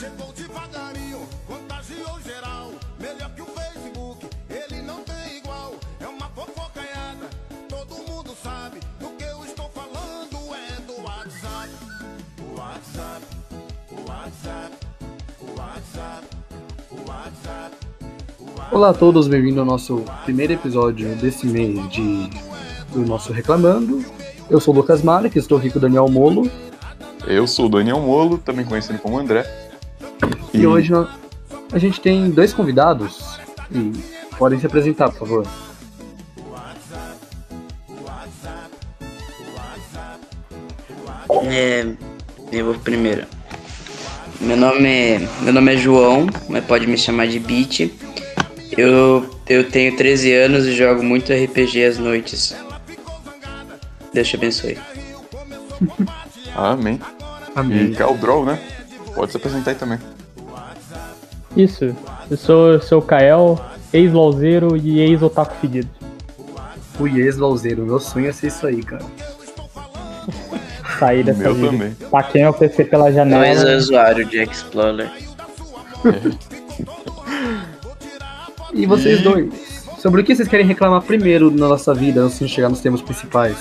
Chegou devagarinho, contagiou geral. Melhor que o Facebook, ele não tem igual. É uma fofocaiada, todo mundo sabe. Do que eu estou falando é do WhatsApp. O WhatsApp, o WhatsApp, o WhatsApp, o WhatsApp. Olá a todos, bem-vindo ao nosso primeiro episódio desse mês de do nosso Reclamando. Eu sou o Lucas Mara, que estou aqui com o Daniel Molo, Eu sou o Daniel Molo, também conhecido como André. e hoje nó- a gente tem dois convidados. E podem se apresentar, por favor. É, eu vou primeiro. Meu nome é, meu nome é João, mas pode me chamar de Beat. Eu, eu tenho 13 anos e jogo muito RPG às noites. Deus te abençoe. Ah, Amém. E Caldrol, né? Pode se apresentar aí também. Isso, eu sou, eu sou o Kael, ex-lauzeiro e ex-otaku fedido. O Yes Valzeiro, meu sonho é ser isso aí, cara. Saí dessa Meu vida. também. Taquei meu PC pela Não é janela. usuário de Explorer. E vocês E- dois? Sobre o que vocês querem reclamar primeiro na nossa vida antes de chegar nos temas principais?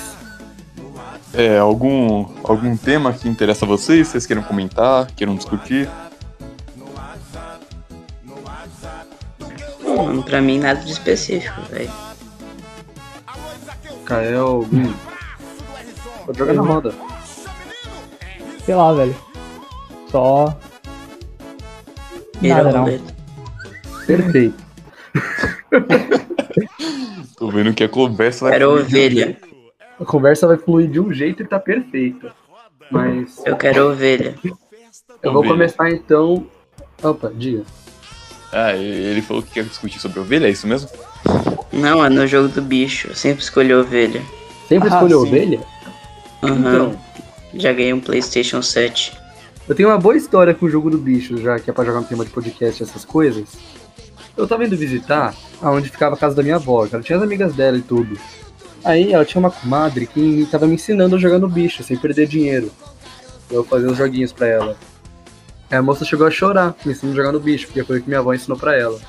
É, algum, algum tema que interessa a vocês, vocês queiram comentar, queiram discutir? Mano, pra mim nada de específico, velho. Kael, Bin. Pode jogar na roda. Sei lá, velho. Só. Nada não. Perfeito. Tô vendo que a conversa vai. Quero ovelha. A conversa vai fluir de um jeito e tá perfeita. Mas Eu quero ovelha. eu vou Ovelha. começar então. Opa, diga. Ah, e- ele falou que quer discutir sobre ovelha, é isso mesmo? Não, é no jogo do bicho. Eu sempre escolhi ovelha. Sempre Ah, escolheu sim. ovelha? Aham. Então, Já ganhei um PlayStation 7. eu tenho uma boa história com o jogo do bicho, já que é pra jogar no tema de podcast e essas coisas. Eu tava indo visitar aonde ficava a casa da minha avó, ela tinha as amigas dela e tudo. Aí ela tinha uma comadre que tava me ensinando a jogar no bicho, sem perder dinheiro. Eu fazia os joguinhos pra ela. Aí a moça chegou a chorar, me ensinando a jogar no bicho, porque foi o que minha avó ensinou pra ela.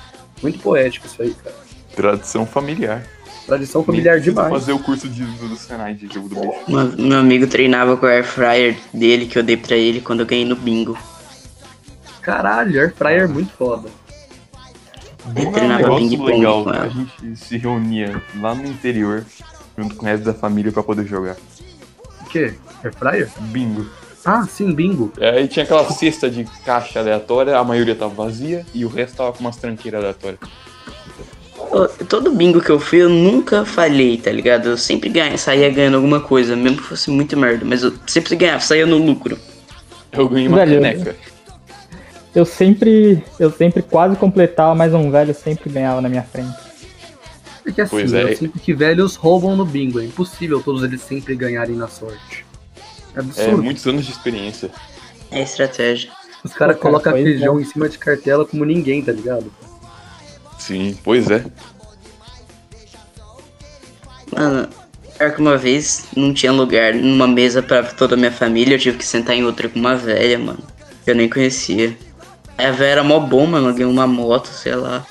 Muito poético isso aí, cara. Tradição familiar. Tradição familiar Preciso demais. fazer o curso de, do, do Senai de jogo do bicho. Meu meu amigo treinava com o air fryer dele que eu dei pra ele quando eu ganhei no bingo. Caralho, air fryer é muito foda. Bom, treinava um negócio ping-pong legal. com ela. A gente se reunia lá no interior, junto com o resto da família, pra poder jogar. O quê? Air fryer? Bingo. Ah, sim, bingo. É, Aí tinha aquela cesta de caixa aleatória, a maioria tava vazia e o resto tava com umas tranqueiras aleatórias. Ô, Todo bingo que eu fui, eu nunca falhei, tá ligado? Eu sempre ganha, saía ganhando alguma coisa, mesmo que fosse muito merda, mas eu sempre ganhava, saía no lucro. Eu ganhei uma Velho, caneca. Eu sempre. Eu sempre quase completava, mas um velho sempre ganhava na minha frente. É que assim, Pois é. eu sinto que velhos roubam no bingo. É impossível todos eles sempre ganharem na sorte. É É, absurdo. muitos anos de experiência. É estratégia. Os caras Pô, cara, colocam pois feijão em cima de cartela como ninguém, tá ligado? Sim, pois é. Mano, pior que uma vez não tinha lugar numa mesa pra toda a minha família, eu tive que sentar em outra com uma velha, mano, que eu nem conhecia. Aí A velha era mó bom, mano, eu ganhei uma moto, sei lá.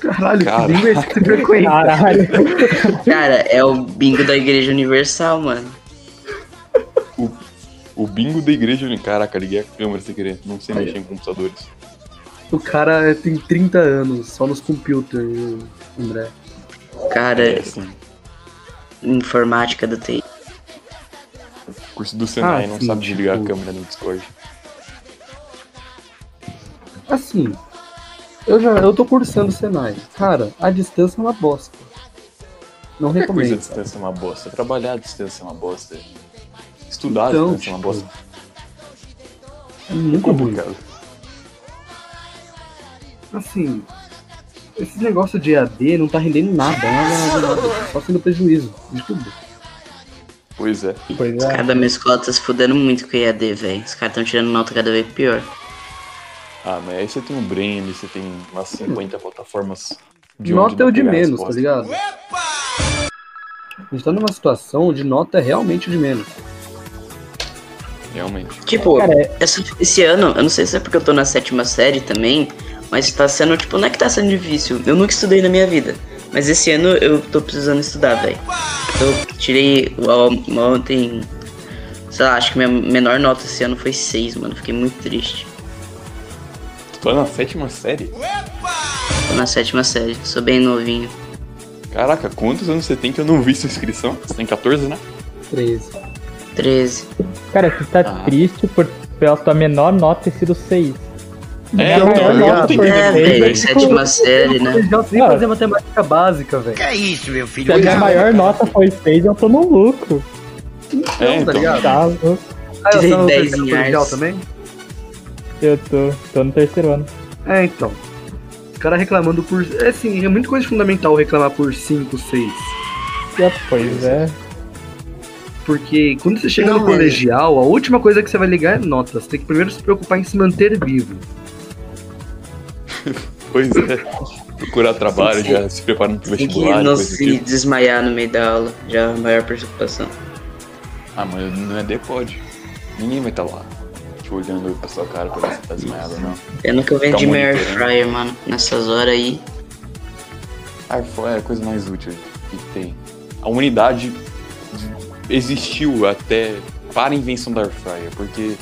Caralho, Caraca. que bingo é esse que tu frequenta? Caralho. Cara, é o bingo da Igreja Universal, mano. O bingo da igreja. Caraca, liguei a câmera sem querer. Não sei mexer em computadores. O cara tem 30 anos, só nos computers, André. Cara, É, sim. informática do TI. Curso do Senai Ah, não sim, sabe desligar a tipo- câmera no Discord. Assim, eu já eu tô cursando o Senai. Cara, a distância é uma bosta. Não Qualquer coisa à recomendo. distância é uma bosta. Trabalhar à distância é uma bosta. Estudar Então, à distância é uma bosta. É muito ruim. Complicado. Assim, esse negócio de EAD não tá rendendo nada, nada, nada, nada. Só sendo prejuízo de tudo. Pois é. Pois Os é. caras da minha escola tá se fudendo muito com o EAD, velho. Os caras tão tirando nota cada vez pior. Ah, mas aí você tem um Brain, você tem umas 50 plataformas de onde nota é não o de pegar a menos, tá resposta. ligado? A gente tá numa situação onde nota é realmente o de menos. Realmente. Tipo, Cara, essa- esse ano, eu não sei se é porque eu tô na sétima série também, mas tá sendo, tipo, não é que tá sendo difícil. Eu nunca estudei na minha vida. Mas esse ano eu tô precisando estudar, velho. Eu tirei o- ontem. Sei lá, acho que minha menor nota esse ano foi 6, mano. Fiquei muito triste. Tu tá na sétima série? Tô na sétima série, sou bem novinho. Caraca, quantos anos você tem que eu não vi sua inscrição? Você tem 14, né? 13. 13. Cara, tu tá Ah. triste por, pela tua menor nota ter sido 6. É, Não, eu tá tô, eu não ligado. tô Tudo É, entendendo muito velho, bem. sétima série, Eu né? já sei Ah. fazer matemática básica, velho. Se a minha maior nota foi 6, eu tô no lucro. É, tá então. ligado? Tá? Ah, eu tava no 10 terceiro em colegial artes. também? Eu tô, tô no terceiro ano. É, então. Os caras reclamando por. É assim, é muita coisa fundamental reclamar por 5, 6. Já, pois é. Porque quando você chega Não, no mas- colegial, a última coisa que você vai ligar é nota. Você tem que primeiro se preocupar em se manter vivo. Pois é. Procurar trabalho, Tem que- já se preparando pro Tem que vestibular, não coisa do se tipo. desmaiar no meio da aula. Já é a maior preocupação. Ah, mas não é decode. Ninguém vai estar lá. Te olhando pra sua cara pra ver se tá desmaiado ou não. Pena que eu vendi Ficar meu air Tá monitorando. fryer, mano. Nessas horas aí. Air fryer é a coisa mais útil que tem. A humanidade existiu até para a invenção da air fryer, porque,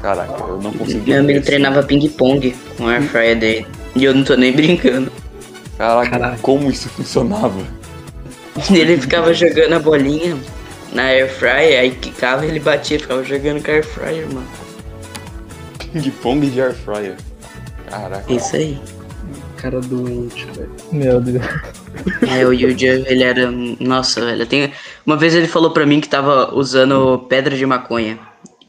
caraca, eu não consigo. Meu amigo esquecer. treinava ping-pong com o air fryer dele. E eu não tô nem brincando. Caraca, Caraca. como isso funcionava? Ele ficava jogando a bolinha na air fryer, aí quicava e ele batia, ficava jogando com a air fryer, mano. Ping-pong de air fryer. Caraca. É isso aí. Cara doente, velho. Meu Deus. É, o Yuji, ele era. Nossa, velho. eu tenho- Uma vez ele falou pra mim que tava usando pedra de maconha.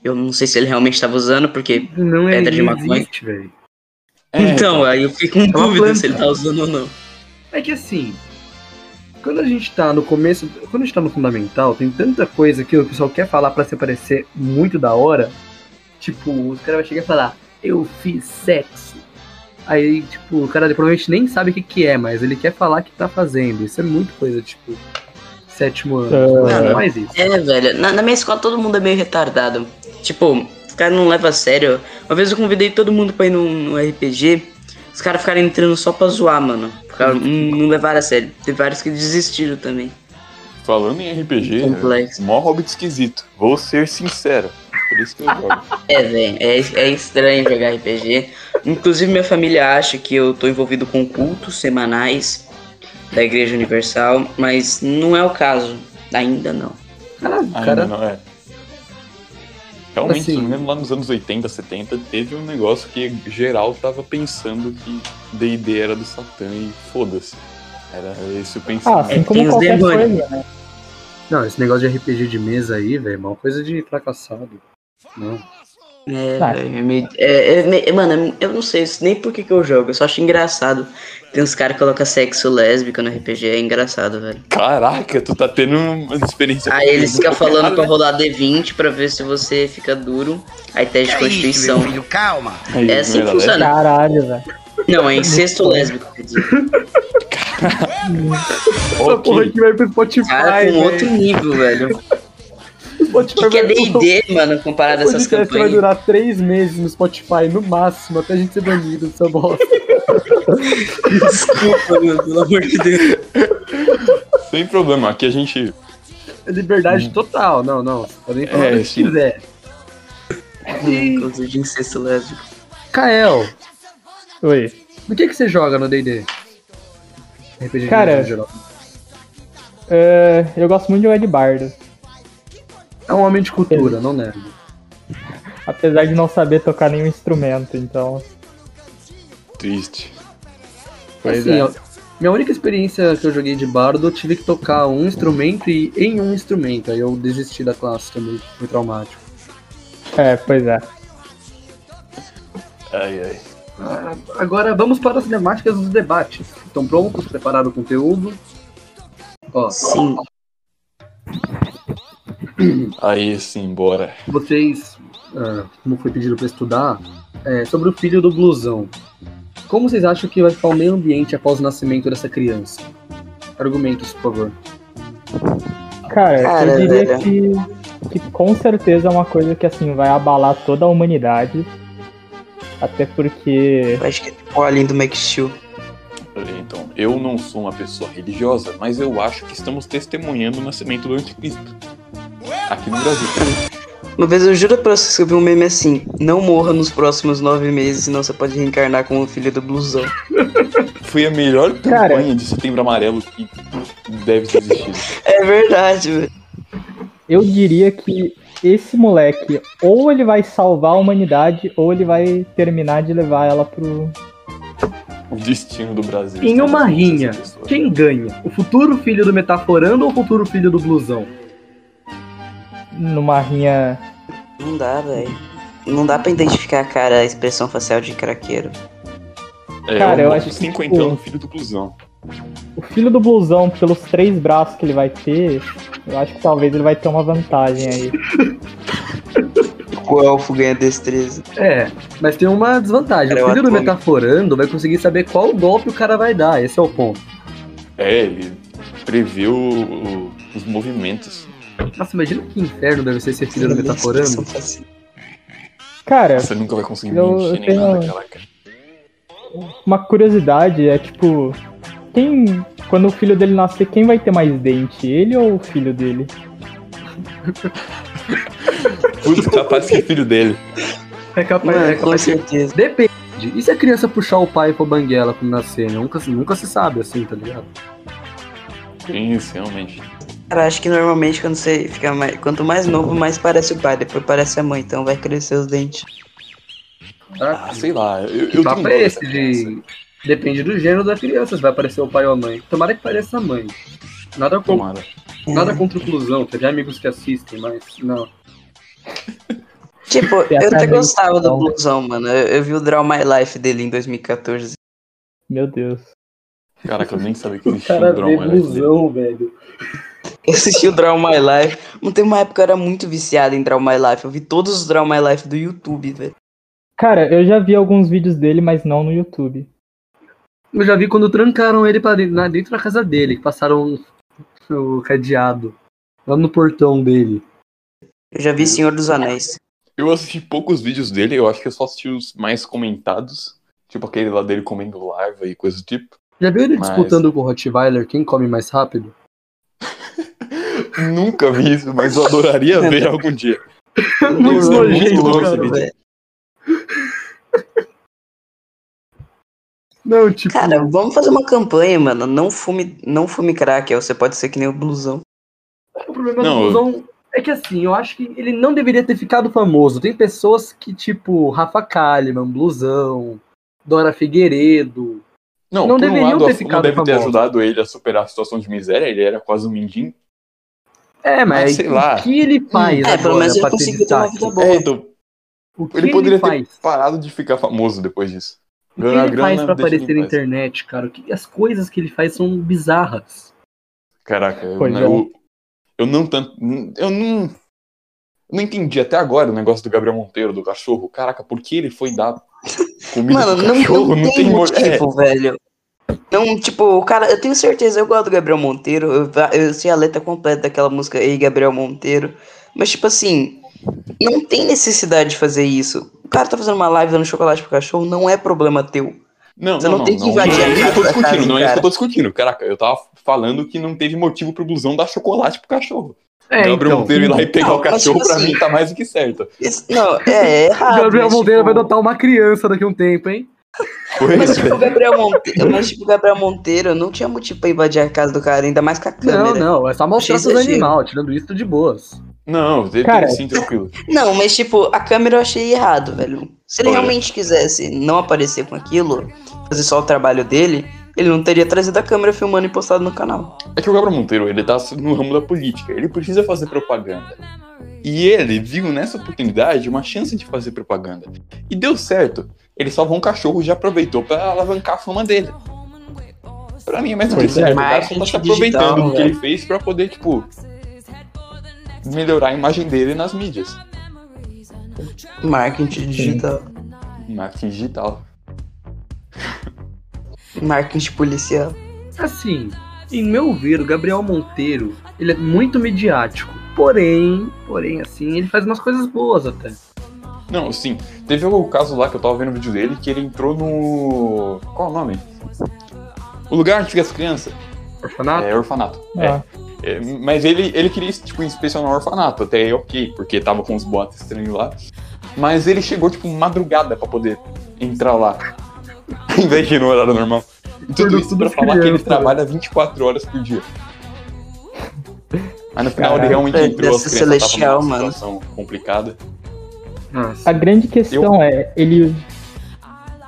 Eu não sei se ele realmente tava usando, porque. Não é Pedra de não maconha. existe, velho. É, então, aí eu fico com uma dúvida se ele planta. tá usando ou não. É que assim, quando a gente tá no começo, quando a gente tá no fundamental, tem tanta coisa que o pessoal quer falar pra se parecer muito da hora. Tipo, os caras vão chegar e falar, eu fiz sexo. Aí, tipo, o cara provavelmente nem sabe o que, que é, mas ele quer falar que tá fazendo. Isso é muito coisa, tipo, sétimo ano. É. Não faz isso. É, velho, na, na minha escola todo mundo é meio retardado. Tipo, os caras não levam a sério. Uma vez eu convidei todo mundo pra ir num, num RPG, os caras ficaram entrando só pra zoar, mano. Ficaram, não, não levaram a sério. Teve vários que desistiram também. então, Falando em RPG, Complexo. mó hobbit esquisito. Vou ser sincero. Por isso que eu jogo. É, velho, é, é estranho jogar RPG. Inclusive, minha família acha que eu tô envolvido com cultos semanais da Igreja Universal, mas não é o caso. Ainda não. Caralho, o Ainda cara, não é. Realmente, Assim- se não me engano, lá nos anos 80, 70, teve um negócio que geral tava pensando que D&D era do Satã e foda-se. Era esse o Ah, pensamento. assim É, tem como os qualquer demônios. coisa, né? não, esse negócio de RPG de mesa aí, velho, é uma coisa de fracassado. Não. É, Ah. velho, é meio- é- é meio- mano, eu não sei isso, nem por que, que eu jogo, eu só acho engraçado. Tem uns caras que colocam sexo lésbico no RPG, é engraçado, velho. Caraca, tu tá tendo uma experiência... Aí eles ficam falando pra Caralho. rolar D20 pra ver se você fica duro, aí teste é de constituição. Aí, né? É assim que galera, funciona. Ah, Caralho, velho. Não, é incesto lésbico, quer dizer. Essa porra Ok, aqui vai pro Spotify, Cara, com velho. outro nível, velho. Spotify O que, que é vai- DD, mano, comparado a O essas podcast vai campanhas? durar três meses no Spotify, no máximo, até a gente ser banido dessa bosta. Desculpa, meu, pelo amor de Deus. sem problema. Aqui a gente... É liberdade total, não, não. Você pode falar É, o que sim. quiser. E, Coisa de incesto lésbico. Kael, Oi. do que, que você joga no D&D? RPG de Cara, mesa no geral. É, eu gosto muito de jogar de bardo. É um homem de cultura, não nego. Apesar de não saber tocar nenhum instrumento, então. Triste. Assim, é. ó, minha única experiência que eu joguei de bardo, eu tive que tocar um instrumento e em um instrumento. Aí eu desisti da classe também, foi traumático. É, pois é. Ai, ai. Ah, Agora vamos para as temáticas dos debates. Estão prontos? Prepararam o conteúdo? Ó, Sim. Aí sim, bora. assim, vocês, ah, como foi pedido para estudar, é, sobre o filho do blusão. Como vocês acham que vai ficar o meio ambiente após o nascimento dessa criança? Argumentos, por favor. Cara, Cara, eu diria velho. que, que com certeza é uma coisa que assim vai abalar toda a humanidade. Até porque. Eu acho que é tipo a linha do Max Steel. Olha, Então, eu não sou uma pessoa religiosa, mas eu acho que estamos testemunhando o nascimento do anticristo. Aqui no Brasil. Uma vez eu juro pra vocês que eu vi um meme assim: Não morra nos próximos nove meses, senão você pode reencarnar como filho do blusão. Foi a melhor Cara. campanha de setembro amarelo que deve ter existido. É verdade, velho. Eu diria que esse moleque, ou ele vai salvar a humanidade, ou ele vai terminar de levar ela pro. O destino do Brasil. Em está uma nas mãos rinha, dessa pessoa. Quem ganha? O futuro filho do Metaforando ou o futuro filho do blusão? numa rinha. Não dá, velho. Não dá pra identificar, cara, a expressão facial de craqueiro. É, Cara, eu um acho que, cinquentão, tipo, filho do blusão. O filho do blusão, pelos três braços que ele vai ter, eu acho que talvez ele vai ter uma vantagem aí. O elfo ganha destreza. É, mas tem uma desvantagem. Cara, O eu filho do atuo. Metaforando vai conseguir saber qual golpe o cara vai dar. Esse é o ponto. É, ele prevê o- o- os movimentos. Nossa, imagina que inferno deve ser ser filho do Expressão tá Metaforando. facial. Cara, Você nunca vai conseguir Eu- mentir eu nem tenho- nada, caraca. uma curiosidade é tipo. Quem. Quando o filho dele nascer, quem vai ter mais dente? Ele ou o filho dele? Putz, capaz que é filho dele. É capaz, é Mano, com capaz que- certeza. Depende. E se a criança puxar o pai pra banguela quando nascer? Nunca, nunca se sabe assim, tá ligado? Isso, realmente. Cara, acho que normalmente quando você fica mais. Quanto mais novo, mais parece o pai, depois parece a mãe, então vai crescer os dentes. Tá? Ah, sei lá. Eu, o eu Tá papo tenho dó é dessa esse criança. de. Depende do gênero da criança, se vai aparecer o pai ou a mãe. Tomara que pareça a mãe. Nada contra, Tomara. nada contra o inclusão, teve amigos que assistem, mas não. Tipo, eu Tem até até a minha gostava do opção. blusão, mano. Eu, eu vi o Draw My Life dele em 2014. Meu Deus. Caraca, eu nem sabia que O existia cara vê um drama. né? ilusão, velho. Eu assisti o Draw My Life. Não tem uma época que eu era muito viciado em Draw My Life. Eu vi todos os Draw My Life do YouTube, velho. Cara, eu já vi alguns vídeos dele, mas não no YouTube. Eu já vi quando trancaram ele pra dentro, na- dentro da casa dele, que passaram o cadeado. Lá no portão dele. Eu já vi Senhor dos Anéis. Eu assisti poucos vídeos dele, eu acho que eu só assisti os mais comentados. Tipo aquele lá dele comendo larva e coisa do tipo. Já viu ele Mas- disputando com o Rottweiler quem come mais rápido? Nunca vi isso, mas eu adoraria ver algum dia. Muito Isso é nojento, muito louco esse cara, vídeo. velho. Não, tipo. Cara, vamos fazer uma campanha, mano. Não fume, não fume crack, ó. você pode ser que nem o blusão. O problema Não, do Blusão é que assim, eu acho que ele não deveria ter ficado famoso. Tem pessoas que, tipo, Rafa Kalimann, Blusão, Dora Figueiredo. Não, Não por um deveriam ter lado, a fama ficado deve ter famosos. ajudado ele a superar a situação de miséria, ele era quase um mendigo. É, mas, sei o lá. que ele faz É, agora pelo menos ele pra ter conseguiu ter uma destaque? vida boa. É, então, O que ele poderia ter faz? parado de ficar famoso depois disso. O que ele faz pra deixa ele em aparecer na paz. internet, cara? O que- As coisas que ele faz são bizarras. Caraca, eu, Pois não- é. eu, eu não tanto. Eu não. eu não entendi até agora o negócio do Gabriel Monteiro, do cachorro. Caraca, por que ele foi dar comida Mano, pro não, cachorro? não, tem é. mo- motivo, tipo, velho. Não, tipo, o cara, eu tenho certeza, eu gosto do Gabriel Monteiro, eu, eu sei a letra completa daquela música Ei, Gabriel Monteiro, mas, tipo assim, não tem necessidade de fazer isso. O cara tá fazendo uma live dando chocolate pro cachorro, não é problema teu. Não, Você não, não não, tem que não, invadir não é a isso que eu tô casa da discutindo, casa do não é isso que cara. eu tô discutindo. Caraca, eu tava falando que não teve motivo pro blusão dar chocolate pro cachorro. É, Gabriel então. Monteiro ir lá e pegar Não, o mas, cachorro tipo pra assim, mim tá mais do que certo. Isso- não, é, é errado. Gabriel mas, Monteiro tipo, vai adotar uma criança daqui a um tempo, hein? Foi Mas isso, tipo, o velho. Gabriel Monteiro, mas, tipo, o Gabriel Monteiro não tinha motivo pra invadir a casa do cara, ainda mais com a câmera. Não, não, é só mostrar né? Achei os exagero. animais, tirando isso de boas. Não, teve Cara. sim, tranquilo. Não, mas tipo, a câmera eu achei errado, velho. Se ele Olha. realmente quisesse não aparecer com aquilo, fazer só o trabalho dele, ele não teria trazido a câmera filmando e postado no canal. É que o Gabriel Monteiro, ele tá no ramo da política, ele precisa fazer propaganda. E ele viu nessa oportunidade uma chance de fazer propaganda. E deu certo. Ele salvou um cachorro e já aproveitou pra alavancar a fama dele. Pra mim é mais do que Pois é. certo. O cara só tá se Marketing aproveitando digital, do que ele fez pra poder, tipo, melhorar a imagem dele nas mídias. Marketing digital. Marketing digital. Marketing policial. Assim, em meu ver, o Gabriel Monteiro, ele é muito midiático. Porém, porém, assim, ele faz umas coisas boas até. Não, sim. Teve o caso lá que eu tava vendo o vídeo dele que ele entrou no. Qual é o nome? O lugar onde fica as crianças. Orfanato? É orfanato. Ah, É, mas ele, ele queria, tipo, inspecionar o orfanato, até aí ok, porque tava com uns boatos estranhos lá. Mas ele chegou, tipo, madrugada pra poder entrar lá. Em vez de ir no horário normal. E tudo Tudo- isso tudo pra falar que ele criança, né? trabalha 24 horas por dia. Aí no final ele Caralho. realmente É, entrou, as dessa crianças celestial, tavam numa mano. situação complicada. É. Nossa. A grande questão é, ele,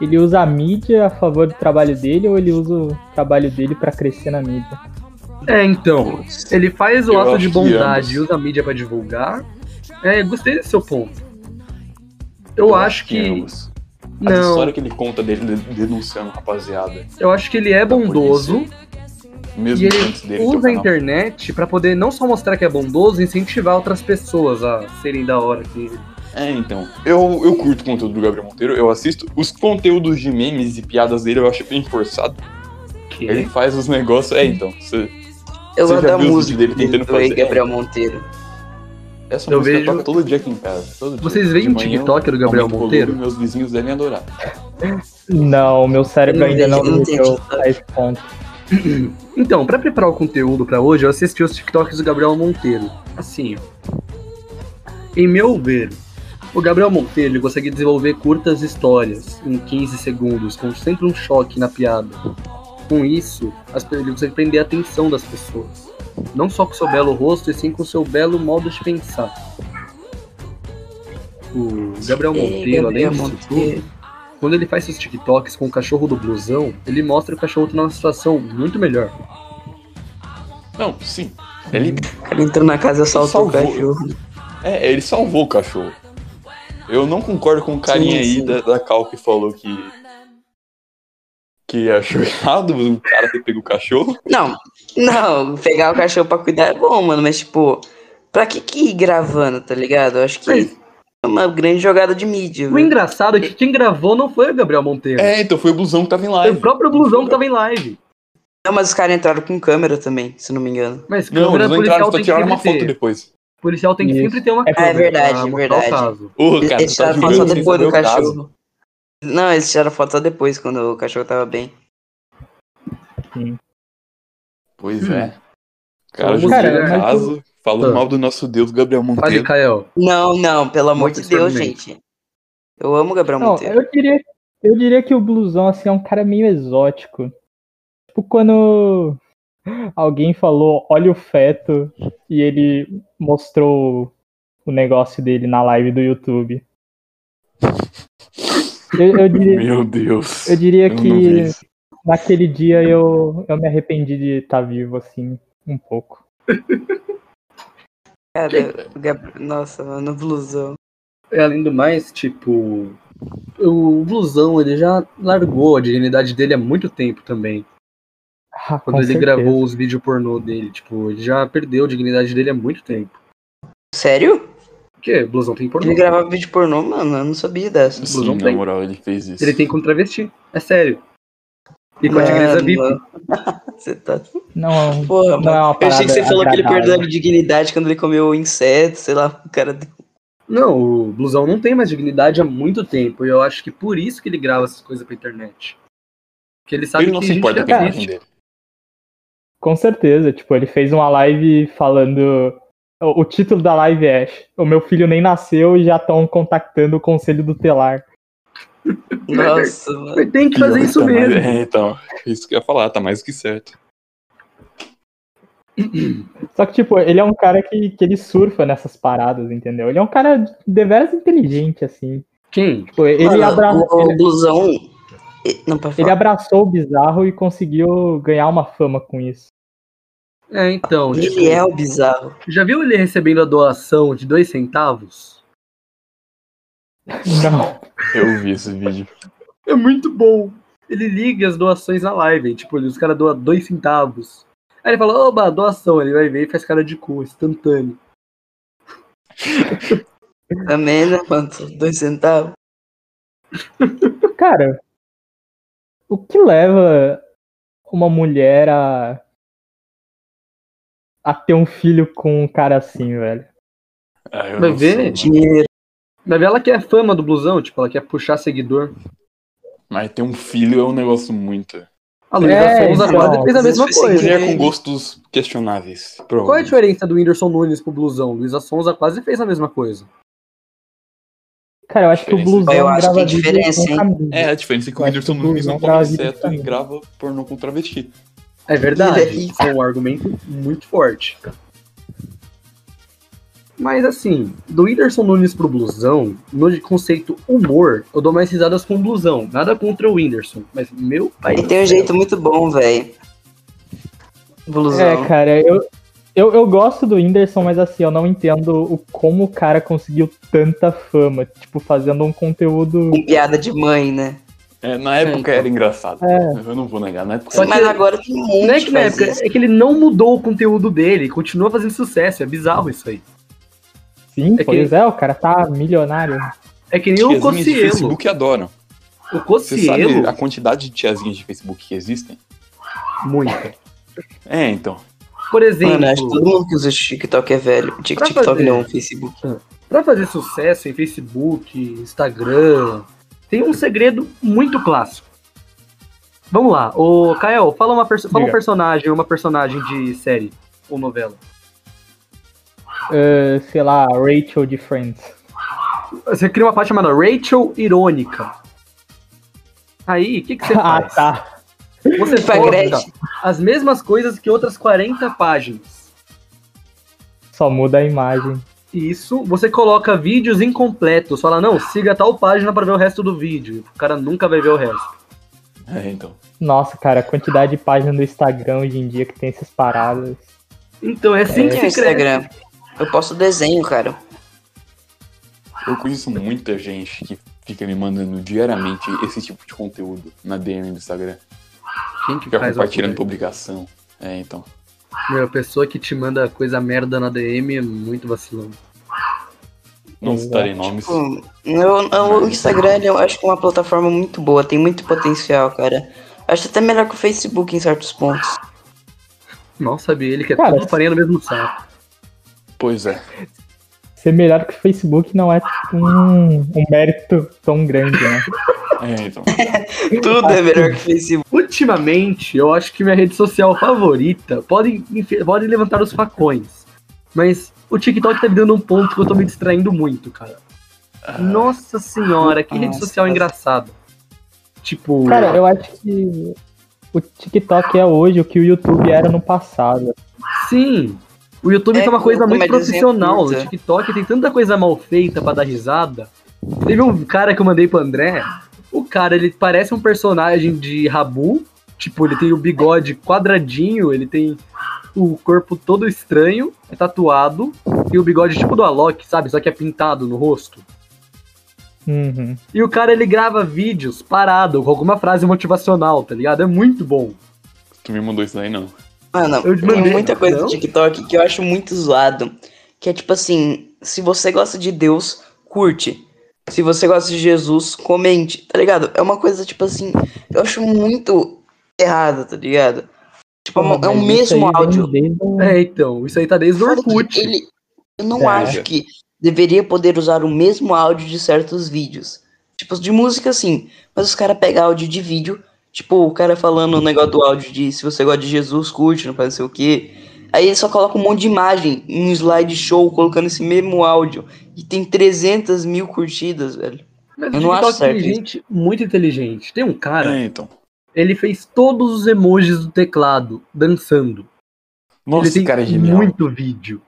ele usa a mídia a favor do trabalho dele ou ele usa o trabalho dele pra crescer na mídia? É, então, ele faz o Eu ato acho de que bondade ambos. e usa a mídia pra divulgar. É, gostei desse seu ponto. Eu, acho que. ambos. A não, história que ele conta dele de- denunciando a rapaziada, eu acho que ele é bondoso e mesmo antes ele dele usa tocar a na- internet pra poder não só mostrar que é bondoso, incentivar outras pessoas a serem da hora que ele. É, então. Eu, eu curto o conteúdo do Gabriel Monteiro, eu assisto. Os conteúdos de memes e piadas dele eu acho bem forçado. que Ele faz os negócios. É, então. cê- Eu Você gosto já da viu os música vídeos dele tentando do Ei fazer? Gabriel Monteiro. essa Eu música vejo- toca todo dia aqui em casa. todo dia. Vocês De veem o manhã, TikTok do Gabriel aumento o Monteiro? volume, meus vizinhos devem adorar. Não, meu cérebro Eu não ainda não entendi, eu não entendi. desceu a esse ponto. Então, pra preparar o conteúdo pra hoje, eu assisti os TikToks do Gabriel Monteiro. Assim, ó. em meu ver, o Gabriel Monteiro ele consegue desenvolver curtas histórias em 15 segundos, com sempre um choque na piada. Com isso, as pe- ele consegue prender a atenção das pessoas. Não só com seu belo rosto, e sim com seu belo modo de pensar. O Gabriel Ei, Monteiro, além Gabriel disso tudo, Monteiro. quando ele faz seus TikToks com o cachorro do blusão, ele mostra o cachorro tá numa situação muito melhor. Não, sim. Ele, O cara entrou na casa e assaltou o Salvou. cachorro. é, ele salvou o cachorro. Eu não concordo com o carinha Sim, aí sim. da, da Cal que falou que. Que achou errado o cara ter pego o cachorro. Não, não, pegar o cachorro pra cuidar é bom, mano, mas tipo, pra que que ir gravando, tá ligado? Eu acho que Mas- é uma grande jogada de mídia. O velho. engraçado é que quem gravou não foi o Gabriel Monteiro. Né? É, então foi o blusão que tava em foi live. o próprio blusão que tava em live. Não, mas os É caras entraram com câmera também, se não me engano. Mas Não, câmera eles não policial entraram, só tem que tiraram uma sempre foto ter. depois. Policial tem que Isso. sempre ter uma É câmera. Ah, verdade, pra mostrar verdade. O caso. Ô, cara, Eles você tá tiraram foto só julgando depois do meu caso. cachorro. Não, eles tiraram foto só depois, quando o cachorro tava bem. Pois Hum. é. Cara, Vamos julgou ver, o mas caso, falou Ah. mal do nosso Deus Gabriel Fale, Monteiro. Kael. Não, não, pelo amor Nossa, de Deus, excelente. gente. Eu amo o Gabriel Não, Monteiro. eu diria, eu diria que o blusão assim é um cara meio exótico. Tipo quando alguém falou olha o feto e ele mostrou o negócio dele na live do YouTube. Eu, eu diria, Meu Deus. eu diria Eu não vi que isso. naquele dia eu, eu me arrependi de estar vivo assim um pouco. Cara, o Gabriel... Nossa, mano, o blusão. E é, além do mais, tipo. O blusão, ele já largou a dignidade dele há muito tempo também. Ah, com Quando ele certeza. gravou os vídeos pornô dele. Tipo, ele já perdeu a dignidade dele há muito tempo. Sério? Porque blusão tem pornô. Ele gravava vídeo pornô, mano, eu não sabia dessa. Sim, na tem. moral, ele fez isso. Ele tem como travesti. É sério. E com a Mano, tigresa bip. Você tá... Não, Porra, não mano. é uma Eu achei que você parada falou que ele agradável. perdeu a dignidade quando ele comeu o inseto, sei lá, o cara... Não, o blusão não tem mais dignidade há muito tempo. E eu acho que por isso que ele grava essas coisas pra internet. Porque ele sabe Ele não que se a gente importa com a já imagem existe. dele. Com certeza, tipo, ele fez uma live falando. O o título da live é O meu filho nem nasceu e já estão contactando o conselho do telar. Nossa, mano. Mas É, tem que fazer isso Tá mais- mesmo. É, então, isso que eu ia falar, tá mais que certo. Só que, tipo, ele é um cara que, que ele surfa nessas paradas, entendeu? Ele é um cara deveras inteligente, assim. Quem? Tipo, ele, Mano, abra... o, o ele, blusão... e- Não, pra ele falar. abraçou o bizarro e conseguiu ganhar uma fama com isso. É, então, Ele, tipo, é o bizarro. já viu ele recebendo a doação de dois centavos? Não. Eu vi esse vídeo. É muito bom. Ele liga as doações na live, hein? tipo, ele- os caras doam dois centavos. Aí ele fala, oba, doação, ele vai ver e faz cara de cu, instantâneo. Também, né, mano? Dois centavos. Cara, o que leva uma mulher a. a ter um filho com um cara assim, velho? Ah, eu Vai não ver, né? sei, gente. Dinheiro. Vai ver, ela quer fama do blusão, tipo, ela quer puxar seguidor. Mas ter um filho é um negócio muito. A Luísa É, Sonza então, agora fez a mesma isso foi coisa. Mulher com gostos questionáveis. Qual é a provavelmente. diferença do Whindersson Nunes pro blusão? Luísa Sonza quase fez a mesma coisa. Cara, eu acho que o Diferença. blusão Eu acho que grava tem vídeo diferença, com hein? camisa. É, a diferença é que o Mas Whindersson tudo Nunes não não come grava vídeo inseto e também. grava pornô com travesti. É verdade. daí? Foi um argumento muito forte. Mas assim, do Whindersson Nunes pro blusão, no conceito humor, eu dou mais risadas com blusão. Nada contra o Whindersson, mas meu pai. Ele do tem um céu. jeito muito bom, velho. Blusão. É, cara, eu, eu, eu gosto do Whindersson, mas assim, eu não entendo o, como o cara conseguiu tanta fama, tipo, fazendo um conteúdo. Com piada de mãe, né? É, na então. época era engraçado. É. Eu não vou negar, na época. Só que- Mas agora tem um muito. Não é que na época, é que ele não mudou o conteúdo dele, continua fazendo sucesso, é bizarro isso aí. Sim, É que- pois é, o cara tá milionário. É que nem o tiazinhas de Cocielo. Facebook adoram. O Você sabe a Cocielo, quantidade de tiazinhas de Facebook que existem? muita. É, então. Por exemplo, Mano, acho que todo mundo que usa TikTok é velho. Tik- tipo, Pra TikTok fazer. não, Facebook. Pra fazer sucesso em Facebook, Instagram, tem um segredo muito clássico. Vamos lá, ô Kael, fala, uma perso- fala um Diga. personagem, uma personagem de série ou novela. Ah, sei lá, Rachel de Friends. Você cria uma parte chamada Rachel Irônica. Aí, o que, que você ah, faz? tá. Você Pra posta Gretchen. as mesmas coisas que outras 40 páginas. Só muda a imagem. Isso, você coloca vídeos incompletos, fala, não, siga tal página pra ver o resto do vídeo. O cara nunca vai ver o resto. É, então. Nossa, cara, a quantidade de páginas do Instagram hoje em dia que tem essas paradas. Então é assim Tem que no se cresce. Instagram. Eu posto desenho, cara. Eu conheço muita gente que fica me mandando diariamente esse tipo de conteúdo na DM do Instagram. Quem que Fica faz compartilhando alguma publicação. É, então. coisa? Meu, a pessoa que te manda coisa merda na DM é muito vacilão. Não Exato. citarei nomes. Tipo, eu- eu- o Instagram ele eu acho que é uma plataforma muito boa, tem muito potencial, cara. Acho até melhor que o Facebook em certos pontos. Mal sabe ele que é Cara, tudo farinha no mesmo saco. Pois é. Ser melhor que o Facebook não é um, um mérito tão grande, né? É, então. Tudo é melhor que o Facebook. Ultimamente, eu acho que minha rede social favorita pode, enfi- pode levantar os facões. Mas o TikTok tá me dando um ponto que eu tô me distraindo muito, cara. Ah. Nossa senhora, que rede Nossa. social engraçada. Tipo, Cara, eu acho que o TikTok é hoje o que o YouTube era no passado. sim. O YouTube É, tá uma coisa como muito é desenho profissional. O curto, é. TikTok tem tanta coisa mal feita pra dar risada. Teve um cara que eu mandei pro André. O cara, ele parece um personagem de Rabu. Tipo, ele tem o bigode quadradinho, ele tem o corpo todo estranho, é tatuado, e o bigode tipo do Alok, sabe? Só que é pintado no rosto. Uhum. E o cara, ele grava vídeos parado, com alguma frase motivacional, tá ligado? É muito bom. Tu me mandou isso daí, não. Mano, Eu mandei, tem muita coisa não? no TikTok que eu acho muito zoado. Que é tipo assim, se você gosta de Deus, curte. Se você gosta de Jesus, comente, tá ligado? É uma coisa, tipo assim, eu acho muito errada, tá ligado? Tipo, é uma- é o Mas isso mesmo aí vem áudio. desde um- o- É, então, isso aí tá desde o Fora que Orkut. Ele, eu não É. acho que deveria poder usar o mesmo áudio de certos vídeos. Tipo, de música sim, mas os caras pegam áudio de vídeo, tipo, o cara falando o negócio do áudio de se você gosta de Jesus, curte, não faz não sei o quê. Aí ele só coloca um monte de imagem em um slideshow colocando esse mesmo áudio. E tem 300 mil curtidas, velho. Mas Eu o não acho TikTok tem certo gente muito inteligente. Tem um cara, É, então. ele fez todos os emojis do teclado dançando. Nossa, ele tem esse cara é genial. muito vídeo.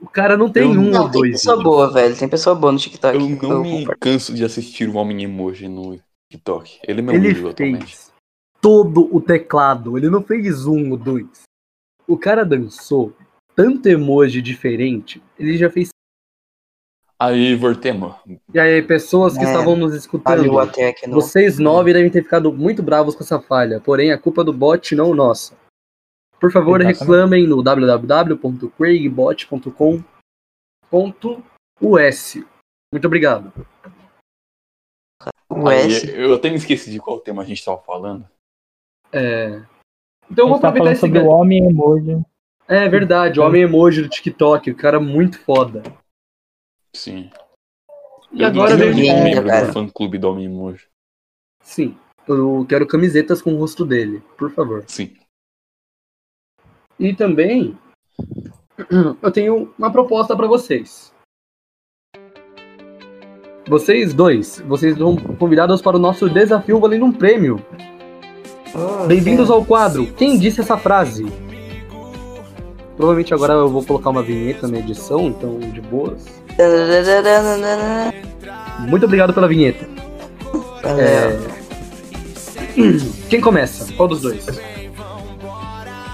O cara não tem Eu um Não, ou tem dois. pessoa vídeos. boa, velho. Tem pessoa boa no TikTok. Eu então, não me concordo. canso de assistir o Homem Emoji no TikTok. Ele é meu Ele ídolo atualmente. fez todo o teclado. Ele não fez um ou dois. O cara dançou tanto emoji diferente. Ele já fez. Aí, Vortemo. E aí, pessoas que É, estavam nos escutando. Falhou até aqui no... Vocês nove devem ter ficado muito bravos com essa falha, porém a culpa é do bot, não nossa. Por favor, Exatamente. reclamem no www.craigbot.com.us. Muito obrigado. O O Aí, S. eu até me esqueci de qual tema a gente tava falando. É. Então a vamos gente tá aproveitar falando esse sobre gancho. o homem emoji. É verdade, o homem emoji do TikTok, o cara é muito foda. Sim. E agora eu veio. não Linda, membro cara. do fã clube do Homem Mojo. Sim, eu quero camisetas com o rosto dele, por favor. Sim. E também eu tenho uma proposta pra vocês. Vocês dois, vocês vão convidados para o nosso desafio valendo um prêmio. é- Bem-vindos ao quadro. Quem disse essa frase? Provavelmente agora eu vou colocar uma vinheta na edição, então de boas. Muito obrigado pela vinheta. É, Quem começa? Qual dos dois?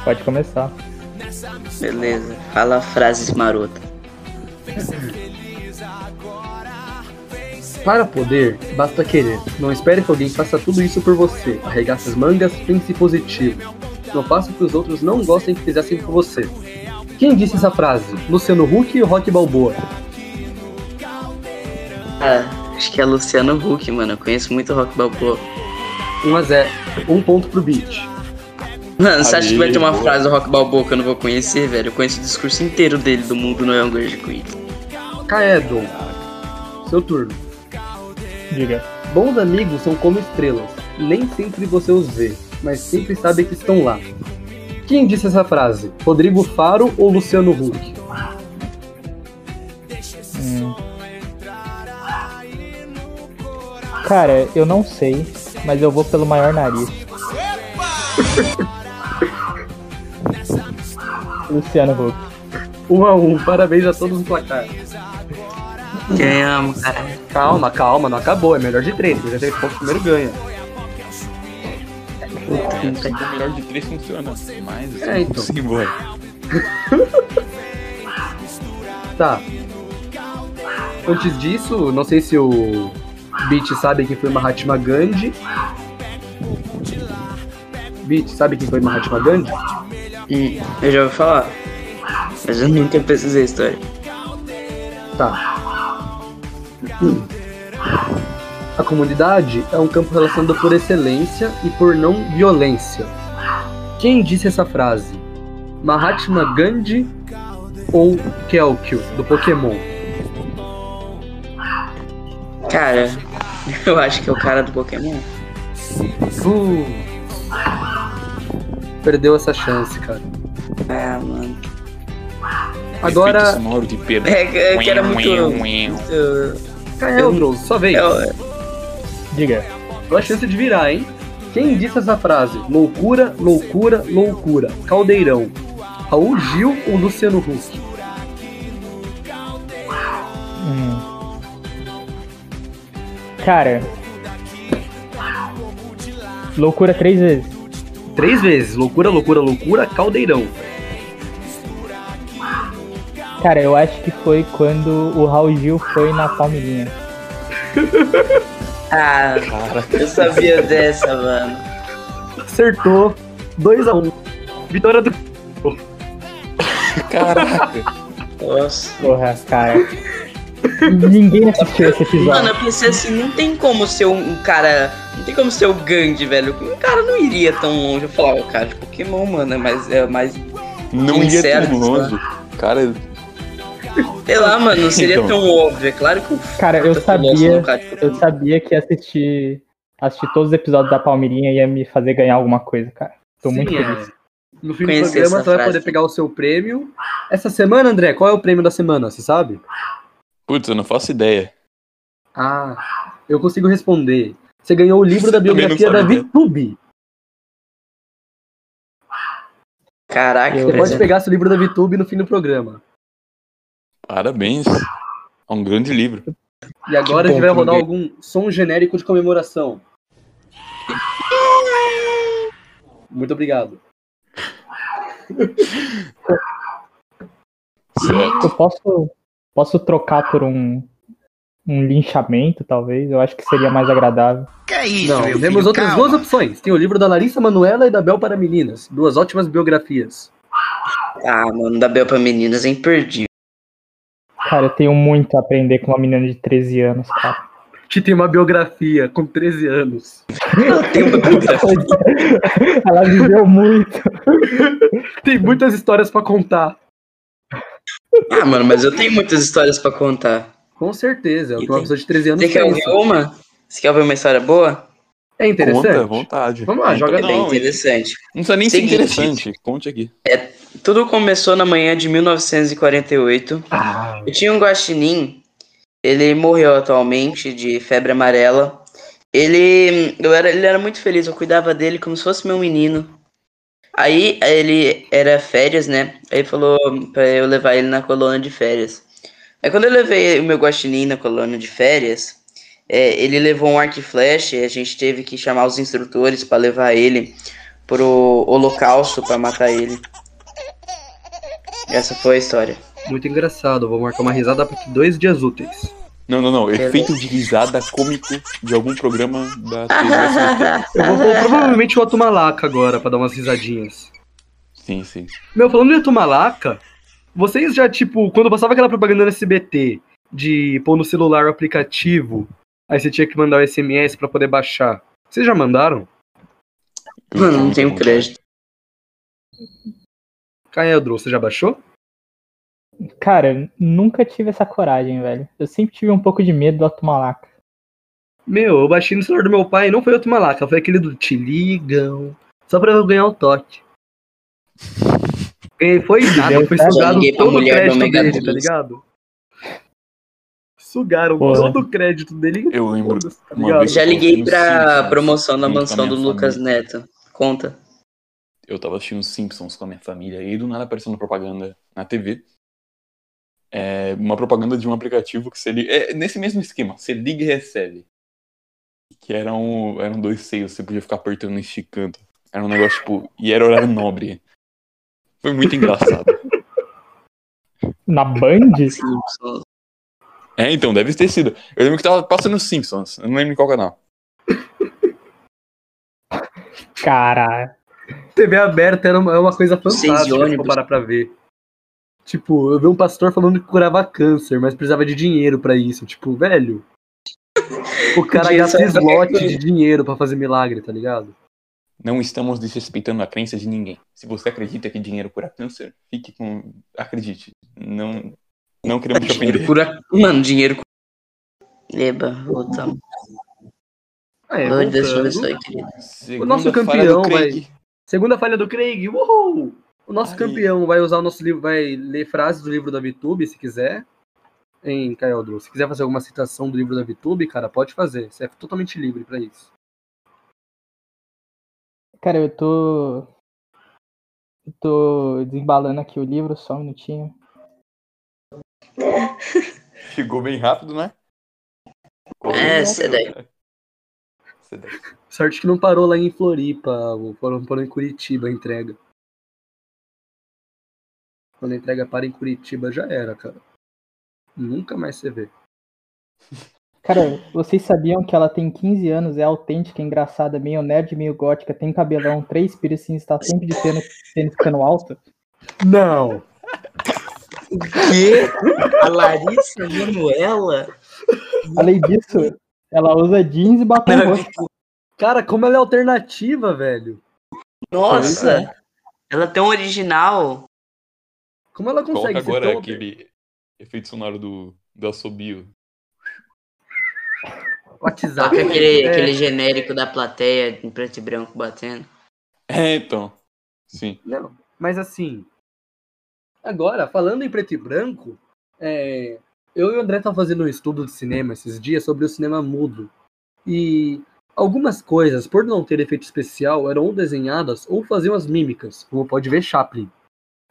Pode começar. Beleza. Fala frases marotas. Para poder, basta querer. Não espere que alguém faça tudo isso por você. Arregaça as mangas, pense positivo. Não faça o que os outros não gostem que fizessem por você. Quem disse essa frase? Luciano Huck e Rock Balboa. Ah, acho que é Luciano Huck, mano. Eu conheço muito Rock Balboa. 1 a 0. Um ponto pro beat. Mano, você acha que vai ter uma boa. frase do Rock Balboa que eu não vou conhecer, velho? Eu conheço o discurso inteiro dele do mundo no Younger Queen. Kaedon. Seu turno. Diga. Bons amigos são como estrelas. Nem sempre você os vê, mas sempre sabe que estão lá. Quem disse essa frase? Rodrigo Faro ou Luciano Huck? Hum. Cara, eu não sei, mas eu vou pelo maior nariz. Luciano Huck. 1 a 1. Parabéns a todos no placar. Quem amo, cara. Calma, calma, não acabou. É melhor de três. Quem já teve pontos primeiro ganha. É, só que o melhor de três funciona. Mas É, então. simbora. Tá. Antes disso, não sei se o Beat sabe quem foi Mahatma Gandhi. Beat, sabe quem foi Mahatma Gandhi? Hum, eu já ouvi falar. Mas eu nunca pesquisei a história. Tá. A comunidade é um campo relacionado por excelência e por não violência. Quem disse essa frase? Mahatma Gandhi ou Kelkio, do Pokémon? Cara, eu acho que é o cara do Pokémon. Uh. Perdeu essa chance, cara. Ah, mano. Efeito Agora, sonoro de Pedro. É que- é que era muito. muito- Caeldron, só vez. É, ó, Diga. Boa chance de virar, hein? Quem disse essa frase? Loucura, loucura, loucura. Caldeirão. Raul Gil ou Luciano Huck? Hum. Cara. Loucura três vezes. Três vezes. Loucura, loucura, loucura, caldeirão. Cara, eu acho que foi quando o Raul Gil foi na Palmeirinha. Ah, eu sabia dessa, mano. Acertou. 2 a 1 um. Vitória do. É, Caraca. Nossa. Porra, cara. Ninguém assistiu esse Mano, episódio. eu pensei assim, não tem como ser um um cara. Não tem como ser o Gandhi, velho. Um cara não iria tão longe. Eu falava, "Ó, cara, de Pokémon, mano, é mais, é mais. Não ia Insetos, tão longe. Cara, Sei lá, mano, não seria Então. tão óbvio. É claro que o Cara, eu Foda-se, nossa, sabia. não, cara, tipo, Eu sabia que assistir, assistir todos os episódios da Palmeirinha ia me fazer ganhar alguma coisa, cara. Tô muito Sim, é. feliz. No fim Conheci do programa, essa você vai frase. poder pegar o seu prêmio. Essa semana, André, qual é o prêmio da semana? Você sabe? putz, eu não faço ideia. Ah, eu consigo responder. Você ganhou o livro da Também não biografia da sabia. VTube. Caraca, Eu- Você velho. pode pegar esse livro da VTube no fim do programa. Parabéns. É um grande livro. E agora a bom gente vai que rodar ninguém- algum som genérico de comemoração. Muito obrigado. Certo. Eu posso, posso trocar por um, um linchamento, talvez? Eu acho que seria mais agradável. Que é isso, Não, temos outras duas opções. Tem o livro da Larissa Manuela e da Bel para Meninas. Duas ótimas biografias. Ah, mano, da Bel pra meninas é imperdível. Cara, eu tenho muito a aprender com uma menina de 13 anos, cara. Te tem uma biografia com 13 anos. Ela viveu muito. Tem muitas histórias pra contar. Ah, mano, mas eu tenho muitas histórias pra contar. Com certeza, é o E que uma tem- pessoa de 13 anos Você quer ouvir pensa. uma? Você quer ouvir uma história boa? É Conta, à interessante. vontade. Vamos lá, joga É bem não, interessante. não precisa nem ser Seguinte. interessante. Conte aqui. Tudo começou na manhã de 1948. Ah, Eu tinha um guaxinim, ele morreu atualmente de febre amarela. Ele, eu era, ele era muito feliz, eu cuidava dele como se fosse meu menino. Aí ele era férias, né? Aí falou pra eu levar ele na colônia de férias. Aí quando eu levei o meu guaxinim na colônia de férias, é, ele levou um arco e flecha e a gente teve que chamar os instrutores pra levar ele pro holocausto pra matar ele. Essa foi a história. muito engraçado. Vou marcar uma risada daqui dois dias úteis. Não, não, não. Efeito de risada cômico de algum programa da TV. SBT. Eu vou, vou provavelmente o Atumalaca agora pra dar umas risadinhas. Sim, sim. Meu, falando de Atumalaca, vocês já, tipo, quando passava aquela propaganda no SBT de pôr no celular o aplicativo, aí você tinha que mandar o SMS pra poder baixar. Vocês já mandaram? Eu Mano, não muito tenho bom. crédito. Caedro, você já baixou? Cara, nunca tive essa coragem, velho. Eu sempre tive um pouco de medo do Atumalaca. Meu, eu baixei no celular do meu pai, não foi outro malaca, foi aquele do Te Ligam, só pra eu ganhar o toque. Ganhei, foi nada, Deu foi certo. sugado Liguei pra todo o mulher do crédito Omega dele, tá Dois. ligado? Sugaram Porra. todo o crédito dele. Eu lembro. Foda-se, tá uma ligado? vez Já liguei Sim, pra sim. promoção da Sim, mansão também do a família. Lucas Neto. Conta. Eu tava assistindo Simpsons com a minha família e do nada apareceu uma propaganda na TV. É uma propaganda de um aplicativo que você liga. É nesse mesmo esquema, você liga e recebe. Que eram, eram dois seios, você podia ficar apertando e esticando. Era um negócio tipo. E era horário nobre. Foi muito engraçado. Na Band? Simpsons. É, então, deve ter sido. Eu lembro que tava passando Simpsons, eu não lembro em qual canal. Cara, TV aberta era uma, é uma coisa Seis de fantástica se for ônibus. parar pra ver. Tipo, eu vi um pastor falando que curava câncer, mas precisava de dinheiro pra isso. Tipo, velho. O cara Podia gasta ser qualquer slot coisa. de dinheiro pra fazer milagre, tá ligado? Não estamos desrespeitando a crença de ninguém. Se você acredita que dinheiro cura câncer, fique com. Acredite. Não, não queremos te Dinheiro ofender. cura... Mano, dinheiro cura. Eba, voltamos. Ah, é, Lorde das voltando. abençoe, querido. Segunda O nosso falha campeão do Craig. Segunda falha do Craig, uhul! O nosso Aí. campeão vai usar o nosso livro, vai ler frases do livro da VTube, se quiser. Hein, Caiodro, se quiser fazer alguma citação do livro da VTube, cara, pode fazer. Você é totalmente livre pra isso. cara, eu tô. Eu tô desembalando aqui o livro, só um minutinho. Chegou bem rápido, né? É, Sedec. Sedec. Sorte que não parou lá em Floripa, ou foram, foram em Curitiba a entrega. Quando a entrega para em Curitiba, já era, cara. Nunca mais você vê. Cara, vocês sabiam que ela tem 15 anos, é autêntica, engraçada, meio nerd, meio gótica, tem cabelão, três piercings, tá sempre de tênis, tênis ficando alto? Não! Que? A Larissa Manuela? Além disso, ela usa jeans e batom Não, roxo. Cara, como ela é alternativa, velho. Nossa! Ela é tão original. Como ela consegue Coloca ser agora tão aquele efeito sonoro do, do assobio. WhatsApp? Toca aquele, É. aquele genérico da plateia em preto e branco batendo. É, então. Sim. Não, mas assim. Agora, falando em preto e branco, é, eu e o André estavam fazendo um estudo de cinema esses dias sobre o cinema mudo. E algumas coisas, por não ter efeito especial, eram ou desenhadas ou faziam as mímicas, como pode ver Chaplin.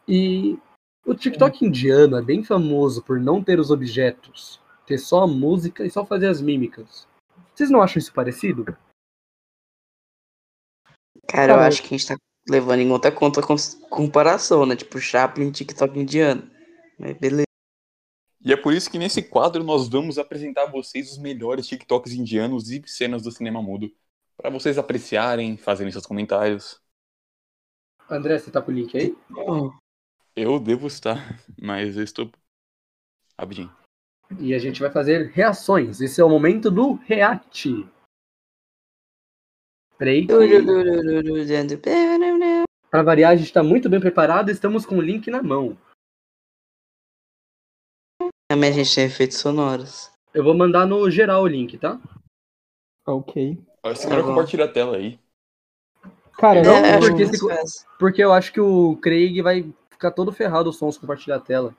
E o TikTok indiano é bem famoso por não ter os objetos, ter só a música e só fazer as mímicas. Vocês não acham isso parecido? Cara, eu Tá bom. acho que a gente tá levando em conta a conta com- comparação, né? Tipo Chaplin e TikTok indiano. Mas beleza. E é por isso que nesse quadro nós vamos apresentar a vocês os melhores TikToks indianos e cenas do cinema mudo. Pra vocês apreciarem, fazerem seus comentários. André, você tá com o link aí? Hum. Eu devo estar, mas eu estou. Rapidinho. E a gente vai fazer reações. Esse é o momento do react. Peraí. né, Para variar, a gente está muito bem preparado. Estamos com o link na mão. Também a gente tem efeitos sonoros. Eu vou mandar no geral o link, tá? Ok. Ó, Esse cara bom. compartilha a tela aí. Cara, É, Não, eu- porque eu- se- Porque eu acho que o Craig vai ficar todo ferrado o som se compartilhar a tela.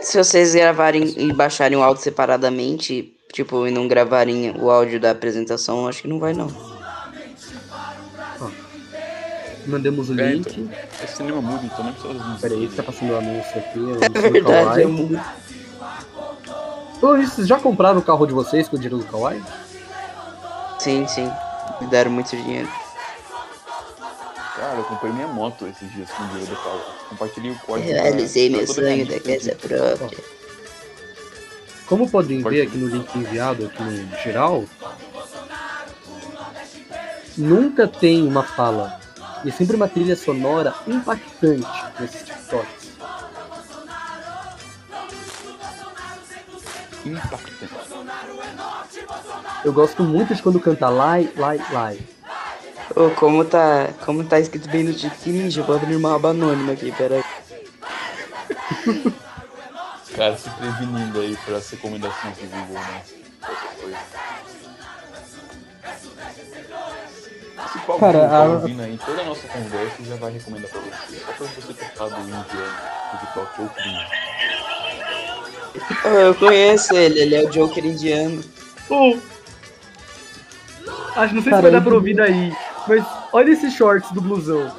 Se vocês gravarem e baixarem o áudio separadamente, tipo, e não gravarem o áudio da apresentação, acho que não vai não. Mandamos o É, link. É cinema movie, então não precisa das músicas. Peraí, tá passando o anúncio aqui. né? anúncio É do verdade, Kawaii. é muito. Ô, e vocês já compraram o carro de vocês com o dinheiro do Kawaii? Sim, sim. Me deram muito dinheiro. Cara, eu comprei minha moto esses dias com o dinheiro do carro. Compartilhei o código. pra- Realizei pra meu toda a minha sonho da lista casa de- própria. Como podem Pode. ver aqui no link enviado, aqui no geral, nunca tem uma fala. E sempre uma trilha sonora impactante nesses TikToks. Impactante. Eu gosto muito de quando canta Lai, Lai, Lai. Ô, como tá. Como tá escrito bem no título que ninja, vou abrir uma aba anônima aqui, peraí. Cara, se prevenindo aí para as recomendações do Google, né? Essas coisas. Se qual Cara, Google tá a- ouvindo aí toda a nossa conversa já vai recomendar pra você. Só pra você tocar do indiano, do TikTok ou crime. Ô, eu conheço ele, ele é o Joker indiano. Oh. Acho, não sei se vai Caramba. dar pra ouvir daí, mas olha esses shorts do blusão.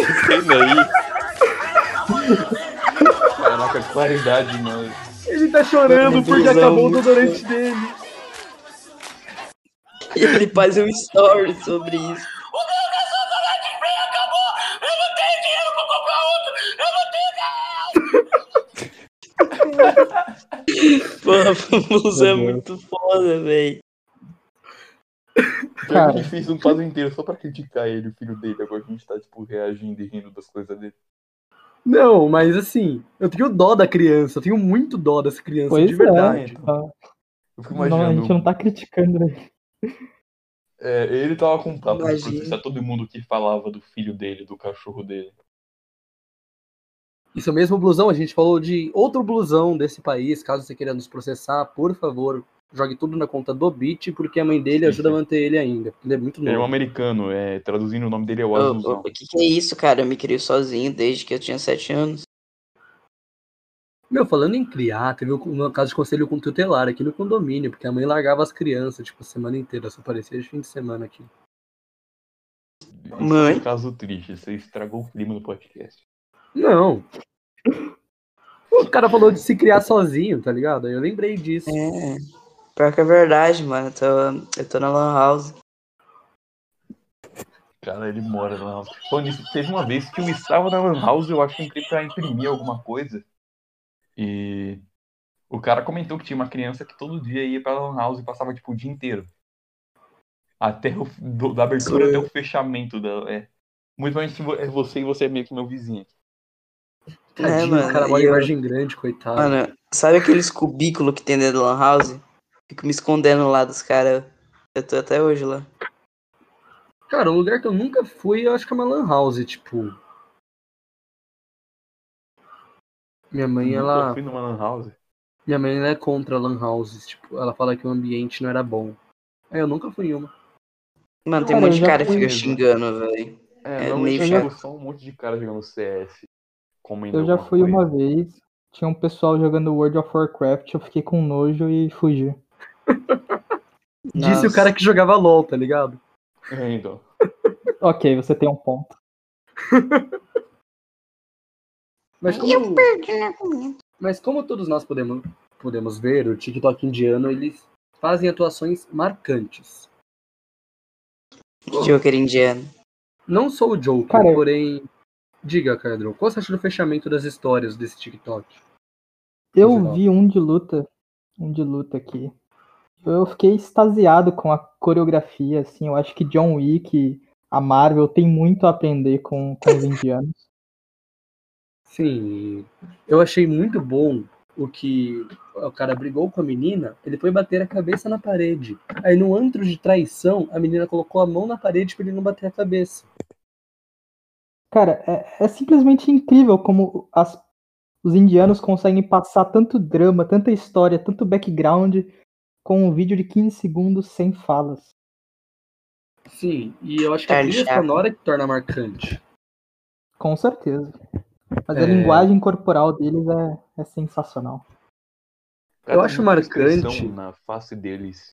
Entenda aí. Caraca, claridade, mano. Ele tá chorando Muito porque blusão, acabou o muito desodorante dele. E ele faz um story sobre isso. tá O meu acabou! Eu não tenho dinheiro pra comprar outro! Eu não tenho dinheiro! Pô, a Famosa é Meu Deus. muito foda, véi. Pior que Cara. A gente fez um quadro inteiro só pra criticar ele, o filho dele. Agora a gente tá, tipo, reagindo e rindo das coisas dele. Não, mas assim, eu tenho dó da criança, eu tenho muito dó dessa criança, Pois de é. verdade. tá- Eu fico não, a imaginando. gente não tá criticando ele. É, ele tava com papo de Imagina. processar todo mundo que falava do filho dele, do cachorro dele. Isso é mesmo, blusão, a gente falou de outro blusão desse país, caso você queira nos processar, por favor, jogue tudo na conta do Bit, porque a mãe dele Sim, ajuda a sim. manter ele ainda, porque ele é muito Ele é um novo. americano, é, traduzindo o nome dele é o Ô, Azulzão. ô, O que, que é isso, cara? Eu me criei sozinho desde que eu tinha 7 anos. Meu, falando em criar, teve um caso de conselho com tutelar aqui no condomínio, porque a mãe largava as crianças, tipo, a semana inteira, só aparecia de fim de semana aqui. ah, Mãe. Esse é um caso triste, você estragou o clima do podcast. Não. O cara falou de se criar sozinho, tá ligado? Aí Eu lembrei disso. É. Pior que é verdade, mano. Eu tô, eu tô na Lan House. Cara, ele mora na Lan House. Falando nisso, teve uma vez que eu estava na Lan House, eu acho que entrei pra imprimir alguma coisa. E o cara comentou que tinha uma criança que todo dia ia pra Lan House e passava tipo o dia inteiro. Até o, do- da abertura até o fechamento da. É. Muito mais vo- é você e você é meio que meu vizinho. Tadinho, o É, mano, cara mora e em eu- Vargem Grande, coitado. Mano, sabe aqueles cubículos que tem dentro da Lan House? Fico me escondendo lá dos caras. Eu tô até hoje lá. Cara, um lugar que eu nunca fui, eu acho que é uma lan house, tipo. Minha mãe, Eu ela. fui numa Lan House. Minha mãe ela é contra lan houses, tipo, ela fala que o ambiente não era bom. É, eu nunca fui em uma. Mano, tem um Cara, monte eu de já cara que fui. fica xingando, velho. É, É, não, meio eu chato. já só um monte de cara jogando CS. Comendo Eu já alguma fui coisa. uma vez, tinha um pessoal jogando World of Warcraft, eu fiquei com nojo e fugi. Disse o cara que jogava LOL, tá ligado? É, então. Ok, você tem um ponto. Mas como. Mas como todos nós podemos, podemos ver, o TikTok indiano, eles fazem atuações marcantes. Joker indiano. Não sou o Joker, Cara, eu- porém. Diga, Cadro, qual você acha do fechamento das histórias desse TikTok? Eu Geral. vi um de luta, um de luta aqui. Eu fiquei extasiado com a coreografia, assim, eu acho que John Wick, A Marvel tem muito a aprender com, com os indianos. Sim, eu achei muito bom o que o cara brigou com a menina, ele foi bater a cabeça na parede. Aí no antro de traição, a menina colocou a mão na parede pra ele não bater a cabeça. Cara, é, é simplesmente incrível como as- os indianos conseguem passar tanto drama, tanta história, tanto background com um vídeo de 15 segundos sem falas. Sim, e eu acho que a Charlie trilha Chaplin. sonora que torna marcante. Com certeza. Mas É. a linguagem corporal deles é, é sensacional. Eu acho marcante. expressão na face deles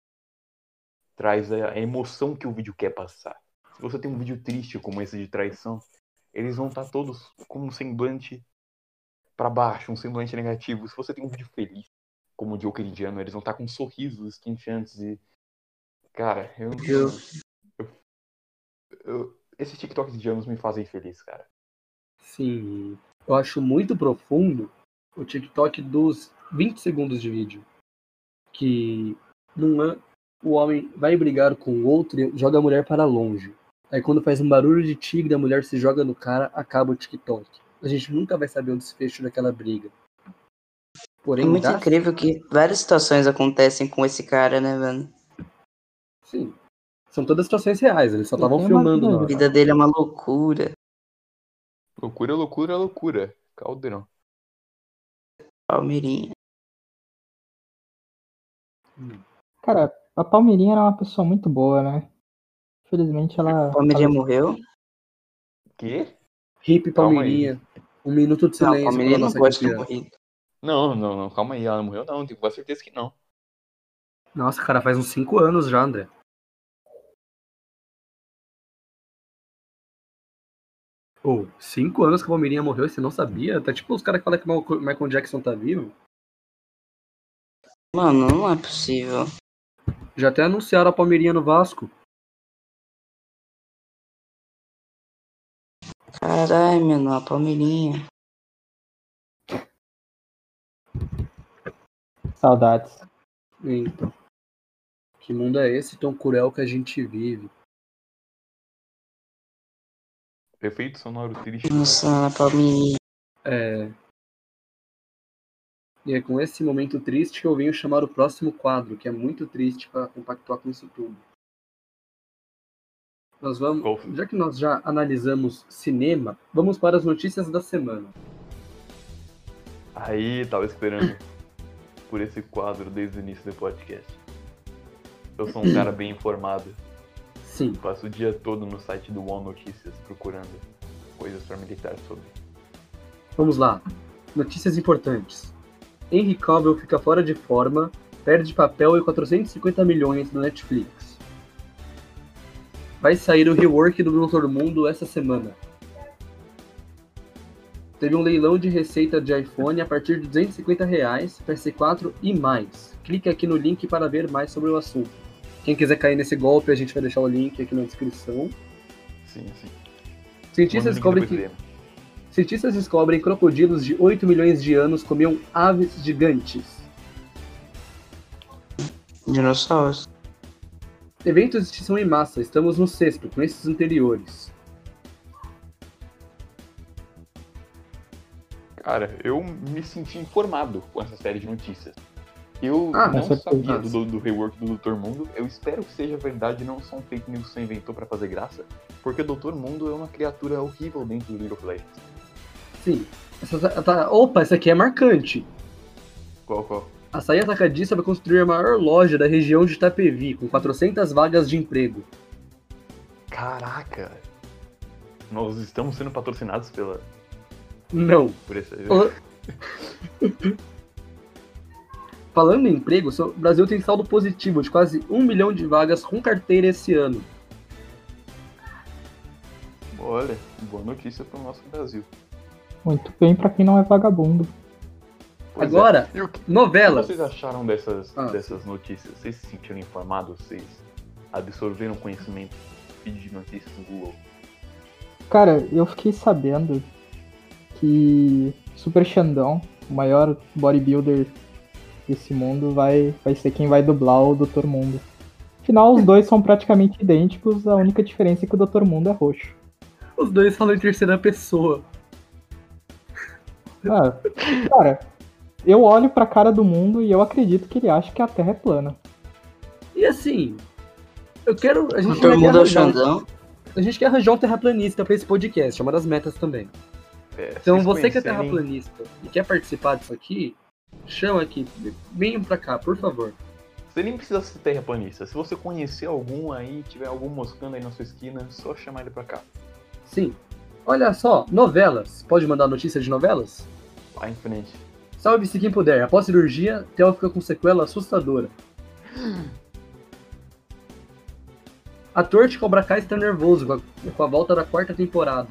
traz a a emoção que o vídeo quer passar. Se você tem um vídeo triste como esse de traição, eles vão estar todos com um semblante pra baixo, um semblante negativo. Se você tem um vídeo feliz, como o de Joker Indiano, eles vão estar com sorrisos esquinchantes e. Cara, eu. Eu- eu- eu- esses TikToks indianos me fazem feliz, cara. Sim, eu acho muito profundo o TikTok dos 20 segundos de vídeo. Que numa, o homem vai brigar com o outro e joga a mulher para longe. Aí quando faz um barulho de tigre, a mulher se joga no cara, acaba o TikTok. A gente nunca vai saber o desfecho daquela briga. É Porém, muito dá- incrível que várias situações acontecem com esse cara, né, mano? Sim. São todas situações reais, eles só Eu estavam tenho uma filmando. na A hora. vida dele é uma loucura. Loucura, loucura, loucura. Caldeirão. Palmeirinha. Cara, a Palmeirinha era uma pessoa muito boa, né? Infelizmente ela. Palmeirinha ela- morreu? Quê? Hip Calma Palmeirinha, um minuto de Não, silêncio Palmeirinha pela não nossa pode ter campeã. morrido. Não, não, não. Calma aí, ela não morreu, não. Tenho quase certeza que não. Nossa, cara, faz uns 5 anos já, André. Ou, cinco anos que o Palmeirinha morreu e você não sabia? Tá tipo os caras que falam que o Michael Jackson tá vivo. Mano, não é possível. Já até anunciaram a Palmeirinha no Vasco. Caralho, menor, a Palmeirinha. Saudades. Então. Que mundo é esse tão cruel que a gente vive? Efeito sonoro triste. Nossa, a Palmeirinha. É. E é com esse momento triste que eu venho chamar o próximo quadro, que é muito triste para compactuar com isso tudo. Nós vamos, Qual? já que nós já analisamos cinema, vamos para as notícias da semana. Aí, tava esperando por esse quadro desde o início do podcast. Eu sou um cara bem informado. Sim, Passo o dia todo no site do One Notícias procurando coisas pra militar sobre. vamos lá. Notícias importantes. Henry Cavill fica fora de forma, perde papel e 450 milhões do Netflix. Vai sair o rework do Doutor Mundo essa semana. Teve um leilão de receita de iPhone a partir de R$ 250 reais, PS4 e mais. Clique aqui no link para ver mais sobre o assunto. Quem quiser cair nesse golpe, a gente vai deixar o link aqui na descrição. Sim, sim. Cientistas Manda o descobrem link que depois do DM. Cientistas descobrem crocodilos de 8 milhões de anos comiam aves gigantes. Dinossauros. Eventos de extinção em massa, estamos no sexto, com esses anteriores. Cara, eu me senti informado com essa série de notícias. Eu Ah, não essa é sabia massa. do, do rework do Dr. Mundo. Eu espero que seja verdade e não só um fake news que você inventou pra fazer graça. Porque o Dr. Mundo é uma criatura horrível dentro do League of Legends. Sim. Essa- tá- opa, essa aqui é marcante. Qual, qual? Açaí Atacadista vai construir a maior loja da região de Itapevi, com 400 vagas de emprego. Caraca! Nós estamos sendo patrocinados pela, Não. por essa. Ô. Falando em emprego, o Brasil tem saldo positivo de quase 1 milhão de vagas com carteira esse ano. Olha, boa notícia pro nosso Brasil. Muito bem pra quem não é vagabundo. Pois Agora, é. E o que novelas. vocês acharam dessas, Ah. dessas notícias? Vocês se sentiram informados? Vocês absorveram conhecimento do feed de notícias do Google? Cara, eu fiquei sabendo que Super Xandão, o maior bodybuilder desse mundo, vai, vai ser quem vai dublar o Dr. Mundo. Afinal, os dois são praticamente idênticos, a única diferença é que o Dr. Mundo é roxo. Os dois falam em terceira pessoa. Ah, cara, eu olho pra cara do mundo e eu acredito que ele acha que a Terra é plana. E assim, eu quero. A gente, Todo quer mundo é o arranjar- Xandão. a gente quer arranjar um terraplanista pra esse podcast, é uma das metas também. É, Então vocês você que é conhecerem- terraplanista e quer participar disso aqui, chama aqui, venham pra cá, por favor. Você nem precisa ser terraplanista. Se você conhecer algum aí, tiver algum moscando aí na sua esquina, é só chamar ele pra cá. Sim. Olha só, novelas. Pode mandar notícia de novelas? Lá em frente. Salve-se quem puder. Após cirurgia, Theo fica com sequela assustadora. Ator de Cobra Kai está nervoso com a, com a volta da quarta temporada.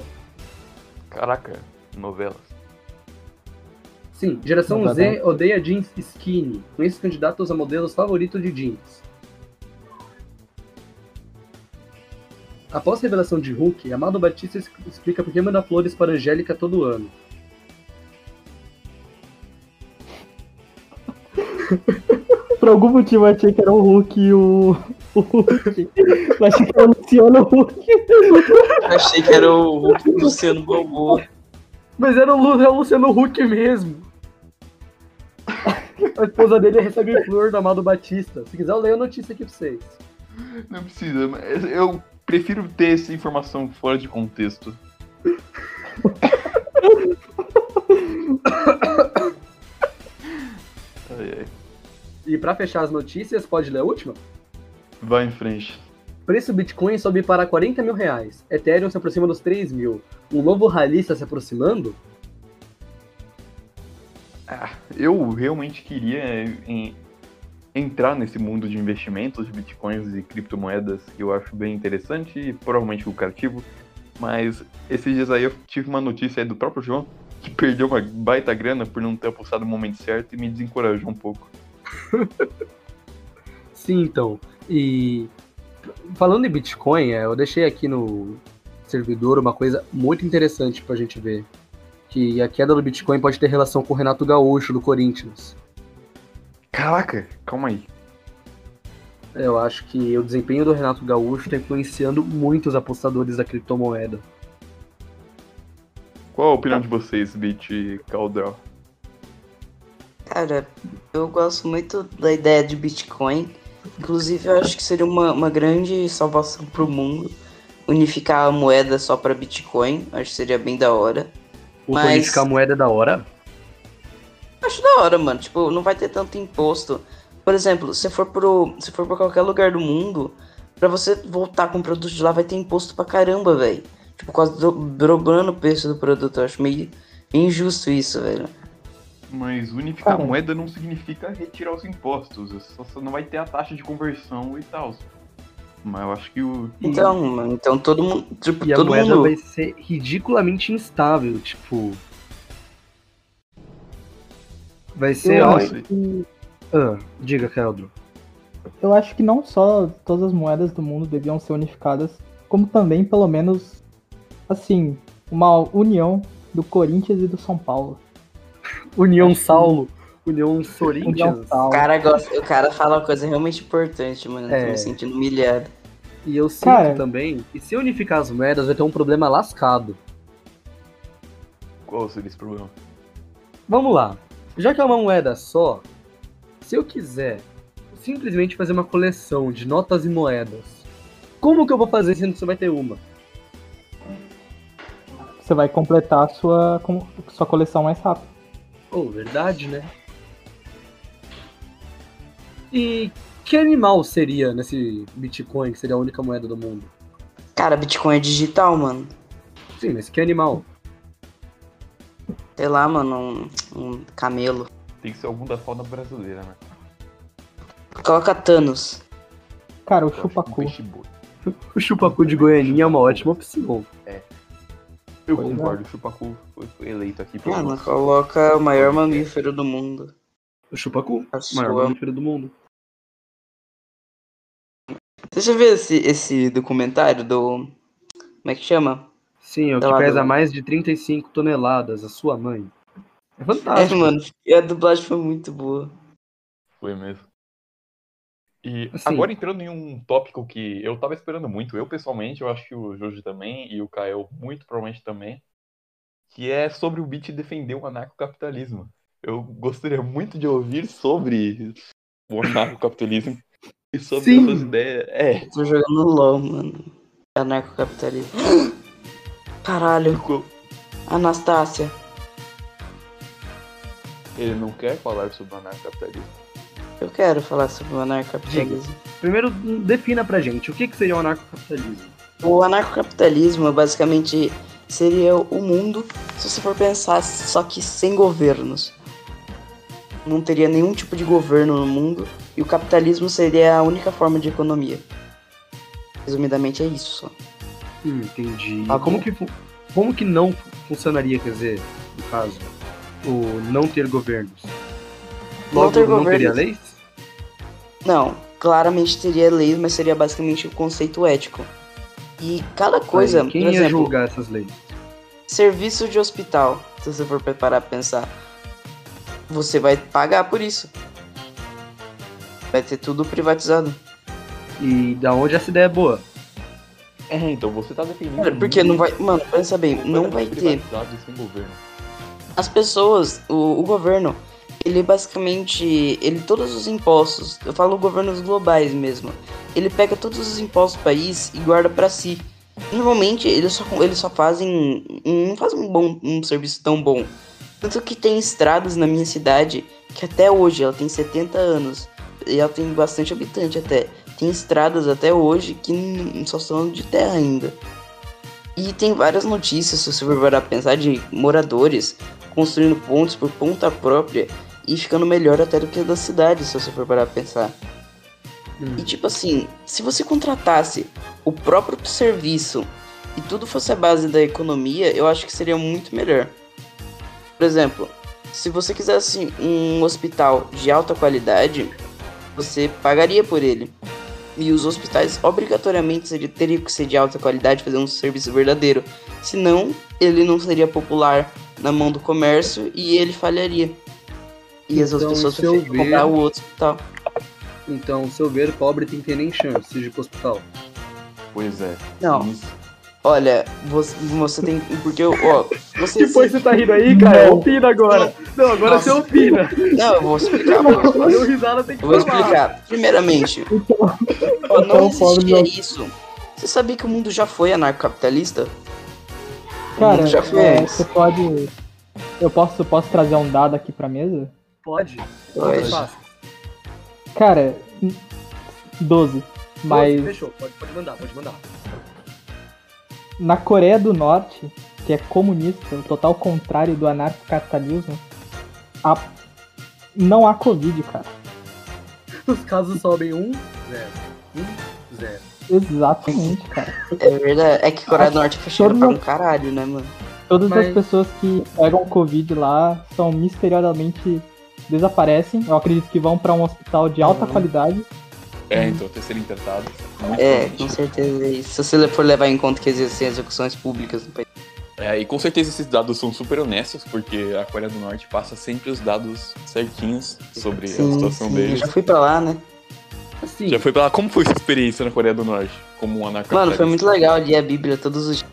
Caraca, novelas. Sim, geração Não dá Z odeia jeans skinny. Conheço candidatos a modelos favoritos de jeans. Após revelação de Hulk, Amado Batista es- explica por que manda flores para Angélica todo ano. Por algum motivo eu achei que era o Hulk e o. o Hulk. Eu achei que era o Luciano Hulk. Achei que era o Hulk do Luciano Bobo. Mas era o, Lu- é o Luciano Huck mesmo. A esposa dele recebe flor do Amado Batista. Se quiser, eu leio a notícia aqui pra vocês. Não precisa, mas eu prefiro ter essa informação fora de contexto. Ai, ai. E pra fechar as notícias, pode ler a última? Vai em frente. Preço Bitcoin sobe para 40 mil reais. Ethereum se aproxima dos 3 mil. Um novo rally está se aproximando? Eu realmente queria é, em- entrar nesse mundo de investimentos, de bitcoins e criptomoedas, que eu acho bem interessante e provavelmente lucrativo. Mas esses dias aí eu tive uma notícia aí do próprio João, que perdeu uma baita grana por não ter apostado no momento certo e me desencorajou um pouco. Sim, então. E falando em Bitcoin, é, eu deixei aqui no servidor uma coisa muito interessante pra gente ver. Que a queda do Bitcoin pode ter relação com o Renato Gaúcho do Corinthians. Caraca, calma aí. É, Eu acho que o desempenho do Renato Gaúcho está influenciando muitos apostadores da criptomoeda. Qual a opinião de vocês, Bit e Caldel? Cara, eu gosto muito da ideia de Bitcoin. Inclusive, eu acho que seria uma, uma grande salvação pro mundo unificar a moeda só pra Bitcoin. Acho que seria bem da hora. O Mas- Corinthians com a moeda é da hora? Acho da hora, mano. Tipo, não vai ter tanto imposto. Por exemplo, se for pro, se for pra qualquer lugar do mundo, pra você voltar com o produto de lá vai ter imposto pra caramba, velho. Tipo, quase do- dobrando o preço do produto. Eu acho meio meio injusto isso, velho. Mas unificar Cara. a moeda não significa retirar os impostos, só só não vai ter a taxa de conversão e tal. Mas eu acho que o. Então, mano, então todo mundo, tipo, Uhum. E a todo moeda mundo vai ser ridiculamente instável, tipo. Vai ser. Eu ó- acho que- Ah, diga, Keldro. eu acho que não só todas as moedas do mundo deviam ser unificadas, como também, pelo menos, assim, uma união do Corinthians e do São Paulo. União Saulo. União Sorintias. União Saulo. O cara, gosta, o cara fala uma coisa realmente importante, mano. Eu É. tô me sentindo humilhado. E eu sinto Cara. também que se unificar as moedas vai ter um problema lascado. Qual seria esse problema? Vamos lá. Já que é uma moeda só, se eu quiser simplesmente fazer uma coleção de notas e moedas, como que eu vou fazer sendo que só vai ter uma? Você vai completar a sua, com- sua coleção mais rápido. Oh, verdade, né? E que animal seria nesse Bitcoin, que seria a única moeda do mundo? Cara, Bitcoin é digital, mano. Sim, mas que animal? Sei lá, mano, um, um camelo. Tem que ser algum da fauna brasileira, né? Coloca Thanos. Cara, o Eu acho que um chupacu. peixe boi. O chupacu de Goianinha é uma ótima opção. Eu Pois é. Ah, concordo, o chupacu foi, foi eleito aqui pelo. Mano, nosso- coloca o maior mamífero do mundo. O chupacu? A Maior sua... mamífero do mundo. Você já viu esse, esse documentário do. Como é que chama? Sim, é o que Ela pesa do- mais de 35 toneladas, a sua mãe. É É, fantástico. mano, e a dublagem foi muito boa. Foi mesmo. E Assim. agora entrando em um tópico que eu tava esperando muito, eu pessoalmente, eu acho que o Jorge também e o Kael muito provavelmente também, que é sobre o Bit defender o anarcocapitalismo. Eu gostaria muito de ouvir sobre o anarcocapitalismo e sobre Sim. essas ideias. É, Tô jogando LOL, mano. Anarcocapitalismo. Caralho, ficou- Anastácia. ele não quer falar sobre o anarcocapitalismo. Eu quero falar sobre o anarcocapitalismo. Primeiro, defina pra gente o que, que seria o anarcocapitalismo. O anarcocapitalismo basicamente seria o mundo, se você for pensar, só que sem governos. Não teria nenhum tipo de governo no mundo e o capitalismo seria a única forma de economia. Resumidamente é isso só. Hum, entendi. Tá E como bom. que, fu- como que não fu- funcionaria, quer dizer, no caso, o não ter governos? Não Logo, ter não teria governos. leis? Não, claramente teria leis, mas seria basicamente o conceito ético. E cada coisa, Aí, Quem por ia exemplo, julgar essas leis? serviço de hospital, se você for parar pra pensar, você vai pagar por isso. Vai ter tudo privatizado. E da onde essa ideia é boa? É, então você tá defendendo. Cara, É, porque não vai. Mano, pensa bem, não vai ter. Sem governo. As pessoas, o, o governo, ele basicamente. Ele, todos os impostos, eu falo governos globais mesmo. Ele pega todos os impostos do país e guarda pra si. Normalmente eles só, eles só fazem. Não fazem um, bom, um serviço tão bom. Tanto que tem estradas na minha cidade que até hoje ela tem 70 anos. E ela tem bastante habitante até. Tem estradas até hoje que n- só são de terra ainda. E tem várias notícias, se você for parar pra pensar, de moradores construindo pontes por conta própria e ficando melhor até do que a da cidade, se você for parar pra pensar. Hum. E tipo assim, se você contratasse o próprio serviço e tudo fosse a base da economia, eu acho que seria muito melhor. Por exemplo, se você quisesse um hospital de alta qualidade, você pagaria por ele. E os hospitais obrigatoriamente seria- teriam que ser de alta qualidade, fazer um serviço verdadeiro. Senão, ele não seria popular na mão do comércio e ele falharia. E as Então, outras pessoas se eu preferiam comprar ver- o outro hospital. Então, se eu ver, pobre tem que ter nem chance de ir pro hospital. Pois é. Não, Isso. olha, você, você tem. Porque, ó, você. Depois você tá rindo aí, cara? cara? Opina agora. Não, agora Nossa. você opina. Não, eu vou explicar. Deu risada, tem que Eu vou falar. explicar. Primeiramente, Então, não o pobre existia não- isso. Você sabia que o mundo já foi anarcocapitalista? O Cara, mundo já foi é, antes. você pode. Eu posso, posso trazer um dado aqui pra mesa? Pode. Pode. Fácil. Cara, 12. Mas Fechou, pode, pode mandar, pode mandar. na Coreia do Norte, que é comunista, o total contrário do anarcocapitalismo, a... não há Covid, cara. Os casos sobem um, zero. Um, zero. Exatamente, cara. É verdade. É que Coreia do Norte é fechada pra um caralho, né, mano? Todas Mas- as pessoas que pegam Covid lá são misteriosamente desaparecem. Eu acredito que vão pra um hospital de alta Uhum. qualidade. É, então, terceiro tratado. muito É, provavelmente. com certeza é isso. Se você for levar em conta que existem execuções públicas no país. É, e com certeza esses dados são super honestos, porque a Coreia do Norte passa sempre os dados certinhos sobre a situação eu deles. já fui pra lá, né? Assim, Já foi pra lá. Como foi sua experiência na Coreia do Norte? Como um anarcocapitalista? Mano, foi muito legal ler a Bíblia todos os dias.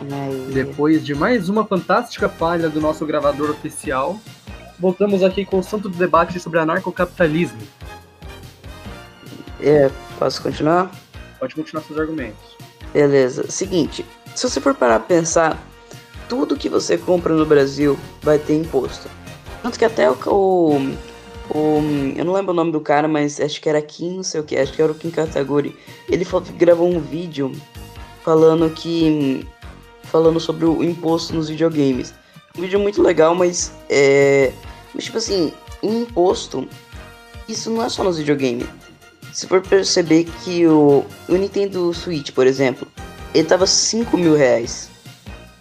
Mas- depois de mais uma fantástica falha do nosso gravador oficial, voltamos aqui com o santo do debate sobre anarcocapitalismo. É, posso continuar? Pode continuar seus argumentos. Beleza. Seguinte, se você for parar pra pensar, tudo que você compra no Brasil vai ter imposto. Tanto que até o, o, o- Eu não lembro o nome do cara, mas acho que era Kim, não sei o que, acho que era o Kim Kataguri. Ele fa- gravou um vídeo falando que. falando sobre o imposto nos videogames. Um vídeo muito legal, mas é. Mas tipo assim, o imposto, isso não é só nos videogames. Se for perceber que o, o Nintendo Switch, por exemplo, ele tava 5 mil reais.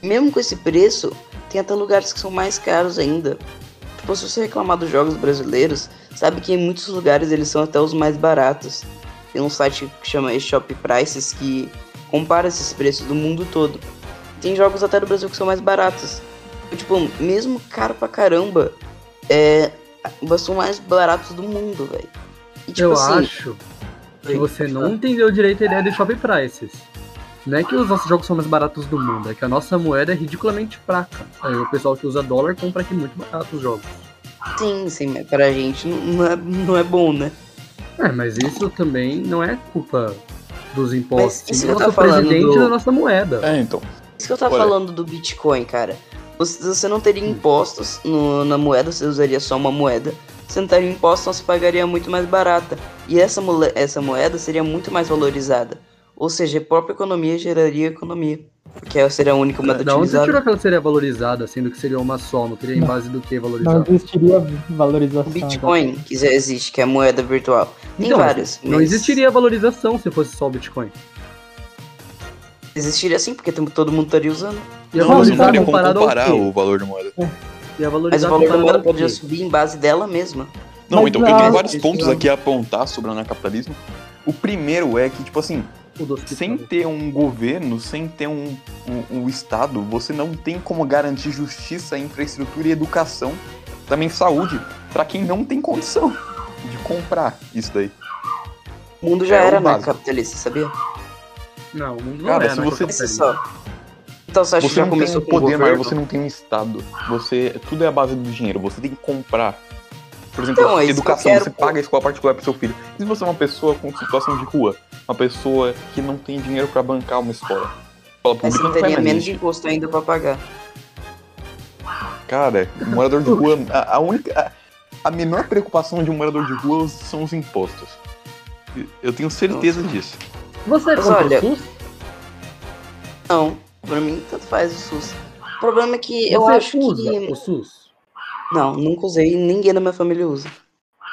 Mesmo com esse preço, tem até lugares que são mais caros ainda. Tipo, se você reclamar dos jogos brasileiros, sabe que em muitos lugares eles são até os mais baratos. Tem um site que chama eShop Prices que compara esses preços do mundo todo. Tem jogos até do Brasil que são mais baratos. Tipo, mesmo caro pra caramba, é, são mais baratos do mundo, velho. E, tipo Eu assim, acho que Oi, você pode não falar. entendeu direito a ideia do shopping prices. Não é que os nossos jogos são mais baratos do mundo, é que a nossa moeda é ridiculamente fraca. Aí o pessoal que usa dólar compra aqui muito barato os jogos. Sim, sim, mas pra gente não- não é, não é bom, né? É, mas isso também não é culpa dos impostos, isso sim que do eu nosso tava falando presidente e do- da nossa moeda. É, então. Isso que eu tava Olha. falando do Bitcoin, cara. Você, você não teria impostos no- na moeda, você usaria só uma moeda. Você não teria impostos, então você pagaria muito mais barata. E essa, mole- essa moeda seria muito mais valorizada. Ou seja, a própria economia geraria economia. Porque ela seria a única moeda Da onde você utilizada. tirou que ela seria valorizada, sendo que seria uma só, não teria em base do que Não valorizada? existiria O valorização. Bitcoin, que já existe, que é a moeda virtual. Tem Então, vários. Não mas existiria valorização se fosse só o Bitcoin. Existiria sim, porque tem- todo mundo estaria usando. E a não, mas não valorizar teria como comparado ao comparar quê? o valor da moeda. E a Mas valorizar o valor da comparado moeda ao poderia quê? subir em base dela mesma. Não, Mas então, eu não, tenho vários isso pontos não. aqui a apontar sobre o anarcapitalismo. O primeiro é que, tipo assim, O do hospital. sem ter um governo, sem ter um, um, um Estado, você não tem como garantir justiça, infraestrutura e educação, também saúde, pra quem não tem condição de comprar isso daí. O mundo já É, era o básico. anarcocapitalista, sabia? Não, o mundo não Cara, é se né, você- Pensa capitalismo. é só. Então você acha que Você já não tem começou um com o poder governo? maior, você não tem um Estado. Você, tudo é a base do dinheiro, você tem que comprar. Por exemplo, Então, é isso que eu educação, quero, você pô. paga a escola particular pro seu filho. E se você é uma pessoa com situação de rua, uma pessoa que não tem dinheiro pra bancar uma escola, escola Mas pública você não vai teria mais menos existir. imposto ainda pra pagar. Cara, morador de rua, a, a única. A, a menor preocupação de um morador de rua são os impostos. E- Eu tenho certeza disso. Você é Mas contra o olha- SUS? Não, pra mim tanto faz o SUS. O problema é que eu Você acho usa que. o SUS? Não, nunca usei, ninguém da minha família usa.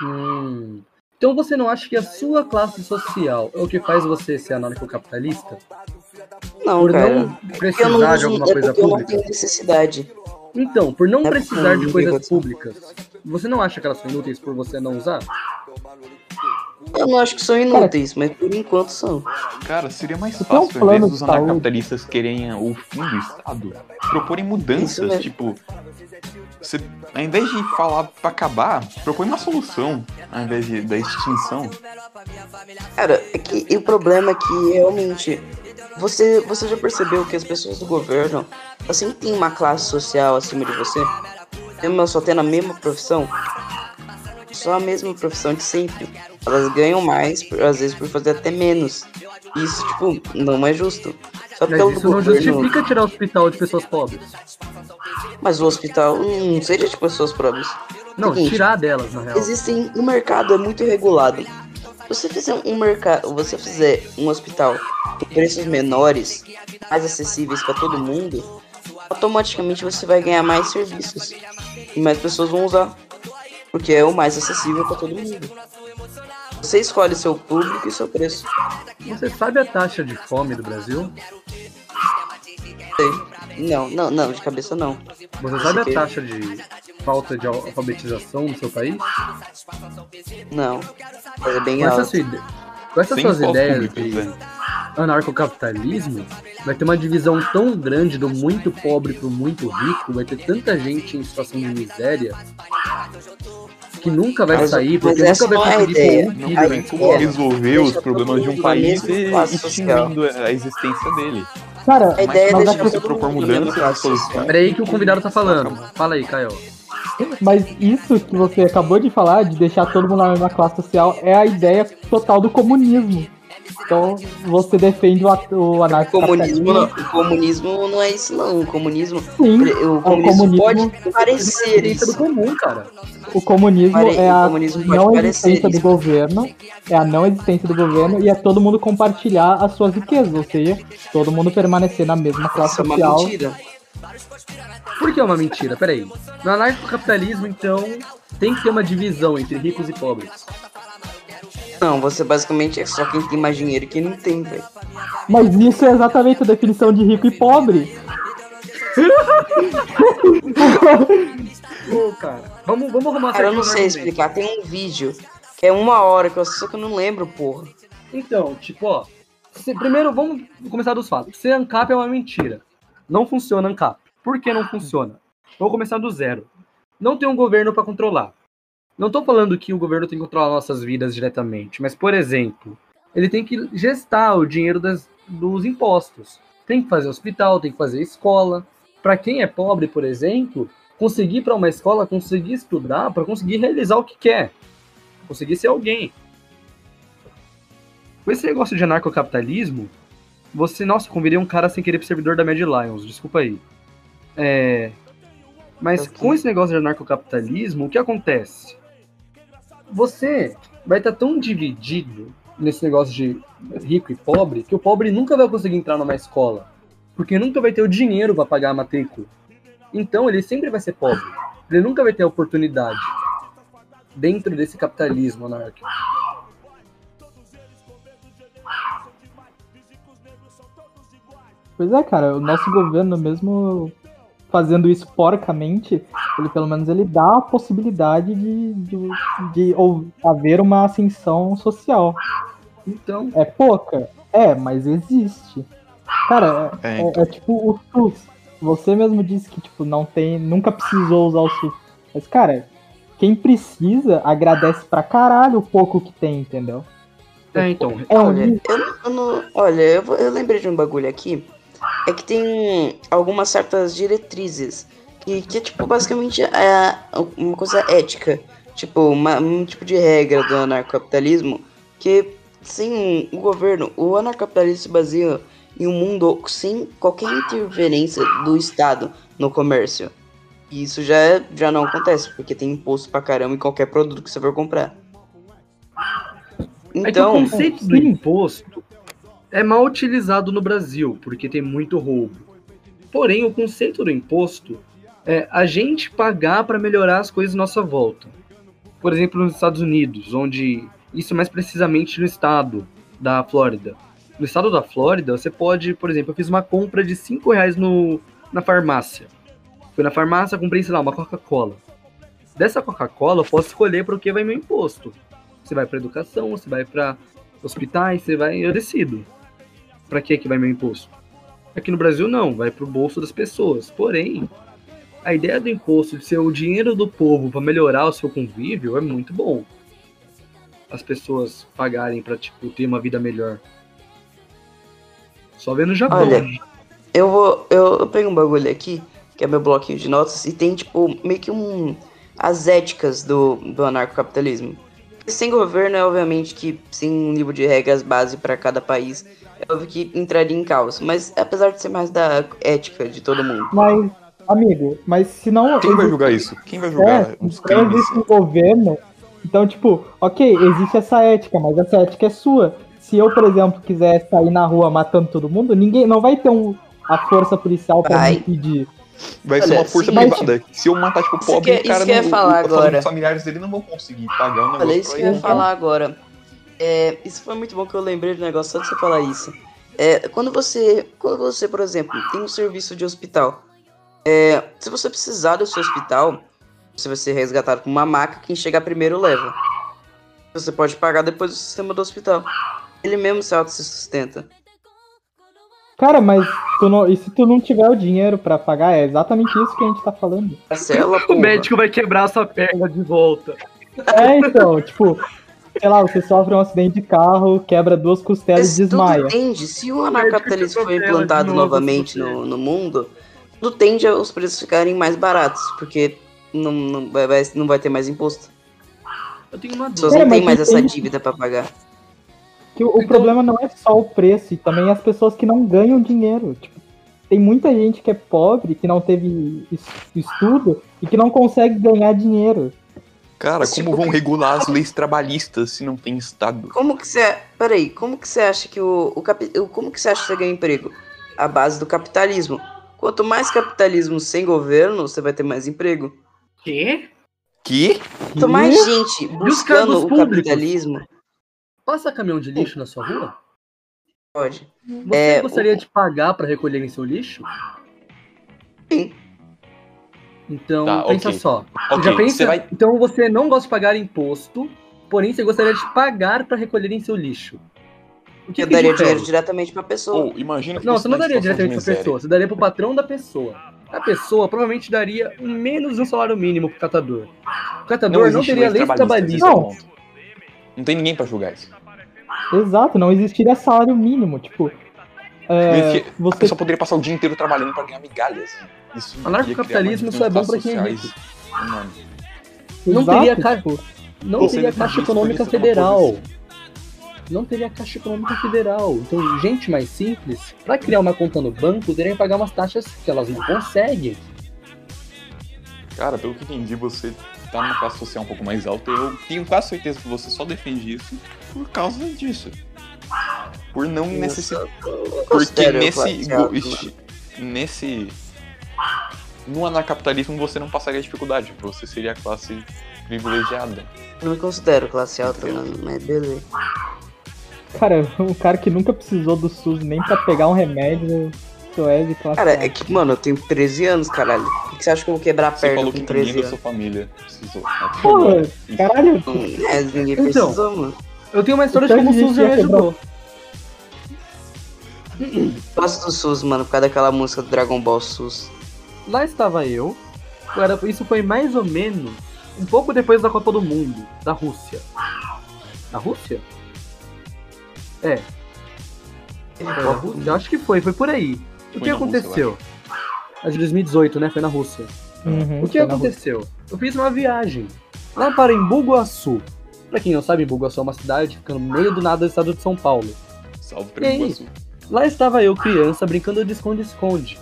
Hum. Então você não acha que a sua classe social é o que faz você ser anarcocapitalista? Não, Por cara. é não Porque eu não precisar de uso- alguma é coisa porque eu não pública? tenho necessidade. Então, por não É precisar de porque- coisas públicas, você não acha que elas são inúteis por você não usar? Eu não acho que são inúteis, mas por enquanto são. Cara, seria mais Isso é fácil, ao um invés plano dos de saúde. anarcapitalistas querem o fim do Estado, proporem Isso é. mudanças. mesmo. Tipo, você, ao invés de falar pra acabar, propõe uma solução, ao invés de, da extinção. Cara, é que e o problema é que realmente você, você já percebeu que as pessoas do governo assim tem uma classe social acima de você? Mesmo só tendo a mesma profissão? Só a mesma profissão de sempre. Elas ganham mais, por- às vezes por fazer até menos. Isso, tipo, não é justo. Só porque o Mas isso não governo- justifica tirar o hospital de pessoas pobres. Mas o hospital hum, não tipo, seja de pessoas pobres. Não, Seguinte, tirar delas, na real. Existem. O mercado é muito regulado. Se você fizer um mercado. Você fizer um hospital com preços menores, mais acessíveis para todo mundo, automaticamente você vai ganhar mais serviços. E mais pessoas vão usar. Porque é o mais acessível para todo mundo. Você escolhe seu público e seu preço. Você sabe a taxa de fome do Brasil? Não, não, não, de cabeça não. Você sabe Sei. a taxa de falta de al- alfabetização no seu país? Não. Mas é bem Com, essa alto. sua ide- com essas Sem suas pós ideias públicos, de né? anarcocapitalismo, vai ter uma divisão tão grande do muito pobre pro muito rico, vai ter tanta gente em situação de miséria que nunca vai Mas- sair, mas porque essa nunca vai não é a conseguir ideia. pôr um Não filho na tem como escola. resolver os Deixa problemas de um todo mundo na país e mesma classe extinguindo a existência dele. Cara, A Mas ideia é mas, quando é deixar que- você todo propor mundo na mesma mudanças e classe social. soluções, Peraí que o convidado tá falando. Fala aí, É Caio. mas isso que você acabou de falar, de deixar todo mundo na mesma classe social, é a ideia total do comunismo. Então, você defende o, at- o Comunismo anarcocapitalismo. não, o comunismo não é isso não, o comunismo, Sim, o comunismo, comunismo- pode parecer Isso é do isso, comum, cara. o comunismo Pare- é o a comunismo pode não parecer existência do isso. governo, é a não existência do governo e é todo mundo compartilhar as suas riquezas, ou seja, todo mundo permanecer na mesma classe isso é uma social. mentira. Por que é uma mentira? Peraí. No anarcocapitalismo, então, tem que ter uma divisão entre ricos e pobres. Não, você basicamente é só quem tem mais dinheiro e quem não tem, velho. Mas isso é exatamente a definição de rico e pobre. Pô, cara, vamos, vamos arrumar Cara, eu não certinho o sei argumento. explicar, tem um vídeo que é uma hora que eu assisto que eu não lembro, porra. Então, tipo, ó. se- primeiro, vamos começar dos fatos. Ser ANCAP é uma mentira. Não funciona ANCAP. Por que não funciona? Vou começar do zero. Não tem um governo pra controlar. Não tô falando que o governo tem que controlar nossas vidas diretamente, mas, por exemplo, ele tem que gestar o dinheiro das- dos impostos. Tem que fazer hospital, tem que fazer escola. Para quem é pobre, por exemplo, conseguir para uma escola, conseguir estudar, para conseguir realizar o que quer, conseguir ser alguém. Com esse negócio de anarcocapitalismo, você, nossa, conviria um cara sem querer pro servidor da Mad Lions, desculpa aí. É, mas com esse negócio de anarcocapitalismo, o que acontece? Você vai estar tão dividido nesse negócio de rico e pobre que o pobre nunca vai conseguir entrar numa escola, porque nunca vai ter o dinheiro para pagar a matrícula. Então ele sempre vai ser pobre. Ele nunca vai ter oportunidade dentro desse capitalismo anárquico. Pois é, cara, o nosso governo, mesmo fazendo isso porcamente, ele pelo menos ele dá a possibilidade de, de, de ou- haver uma ascensão social. Então, É pouca? É, mas existe. Cara, é, É, é- é tipo o SUS. Você mesmo disse que tipo não tem, nunca precisou usar o SUS. Mas cara, quem precisa agradece pra caralho o pouco que tem, entendeu? é, então É um Olha, eu, não- eu não- olha, eu, vou- eu lembrei de um bagulho aqui. É que tem algumas certas diretrizes. Que, que é tipo basicamente é uma coisa ética. Tipo, uma- um tipo de regra do anarcocapitalismo. Que sem o governo, o anarcocapitalismo se baseia em um mundo sem qualquer interferência do Estado no comércio. E isso já, é- já não acontece, porque tem imposto pra caramba em qualquer produto que você for comprar. É que o Então, conceito do imposto é mal utilizado no Brasil, porque tem muito roubo. Porém, o conceito do imposto é a gente pagar para melhorar as coisas à nossa volta. Por exemplo, nos Estados Unidos, onde isso mais precisamente no estado da Flórida. No estado da Flórida, você pode, por exemplo, eu fiz uma compra de 5 reais no, na farmácia. Fui na farmácia, comprei, sei lá, uma Coca-Cola. Dessa Coca-Cola, eu posso escolher para o que vai meu imposto. Você vai para educação, você vai para hospitais, você vai. Eu decido. Para que que vai meu imposto? Aqui no Brasil não, vai pro bolso das pessoas. Porém, a ideia do imposto de ser o dinheiro do povo para melhorar o seu convívio é muito bom. As pessoas pagarem para tipo ter uma vida melhor. Só vendo o Japão. Olha, Eu vou. Eu, eu pego um bagulho aqui, que é meu bloquinho de notas, e tem, tipo, meio que um. As éticas do, do anarcocapitalismo. Sem governo, é obviamente que sem um livro de regras base para cada país, é óbvio que entraria em caos. Mas apesar de ser mais da ética de todo mundo. Mas, amigo, mas se não. Quem vai existe- julgar isso? Quem vai julgar É, uns não crimes? existe um governo. Então, tipo, ok, existe essa ética, mas essa ética é sua. Se eu, por exemplo, quiser sair na rua matando todo mundo, ninguém não vai ter um, a força policial pra Vai. me impedir. Vai ser Olha, uma força se- privada. Se eu matar, tipo, o Isso pobre, que- é- o cara isso que eu ia não- o- falar os agora. familiares dele não vão conseguir pagar o negócio. Olha, isso pra que eu ele. ia falar agora. É, isso foi muito bom que eu lembrei do negócio só de você falar isso. É, quando você, quando você, por exemplo, tem um serviço de hospital, é, se você precisar do seu hospital, você vai ser resgatado com uma maca, quem chegar primeiro leva. Você pode pagar depois do sistema do hospital. Ele mesmo se auto se sustenta. Cara, mas tu não- e se tu não tiver o dinheiro pra pagar, é exatamente isso que a gente tá falando. Parcela, o porra. médico vai quebrar sua perna de volta. É, então, tipo, sei lá, você sofre um acidente de carro, quebra duas costelas Mas e tudo desmaia. tende, se um o Médico anarcapitalismo for é de favela, implantado de novo, assim. novamente tudo no, no mundo, tudo tende a os preços ficarem mais baratos, porque não, não, vai, vai- não vai ter mais imposto. Eu tenho uma dúvida. As pessoas Cara, não têm mas mais essa tem- dívida pra pagar. Que Então- o, o problema não é só o preço, e também as pessoas que não ganham dinheiro. Tipo, tem muita gente que é pobre, que não teve es- estudo e que não consegue ganhar dinheiro. Cara, Mas, como tipo, vão regular as leis trabalhistas se não tem Estado? Como que você. Peraí, como que você acha que o. o capi- o- como que você acha que você ganha emprego? A base do capitalismo. Quanto mais capitalismo sem governo, você vai ter mais emprego. Quê? Que? Quanto Hum? mais gente cargos buscando o públicos? capitalismo, Passa caminhão de lixo na sua rua? pode. Você Ah. É, gostaria o- de pagar para recolherem seu lixo? Sim. Então, Tá, pensa ok. só. Ok, Já pensa? você vai. Então você não gosta de pagar imposto, porém você gostaria de pagar para recolherem seu lixo. O que, é Eu que daria difere? dinheiro diretamente pra pessoa. Ou, imagina que Não, você não tá em daria situação de diretamente pra miséria. pessoa, você daria pro patrão da pessoa. A pessoa provavelmente daria menos de um salário mínimo pro catador. catador não, existe teria lei trabalhista. Não. esse é o ponto. Não tem ninguém pra julgar isso. Exato, não existiria salário mínimo. Tipo, Não é, existia- A você pessoa poderia passar o dia inteiro trabalhando pra ganhar migalhas. Isso Anarcocapitalismo ia só é bom criar uma pra quem é classes sociais. Mano, Não Exato, teria ca- tipo, Não teria Você defende isso Caixa por Econômica isso, é uma Federal. posição. Não teria Caixa Econômica Federal. Então, gente mais simples, pra criar uma conta no banco, teria que pagar umas taxas que elas não conseguem. Cara, pelo que entendi, você tá numa classe social um pouco mais alta. Eu tenho quase certeza que você só defende isso por causa disso. Por não necessitar. Porque considero nesse. classe alta, go- né? esti- Nesse. No anarcapitalismo você não passaria dificuldade, você seria a classe privilegiada. Eu não me considero classe alta, mano, mas beleza. cara, um cara que nunca precisou do SUS nem pra pegar um remédio, tu é de classe Cara, alta. é que, mano, eu tenho 13 anos, caralho. O que você acha que eu vou quebrar a Você perna falou que com ninguém 13 da anos? sua família precisou. até Porra, agora. caralho, Hum, É, ninguém Então. precisou, mano. Eu tenho uma história Então, de como o a gente SUS já me ia quebrar ajudou. Gosto do SUS, mano, por causa daquela música do Dragon Ball SUS. Lá estava eu. Era- isso foi mais ou menos um pouco depois da Copa do Mundo, da Rússia. Da Rússia? É. Foi da Rússia? Acho que foi, foi por aí. O Foi que na Rússia, aconteceu? A de 2018, né? Foi na Rússia. Uhum, O que tá na rua. aconteceu? Eu fiz uma viagem lá para Embu Guaçu. Pra quem não sabe, Embu Guaçu é uma cidade que fica no meio do nada do estado de São Paulo. Salve E aí? Pernambuco Sul. Lá estava eu, criança, brincando de esconde-esconde.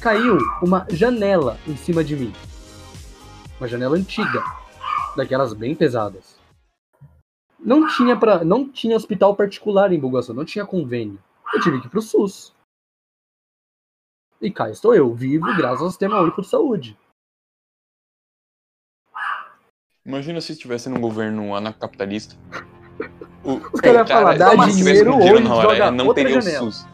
Caiu uma janela em cima de mim. Uma janela antiga, daquelas bem pesadas. Não tinha para, não tinha hospital particular em Bugaçu, não tinha convênio. Eu tive que ir pro SUS. E cá estou eu, vivo graças ao Sistema Único de Saúde. Imagina se estivesse num governo anarcapitalista. O, Os caras iam falar, dá se tivesse dinheiro com dinheiro hoje, na hora, joga não outra teria janela. o SUS.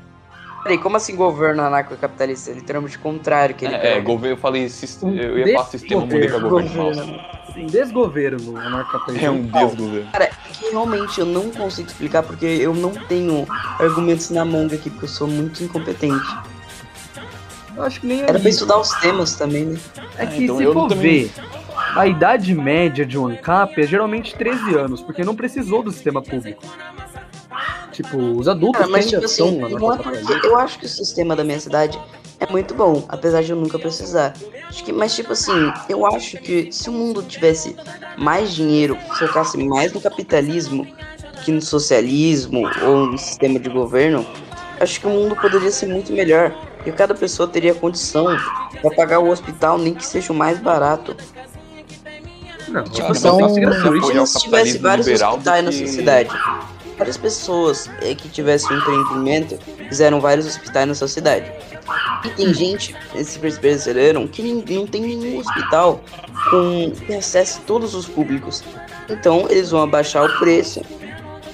Peraí, como assim governo anarcocapitalista? É Literalmente o contrário que ele É, é, prega. governo, eu falei, sis- Um eu ia falar sistema, mudei pra governo falso. desgoverno. Um desgoverno tá anarcapitalista. É um desgoverno. que realmente eu não consigo explicar porque eu não tenho argumentos na manga aqui, porque eu sou muito incompetente. Eu acho que nem é Era pra isso. estudar os temas também, né? É Ah, que então se eu for também- ver, a idade média de um ANCAP é geralmente 13 anos, porque não precisou do sistema público. Tipo, os adultos Cara, mas ainda tipo assim, são não é porque eu acho que o sistema da minha cidade é muito bom, apesar de eu nunca precisar. Acho que, mas tipo assim, eu acho que se o mundo tivesse mais dinheiro, focasse mais no capitalismo que no socialismo ou no sistema de governo, acho que o mundo poderia ser muito melhor. E cada pessoa teria condição para pagar o hospital, nem que seja o mais barato. Não, Tipo, tipo, assim, são- são gratuito. apoiar o Imagina se tivesse capitalismo vários liberal do hospitais na que- sua cidade. Várias pessoas eh, que tivessem um empreendimento fizeram vários hospitais na sua cidade. E tem gente, esses brasileiros, que nem- não tem nenhum hospital com que acesse todos os públicos. Então eles vão abaixar o preço.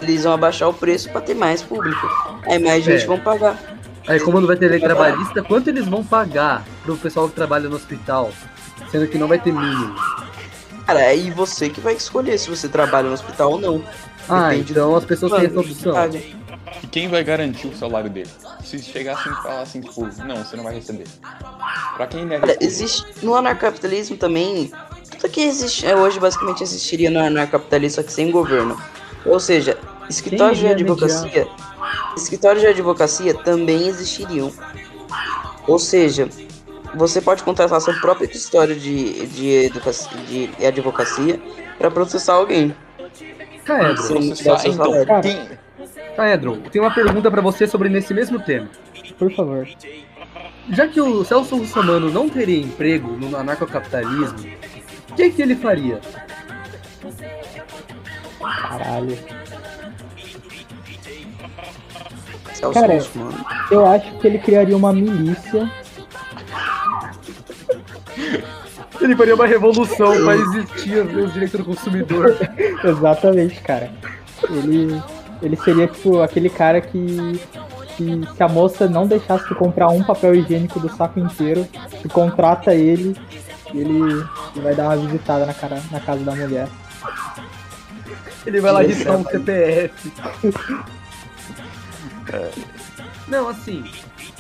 Eles vão abaixar o preço para ter mais público. Aí mais gente É. vão pagar. Aí, como não vai ter lei trabalhista, quanto eles vão pagar pro pessoal que trabalha no hospital? Sendo que não vai ter mínimo. Cara, é aí você que vai escolher se você trabalha no hospital ou não. Ah, Depende então as pessoas têm essa Mano, opção. paga. E quem vai garantir o salário dele? Se chegassem e falassem, tipo, não, você não vai receber. Pra quem ele é Cara, rico, existe. No anarcapitalismo também. Tudo que existe é, hoje basicamente existiria no anarcapitalismo, só que sem governo. Ou seja, escritórios de iria advocacia. Escritórios de advocacia também existiriam. Ou seja, você pode contratar seu próprio escritório de, de, educa- de advocacia para processar alguém. Caedro, Sim, processar, dá seu então, salário. quem... Caedro, tem uma pergunta pra você sobre nesse mesmo tema. por favor. Já que o Celso Russomano não teria emprego no anarcocapitalismo, o que, que ele faria? Caralho. Isso é o Cara, SUS, mano. Eu acho que ele criaria uma milícia. Ele faria uma revolução pra existir os direitos do consumidor. Exatamente, cara. Ele, ele seria tipo aquele cara que, que se a moça não deixasse tu comprar um papel higiênico do saco inteiro, tu contrata ele e ele vai dar uma visitada na, cara, na casa da mulher. Ele vai lá riscar um CPF. É. Não, assim,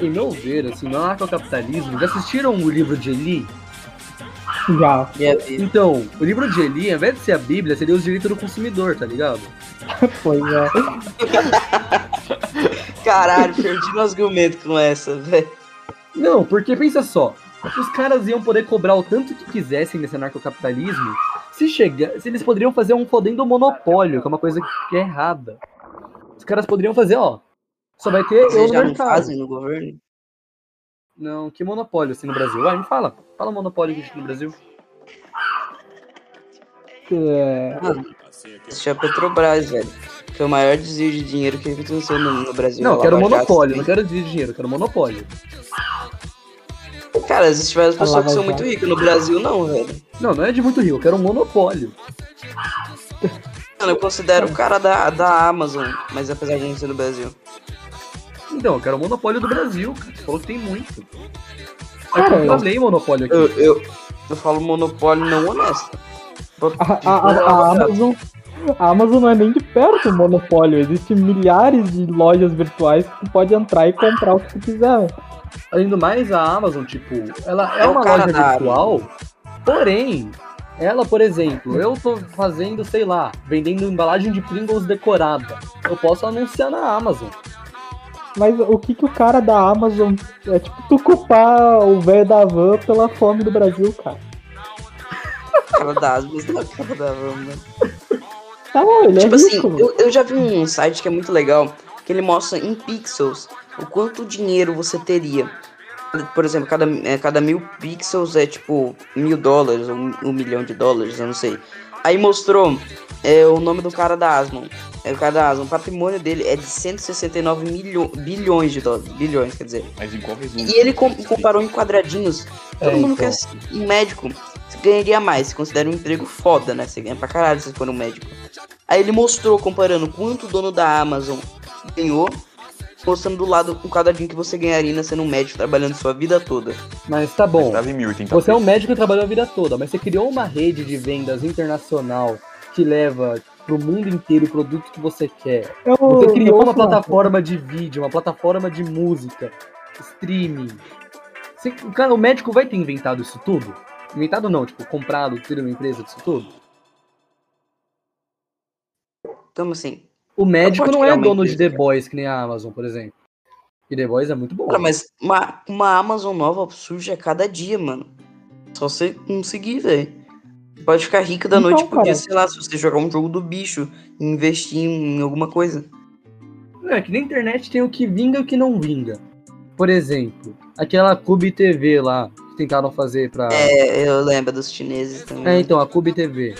em meu ver, assim, no anarcocapitalismo, já assistiram o livro de Eli? Já. Minha vida. Então, o livro de Eli, ao invés de ser a Bíblia, seria os direitos do consumidor, tá ligado? Pois é. Caralho, perdi meu argumento com essa, velho. Não, porque pensa só. Os caras iam poder cobrar o tanto que quisessem nesse anarcocapitalismo se chegar, se eles poderiam fazer um fodendo monopólio, que é uma coisa que é errada. Os caras poderiam fazer, ó. Só vai ter eu Vocês no já não mercado. fazem no governo? Não, que monopólio assim no Brasil? Vai, me fala. Fala monopólio que existe no Brasil. É, Isso é a Petrobras, velho. Foi o maior desvio de dinheiro que aconteceu no, no Brasil. Não, eu A quero Lava Jato monopólio, né? não tem- quero dividir dinheiro, eu quero monopólio. Cara, existe várias A pessoas que Lava são muito Jato. ricas no Brasil, não, velho. Não, não é de muito rio, eu quero um monopólio. Mano, eu considero o cara da, da Amazon, mas apesar de não ser no Brasil. Então, eu quero o monopólio do Brasil, cara. Você falou que tem muito. Cara, eu falei monopólio aqui. Ah, Eu, eu, eu falo monopólio não honesto. a, a- a- a Amazon. A Amazon não é nem de perto um monopólio. Existem milhares de lojas virtuais que tu pode entrar e comprar o que tu quiser. Além do mais, a Amazon, tipo, ela é, É o uma cara loja da virtual, porém, ela, por exemplo, eu tô fazendo, sei lá, vendendo embalagem de Pringles decorada. Eu posso anunciar na Amazon. Mas o que que o cara da Amazon. É tipo tu culpar o velho da van pela fome do Brasil, cara. Cara da Asbos, não, é cara da Amazon. Tá bom, ele Tipo é assim, rico. eu, eu já vi um site que é muito legal, que ele mostra em pixels o quanto dinheiro você teria. Por exemplo, cada, eh, cada mil pixels é tipo mil dólares, ou um, um milhão de dólares, eu não sei. Aí mostrou eh, o nome do cara da Asmon. É, o cara da Asmon, o patrimônio dele é de 169 milho, bilhões de dólares. Bilhões, quer dizer. Mas em qual resumo? E ele com- comparou em quadradinhos. Todo É, mundo então. quer ser um médico. Você ganharia mais, você considera um emprego foda, né? Você ganha pra caralho se você for um médico. Aí ele mostrou, comparando quanto o dono da Amazon ganhou, mostrando do lado um quadradinho que você ganharia sendo um médico trabalhando sua vida toda. Mas tá bom. Tava em 1080p. Você é um médico que trabalhou a vida toda, mas você criou uma rede de vendas internacional que leva pro mundo inteiro o produto que você quer. Eu- Você eu criou uma posso falar? plataforma de vídeo, uma plataforma de música, streaming. Você- o cara, o médico vai ter inventado isso tudo? Inventado não, tipo, comprado, tido uma empresa disso tudo? Então, assim. O médico pode não é criar uma dono de empresa, The Boys, que nem a Amazon, por exemplo. E The Boys é muito bom. Cara, mas uma, uma Amazon nova surge a cada dia, mano. Só você conseguir, velho. Pode ficar rico da Então, noite pro dia, cara. sei lá, se você jogar um jogo do bicho e investir em alguma coisa. É que na internet tem o que vinga e o que não vinga. Por exemplo, aquela Cube TV lá, que tentaram fazer pra... É, eu lembro dos chineses também. É, então, a Cube TV.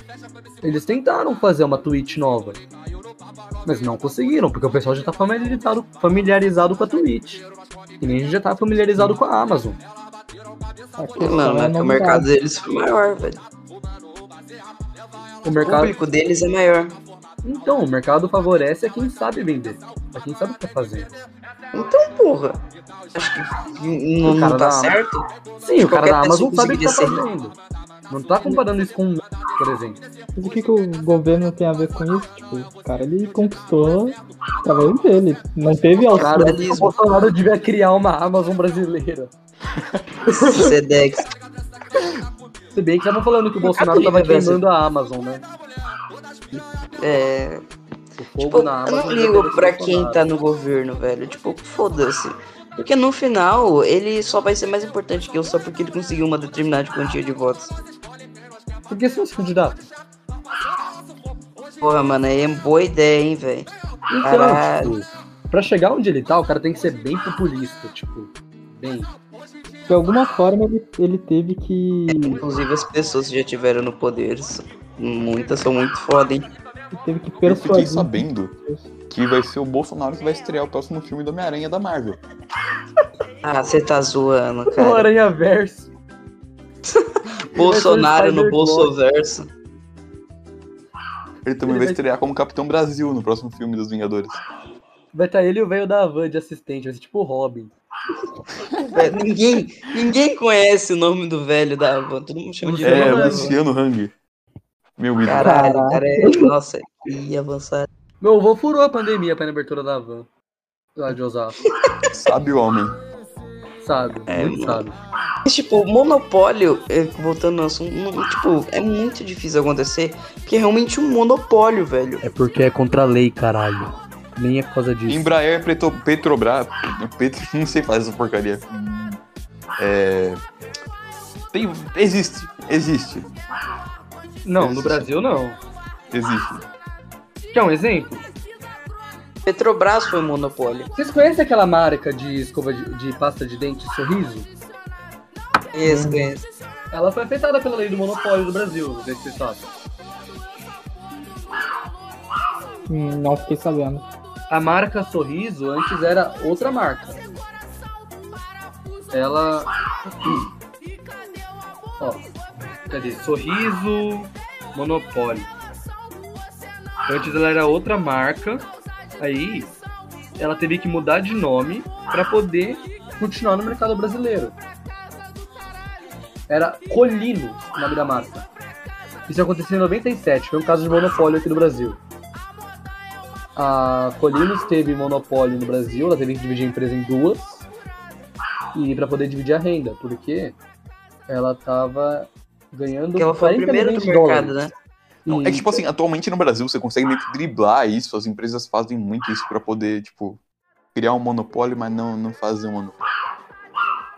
Eles tentaram fazer uma Twitch nova. Mas não conseguiram, porque o pessoal já tá familiarizado, familiarizado com a Twitch. E nem a gente já tá familiarizado com a Amazon. Aqui, É, Mano, é mas que o novidade. mercado deles foi maior, velho. O O mercado. público deles é maior. Então, o mercado favorece a quem sabe vender. A quem sabe o que tá fazendo. Então, porra. Acho que n- O não, cara não tá da- certo. Sim, o cara Qualquer da Amazon pessoa sabe o que tá conseguiria fazendo. Não tá comparando isso com um, por exemplo. Mas o que, que o governo tem a ver com isso? Tipo, o cara ele conquistou através dele. Não teve Cara, auxílio. o Bolsonaro devia criar uma Amazon brasileira. Sedex. Se bem que estavam falando Ah, que o Bolsonaro liga, tava Brasil. queimando a Amazon, né? É. O fogo Tipo, eu na Amazon. não já ligo pegou pra Bolsonaro. quem tá no governo, velho. Tipo, foda-se. Porque no final, ele só vai ser mais importante que eu só porque ele conseguiu uma determinada quantia de votos. Por que você não se candidata? Porra, mano, aí é boa ideia, hein, velho. Então, Caralho. tipo, pra chegar onde ele tá, o cara tem que ser bem populista, tipo, bem. De alguma forma ele, ele teve que. Inclusive, as pessoas que já tiveram no poder. são- Muitas são muito foda, hein. teve que Eu fiquei persuadir. sabendo que vai ser o Bolsonaro que vai estrear o próximo filme do Homem-Aranha da Marvel. Ah, você tá zoando, O cara. Aranha Verso. Bolsonaro Ele vai no ser o Bolsoverso. Ele também Ele vai vai- estrear como Capitão Brasil no próximo filme dos Vingadores. Vai estar ele e o velho da van de assistente, vai ser tipo o Robin. É, Ninguém, ninguém conhece o nome do velho da Havan. Todo mundo chama de É, velho É, da Havan. Luciano Hang. Meu ídolo. Caralho, Caralho. cara. é- Nossa, que avançado. Meu avô furou a pandemia pra ir na abertura da van. Lá de Osasco. Sabe o homem. sábio, É, muito mano. sábio. Mas, tipo, monopólio, é, voltando ao assunto, não- tipo, é muito difícil acontecer, porque é realmente um monopólio, velho. É porque é contra a lei, caralho. Nem é por causa disso. Embraer, Preto, Petrobras, Petro, não sei fazer essa porcaria. É, tem- existe, existe, Não, no Brasil não. existe. Quer um exemplo? Petrobras foi um monopólio. Vocês conhecem aquela marca de escova de, de pasta de dente Sorriso? Uhum. Esse, é, esse. Ela foi afetada pela lei do monopólio do Brasil, não sei se vocês sabem. Hum, Não fiquei sabendo. A marca Sorriso antes era outra marca. Ela. hum. Ó, cadê? Sorriso Monopólio. Antes ela era outra marca. Aí ela teve que mudar de nome para poder continuar no mercado brasileiro. Era Colino o nome da marca. Isso aconteceu em 97, foi um caso de monopólio aqui no Brasil. A Colinos teve monopólio no Brasil, ela teve que dividir a empresa em duas. E para poder dividir a renda, porque ela tava ganhando Porque ela foi a 40 primeira do milhões de dólares. mercado, né? Não, é que, E- tipo assim, atualmente no Brasil você consegue meio que driblar isso, as empresas fazem muito isso pra poder, tipo, criar um monopólio, mas não, não fazer um monopólio.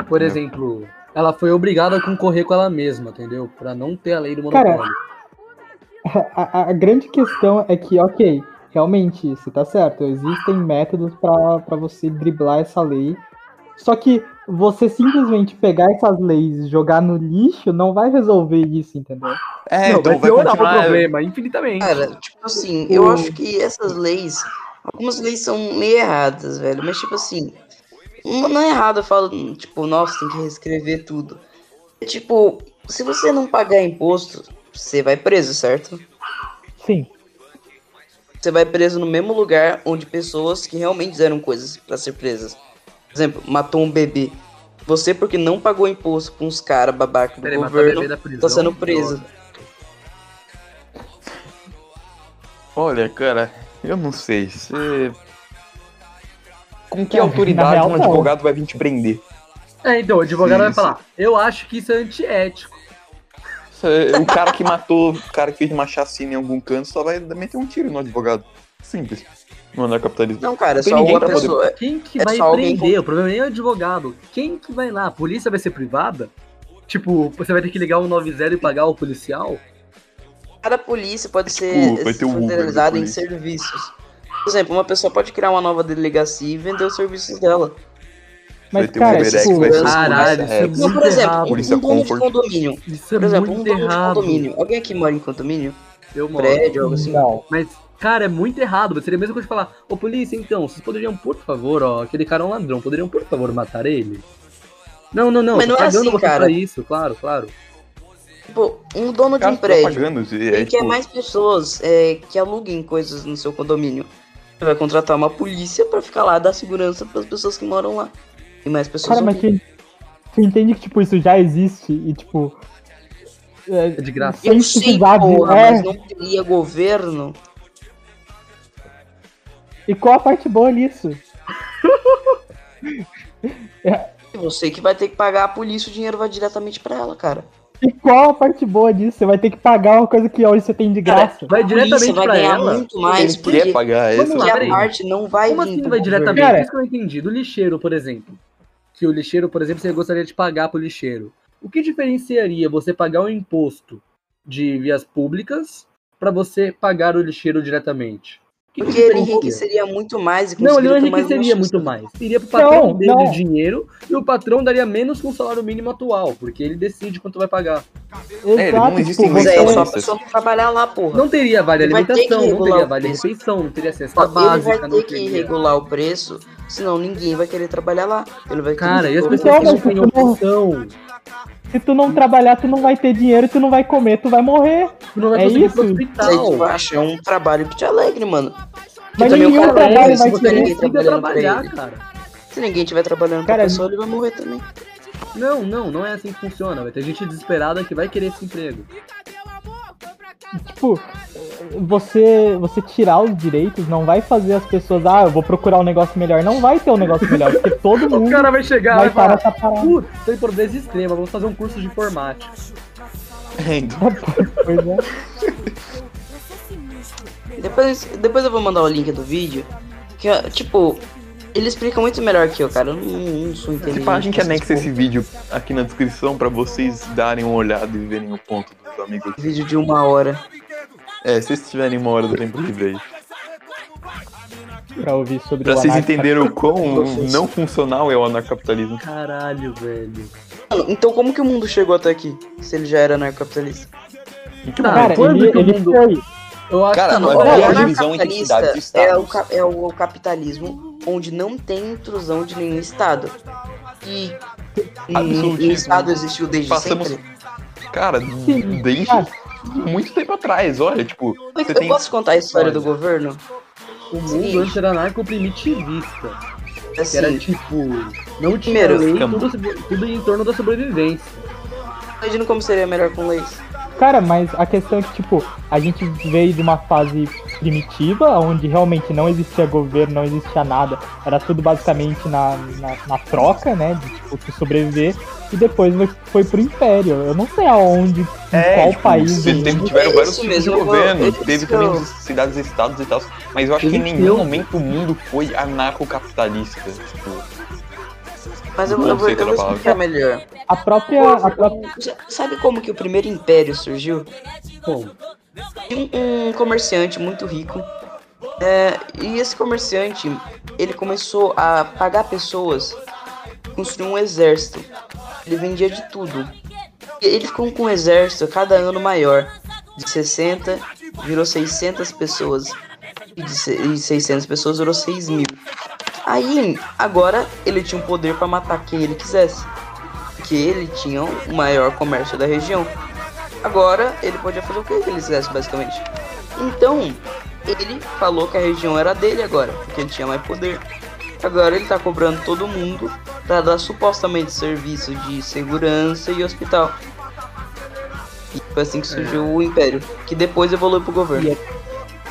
Por Entendeu? É. exemplo, ela foi obrigada a concorrer com ela mesma, entendeu? Pra não ter a lei do monopólio. A, a- a grande questão é que, ok, realmente, você tá certo, existem métodos pra pra você driblar essa lei. Só que você simplesmente pegar essas leis e jogar no lixo não vai resolver isso, entendeu? É, não, então vai vai piorar o continuar. problema infinitamente. Cara, tipo assim, eu acho que essas leis, algumas leis são meio erradas, velho, mas tipo assim, não não é errado, eu falo, tipo, nossa, tem que reescrever tudo. É tipo, se você não pagar imposto, você vai preso, certo? Sim. Você vai preso no mesmo lugar onde pessoas que realmente fizeram coisas pra ser presas. Por exemplo, matou um bebê. Você, porque não pagou imposto pra uns caras babaca do Peraí, matar bebê governo, da prisão, tá sendo preso. Olha, cara, eu não sei. Você. Com que É, na autoridade real, um não. advogado vai vir te prender? É, então, o advogado Sim, vai sim. falar, eu acho que isso é antiético. Você- O cara que matou, o cara que fez uma chacina em algum canto só vai meter um tiro no advogado. Simples. No anarcapitalismo. Não, cara, é Tem só ninguém uma pra poder- pessoa. Quem que É vai só alguém prender? O problema nem é o advogado. Quem que vai lá? A polícia vai ser privada? Tipo, você vai ter que ligar o 90 e pagar o policial? Cada polícia pode Tipo, ser vai ter o Uber da especializada em polícia. serviços. Por exemplo, uma pessoa pode criar uma nova delegacia e vender os serviços dela. Mas, vai ter cara, um Uberex, tipo, vai ser Caralho, segurança, isso é Não, muito por exemplo, errado. Polícia um dono de Comfort. condomínio. Isso é Por exemplo, um muito dono de errado. condomínio. Alguém aqui mora em condomínio? Eu moro. Prédio, um algo assim? Não. Mas, cara, é muito errado. Seria a mesma coisa de falar, ô polícia, então, vocês poderiam, por favor, ó, aquele cara é um ladrão, poderiam, por favor, matar ele? Não, não, não. Mas tô não é pagando assim, você cara. pra isso, claro, claro. Tipo, um dono de Cara, um tá prédio. pagando, é, Ele quer tipo, mais pessoas é, que aluguem coisas no seu condomínio. Ele vai contratar uma polícia pra ficar lá, dar segurança pras pessoas que moram lá. E mais pessoas. Cara, mas alugam. tu, tu entende que, tipo, isso já existe e, tipo... É, É de graça. sem Eu sei, precisar de- porra, né? é, mas não teria governo. E qual a parte boa nisso? E você que vai ter que pagar a polícia, o dinheiro vai diretamente pra ela, cara. E qual a parte boa disso? Você vai ter que pagar uma coisa que hoje você tem de Cara, graça. Vai diretamente polícia vai pra ganhar ela. muito mais, ele quer porque, pagar Vamos essa. lá, porque a peraí. parte não vai Como vir assim pro vai governo. diretamente? Cara- Isso que eu não entendi. Do lixeiro, por exemplo. Que o lixeiro, por exemplo, você gostaria de pagar pro lixeiro. O que diferenciaria você pagar o imposto de vias públicas pra você pagar o lixeiro diretamente? O que que Porque ele diferencia? enriqueceria muito mais e Não, ele não conseguiria tomar enriqueceria uma muito justiça. mais. Iria pro patrão Não, dele não. o dinheiro e o patrão daria menos com o salário mínimo atual, porque ele decide quanto vai pagar. Exato, É, não existe tipo, Mas lei é, Então, só a isso. pessoa não trabalhar lá, porra. Não teria vale Ele vai ter alimentação, que não teria regular vale o preço. refeição, não teria cesta Só ele básica, vai não ter que teria. regular o preço, senão ninguém vai querer trabalhar lá. Ele vai ter Cara, que e as todo pessoas que mundo- não têm opção, Se tu não trabalhar, tu não vai ter dinheiro, tu não vai comer, tu vai morrer. tu não vai É conseguir ir isso? pro Aí tu vai hospital. achar um trabalho que te alegre, mano. Porque Mas também o nenhum cara trabalho alegre, vai se te tiver ninguém Precisa trabalhando pra trabalhar, ele. cara. Se ninguém tiver trabalhando pra Cara, pessoa, ele vai morrer também. Não, não, não é assim que funciona. Vai ter gente desesperada que vai querer esse emprego. Tipo, você, você tirar os direitos não vai fazer as pessoas, ah, eu vou procurar um negócio melhor. Não vai ter um negócio melhor, porque todo O mundo cara vai chegar vai vai parar falar, essa parada. putz, tem pobreza extrema, vamos fazer um curso de informática. É, então, Pois é. Depois, depois eu vou mandar o link do vídeo. Que, ó, tipo, ele explica muito melhor que eu, cara. Eu não, não sou inteligente. tipo, a é gente nessas anexa porra. esse vídeo aqui na descrição pra vocês darem uma olhada e verem o ponto dos amigos. tipo, Vídeo de uma hora. É, se vocês tiverem uma hora do tempo livre aí. Pra ouvir sobre Pra o vocês anarca- entenderem o quão Vocês. não funcional é o anarcapitalismo. Caralho, velho. Mano, então como que o mundo chegou até aqui? Se ele já era anarcocapitalista? Em que Tá, momento? Cara, quando ele, que o ele mundo- foi. Eu acho Cara, que nós não, vamos- olha, a O divisão entre anarcocapitalista entidades e estados. é o, ca- é o capitalismo onde não tem intrusão de nenhum Estado. E um, Absolutismo. um Estado existiu desde Passamos- sempre. Cara, Sim, Ah. desde cara. muito tempo atrás, olha, tipo, Eu, você tem. posso contar a história do governo? o mundo antes era narco-primitivista. Que era Assim, tipo, não tinha Primeiro, lei, campo. tudo, se- tudo em torno da sobrevivência. imagina como seria melhor com leis. Cara, mas a questão é que, tipo, a gente veio de uma fase primitiva, onde realmente não existia governo, não existia nada. Era tudo basicamente na, na, na troca, né? De tipo, tu sobreviver. E depois foi- foi pro império. Eu não sei aonde, em É, qual tipo, país. você do teve, mundo. tiveram É vários isso tipos de mesmo, eu vou- governo, é isso teve que eu- um também cidades e estados e tal, mas eu acho que em nenhum Entendeu? momento o mundo foi anarcocapitalista. Tipo, Mas eu, Não eu vou, sei eu vou trabalhar. explicar melhor. A própria. A própria... Sabe como que o primeiro império surgiu? Bom, Tinha um, um comerciante muito rico. é, e esse comerciante, ele começou a pagar pessoas, construir um exército. Ele vendia de tudo. E ele ficou com um exército cada ano maior. De 60 virou 600 pessoas. E de se- e 600 pessoas virou 6 mil. Aí, agora, ele tinha um poder para matar quem ele quisesse. Porque ele tinha o maior comércio da região. Agora ele podia fazer o que ele quisesse, basicamente. Então, ele falou que a região era dele agora, porque ele tinha mais poder. Agora ele tá cobrando todo mundo pra dar supostamente serviço de segurança e hospital. E foi assim que É. surgiu o Império, que depois evoluiu pro governo.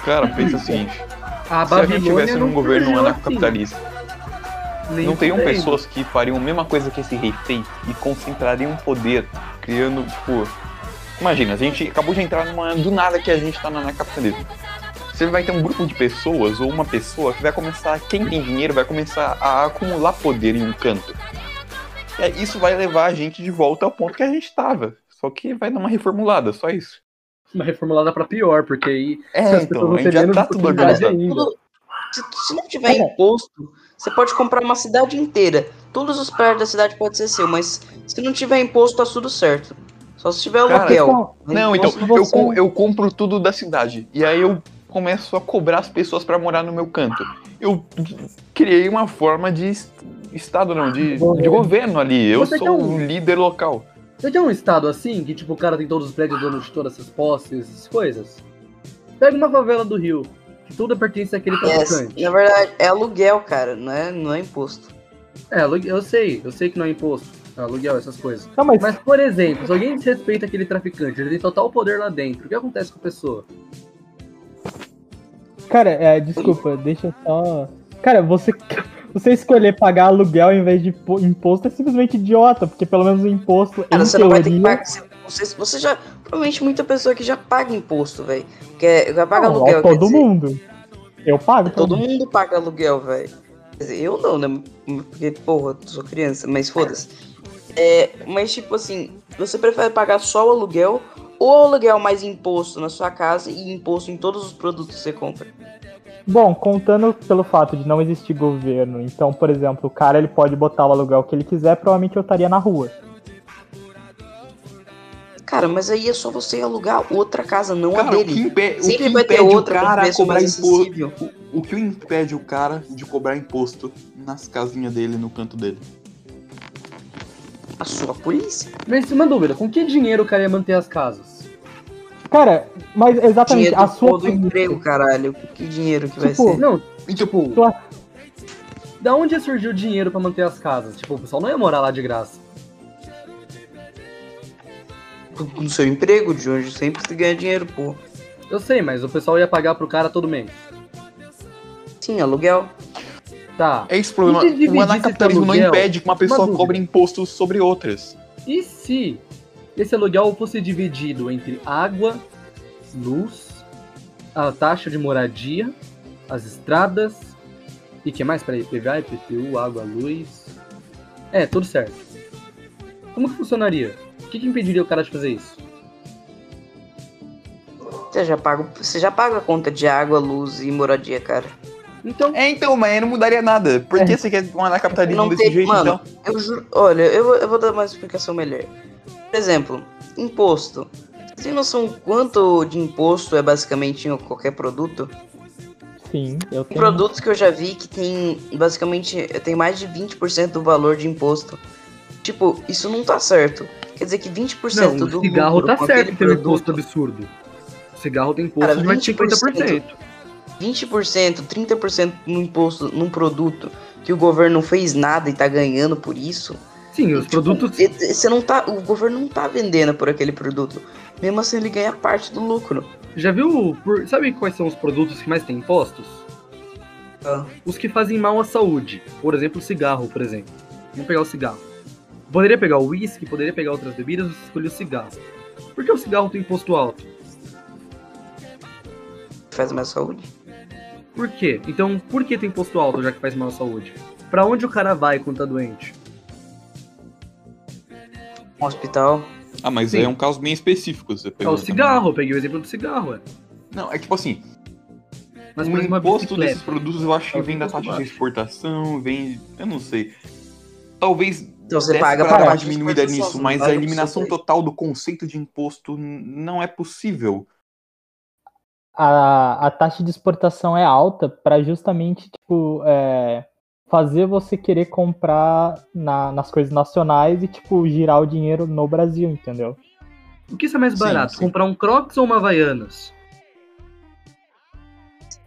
cara, pensa o seguinte: a se a gente tivesse não num governo surgiu anarcocapitalista, assim, nem não teriam fudendo. pessoas que fariam a mesma coisa que esse rei fez e concentrariam poder, criando, tipo. Imagina, a gente acabou de entrar numa. Do nada que a gente tá na anarcapitalismo. Você vai ter um grupo de pessoas ou uma pessoa que vai começar. Quem tem dinheiro vai começar a acumular poder em um canto. É, isso vai levar a gente de volta ao ponto que a gente tava. Só que vai dar uma reformulada, só isso. Uma reformulada pra pior, porque aí É, as pessoas então, não a têm gente já menos tá tudo oportunidade organizado. ainda. Se, se não tiver É. imposto, você pode comprar uma cidade inteira. Todos os prédios da cidade podem ser seu, mas se não tiver imposto, tá tudo certo. Só se tiver Cara, aluguel. Então, Não, então, Imposto eu, você- com- eu compro tudo da cidade. E aí eu começo a cobrar as pessoas pra morar no meu canto. Eu criei uma forma de es- Estado, não, de, de governo ali. Eu Você quer sou um- o líder local. Você tem um estado assim, que tipo, o cara tem todos os prédios, dono de todas essas posses, essas coisas? Pega uma favela do Rio, que tudo pertence àquele É, traficante. na verdade, é aluguel, cara, não é, não é imposto. É, alu- eu sei, eu sei que não é imposto, é aluguel, essas coisas. Não, mas Mas, por exemplo, se alguém desrespeita aquele traficante, ele tem total poder lá dentro, o que acontece com a pessoa? Cara, é, desculpa, deixa eu só. Cara, você, você escolher pagar aluguel ao invés de impo- imposto é simplesmente idiota, porque pelo menos o imposto, Cara, em você não vai ter que teoria. pagar. Você, você já. Provavelmente muita pessoa que já paga imposto, velho. Que é, vai pagar Não, aluguel. ó, todo quer dizer, É mundo. Eu pago. Todo mundo paga aluguel, velho. Quer dizer, eu não, né? Porque, porra, eu sou criança, mas foda-se. É, mas, tipo assim, você prefere pagar só o aluguel ou o aluguel mais imposto na sua casa e imposto em todos os produtos que você compra? Bom, contando pelo fato de não existir governo, então, por exemplo, o cara ele pode botar o aluguel que ele quiser, provavelmente eu estaria na rua. Cara, mas aí é só você alugar outra casa, não a Cara, o dele. que, impe- o que Sempre vai ter impede o outra com cara a preço cobrar mais imposto? acessível. O, o que impede o cara de cobrar imposto nas casinhas dele, no canto dele? A sua polícia. Mas uma dúvida, com que dinheiro o cara ia manter as casas? Cara, mas exatamente, Dinheiro a sua. do emprego, caralho. Que dinheiro que vai Tipo, ser? Não, E, tipo... tu a- Da onde ia surgir o dinheiro pra manter as casas? Tipo, o pessoal não ia morar lá de graça. No seu emprego, de onde sempre se ganha dinheiro, pô. Eu sei, mas o pessoal ia pagar pro cara todo mês. Sim, aluguel. Tá. É esse o problema. E se dividir O anacapitalismo esse não aluguel? impede que uma pessoa dúvida. cobre impostos sobre outras. E se esse aluguel fosse dividido entre água, luz, a taxa de moradia, as estradas e que mais? Peraí, IPVA, IPTU, água, luz. É, tudo certo. Como que funcionaria? O que, que impediria o cara de fazer isso? Você já, paga, você já paga a conta de água, luz e moradia, cara. Então, É, então, mas não mudaria nada. Por que você quer um anacapitalismo Não desse tem- jeito, mano. então? Eu juro. Olha, eu, vou- eu vou dar uma explicação melhor. Por exemplo, imposto. Vocês têm noção quanto de imposto é basicamente em qualquer produto? Sim, eu Tem tenho. produtos que eu já vi que tem basicamente tem mais de 20% do valor de imposto. Tipo, isso não tá certo. Quer dizer que 20% não, do o cigarro lucro tá com certo aquele ter um produto, imposto absurdo. O cigarro tem imposto Cara, de mais de 50%. 20%. 20%, 30% no imposto num produto que o governo não fez nada e tá ganhando por isso. Sim, os Tipo, produtos e- e Você não tá, o governo não tá vendendo por aquele produto. Mesmo assim ele ganha parte do lucro. Já viu? por- Sabe quais são os produtos que mais têm impostos? Ah. Os que fazem mal à saúde. Por exemplo, cigarro, por exemplo. Vamos pegar o cigarro. Poderia pegar o uísque, poderia pegar outras bebidas, você escolheu o cigarro. Por que o cigarro tem imposto alto? Faz mais saúde. Por quê? Então, por que tem imposto alto, já que faz mal à saúde? Pra onde o cara vai quando tá doente? Um hospital. Ah, mas Sim. é um caso bem específico. Você É o pegou também. cigarro, eu peguei o exemplo do cigarro, é. Não, é tipo assim, Mas o por exemplo, uma Um imposto desses bicicleta. produtos eu acho que É o vem da imposto taxa de baixo. exportação, vem. Eu não sei. Talvez Então você desse paga pra pra dar uma baixo dos diminuída preços nisso, sozinho, mas paga a pro eliminação seu total do conceito de imposto n- não é possível. a, a taxa de exportação é alta para justamente tipo é, fazer você querer comprar na- nas coisas nacionais e tipo girar o dinheiro no Brasil, entendeu? O que isso é mais Sim, barato? sim. Comprar um Crocs ou uma Havaianas?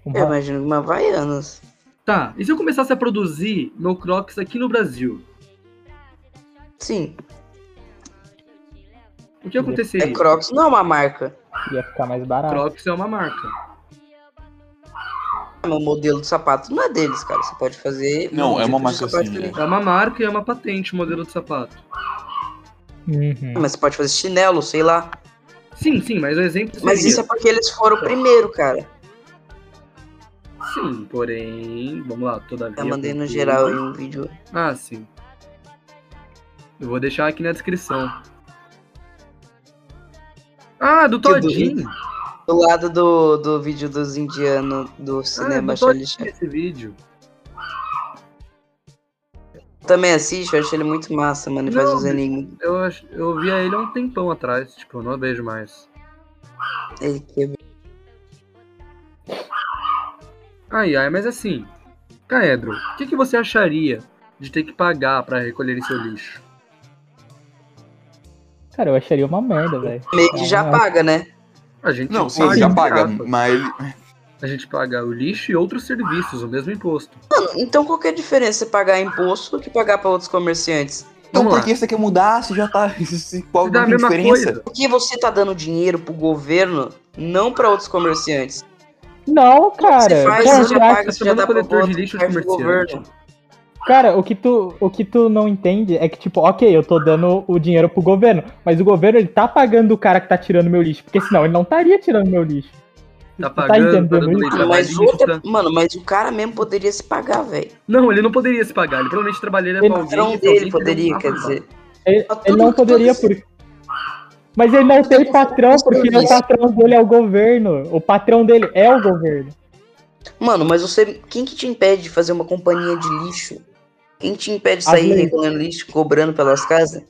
Uma- Eu imagino que uma Havaianas. Tá, e se eu começasse a produzir meu Crocs aqui no Brasil? Sim. O que aconteceria? É Crocs, não é uma marca. ia ficar mais barato. Crocs é uma marca. É um modelo de sapato. Não é deles, cara. Você pode fazer. Não, um é uma tipo de marca sapato assim, que né? ele- É uma marca e é uma patente, o modelo de sapato. Uhum. Mas você pode fazer chinelo, sei lá. Sim, sim, mas o exemplo seria... Mas isso é porque eles foram o primeiro, cara. Sim, porém... Vamos lá, todavia... é- Eu mandei no contudo- geral em um vídeo. Ah, sim. Eu vou deixar aqui na descrição. Ah, do Que né? Todinho! Do lado do, do vídeo dos indianos do Ah, é cinema do Charlie Todinho Chaplin. esse vídeo. Também assisto, eu acho ele muito massa, mano. Ele faz Não, os mas- enigmas. Eu, ach- eu via ele há um tempão atrás, tipo, eu não vejo mais. Ele quebra. Ai, ai, mas assim... Caedro, o que, que você acharia de ter que pagar pra recolher seu lixo? Cara, eu acharia uma merda, velho. Meio que já Ah, paga, né? A gente Não, sim, paga, já entre paga, aspas. mas ele- A gente paga o lixo e outros serviços, o mesmo imposto. Então qual que é a diferença de pagar imposto do que pagar pra outros comerciantes? Então Vamos por lá. que você quer mudar se já tá. se- Qual Se dá não a tem mesma diferença? coisa. Porque você tá dando dinheiro pro governo, não pra outros comerciantes. Não, cara. Você faz, cara, você já cara, paga, tá você já tomando dá pro coletor de voto, lixo parte do comerciante. governo. Cara, o que, tu, o que tu não entende é que, tipo, ok, eu tô dando o dinheiro pro governo, mas o governo ele tá pagando o cara que tá tirando meu lixo, porque senão ele não estaria tirando meu lixo. Tá Tu tá pagando, tá entendendo dando lei isso? Ah, mas outra, trabalhista. mano, mas o cara mesmo poderia se pagar, velho. Não, ele não poderia se pagar. Ele provavelmente trabalharia Ele- pra O alguém. patrão que alguém dele poderia, teria um quer carro. dizer. Ele, Tá tudo ele não que poderia aconteceu. por. Mas ele não tem patrão, porque o patrão dele é o governo. O patrão dele é o governo. Mano, mas você. Quem que te impede de fazer uma companhia de lixo? Quem te impede de As sair leis. recolhendo lixo, cobrando pelas casas?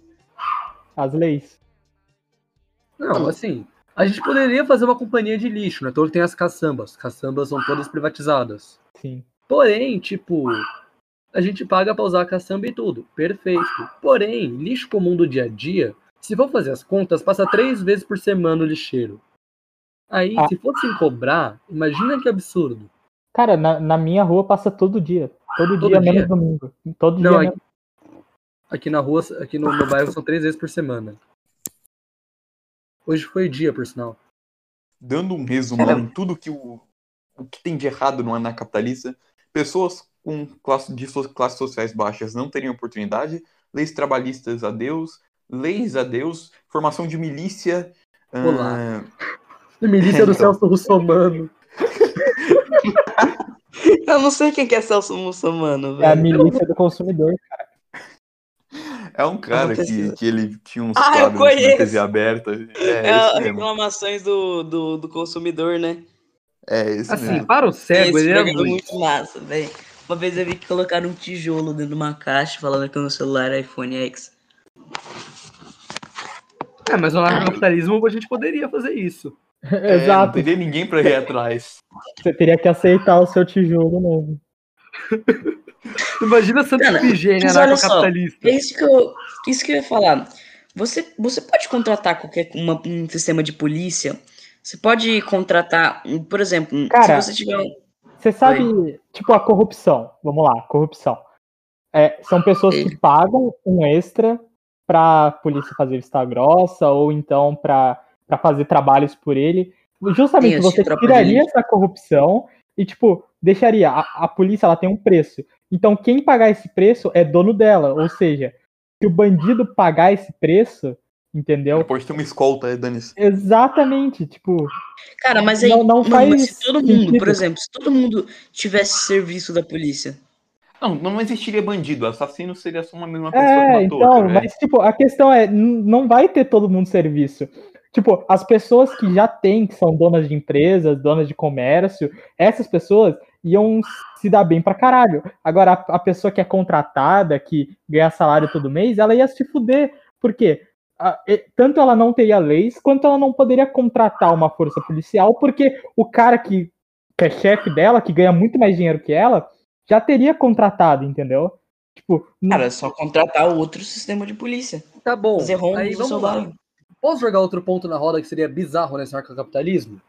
As leis. Não, assim. A gente poderia fazer uma companhia de lixo, né? Todo tem as caçambas. Caçambas são todas privatizadas. Sim. Porém, tipo, a gente paga pra usar a caçamba e tudo. Perfeito. Porém, lixo comum do dia a dia, se for fazer as contas, passa três vezes por semana o lixeiro. Aí, Ah. se fossem cobrar, imagina que absurdo. Cara, na, na minha rua passa todo dia. Todo, Todo dia, dia? menos domingo. Todo Não, é dia. né? aqui- menos- Aqui na rua, aqui no meu bairro são três vezes por semana. Hoje foi dia, por sinal. dando um resumo em tudo que o, o que tem de errado no anacapitalista, pessoas com classe, de suas classes sociais baixas não teriam oportunidade, leis trabalhistas adeus, leis adeus, formação de milícia. ah, Olá. É, Milícia do Então. Celso é Russomano. Eu não sei quem que é Celso Mussomano, É a velho. milícia do consumidor. é um cara que, Aconteceu. que ele tinha uns Ah, quadros eu na conheço! TV aberta. É, É, a- esse mesmo. reclamações do, do, do consumidor, né? É esse Assim, mesmo. para o cego, Esse ele é programa ruim. muito massa, velho. Uma vez eu vi que colocaram um tijolo dentro de uma caixa falando que o meu celular era iPhone X. É, mas no anarcocapitalismo a gente poderia fazer isso. É, Não Exato. teria ninguém pra ir atrás. Você teria que aceitar o seu tijolo novo. Imagina Santa Cara, Efigênia mas olha só, né, anarcocapitalista. É isso que eu, isso que eu ia falar. Você, você pode contratar qualquer uma- um sistema de polícia? Você pode contratar, um- por exemplo, um- Cara, se você tiver um. Você sabe, tipo, a corrupção. Vamos lá, corrupção. É, são pessoas que pagam um extra pra polícia fazer vista grossa ou então pra, pra fazer trabalhos por ele. Justamente Tem esse você trabalho. tiraria essa corrupção e, tipo, deixaria. A, a polícia ela tem um preço. Então, quem pagar esse preço é dono dela. Ou seja, se o bandido pagar esse preço, entendeu? Pode ter uma escolta, é, Dani? Exatamente. Tipo, Cara, mas aí. Não- não mano, faz mas se todo mundo, sentido. por exemplo, se todo mundo tivesse serviço da polícia. Não, não existiria bandido. Assassino seria só uma mesma pessoa que matou É, então, outra, né? mas tipo, a questão é, n- não vai ter todo mundo serviço. Tipo, as pessoas que já têm, que são donas de empresas, donas de comércio, essas pessoas iam se dar bem pra caralho. Agora, a, a pessoa que é contratada, que ganha salário todo mês, ela ia se fuder. Por quê? A- e- Tanto ela não teria leis, quanto ela não poderia contratar uma força policial, porque o cara que, que é chefe dela, que ganha muito mais dinheiro que ela, já teria contratado, entendeu? Tipo, não- Cara, é só contratar outro sistema de polícia. Tá bom, Fazer rondas aí no vamos celular. lá. Posso jogar outro ponto na roda que seria bizarro nesse anarcocapitalismo?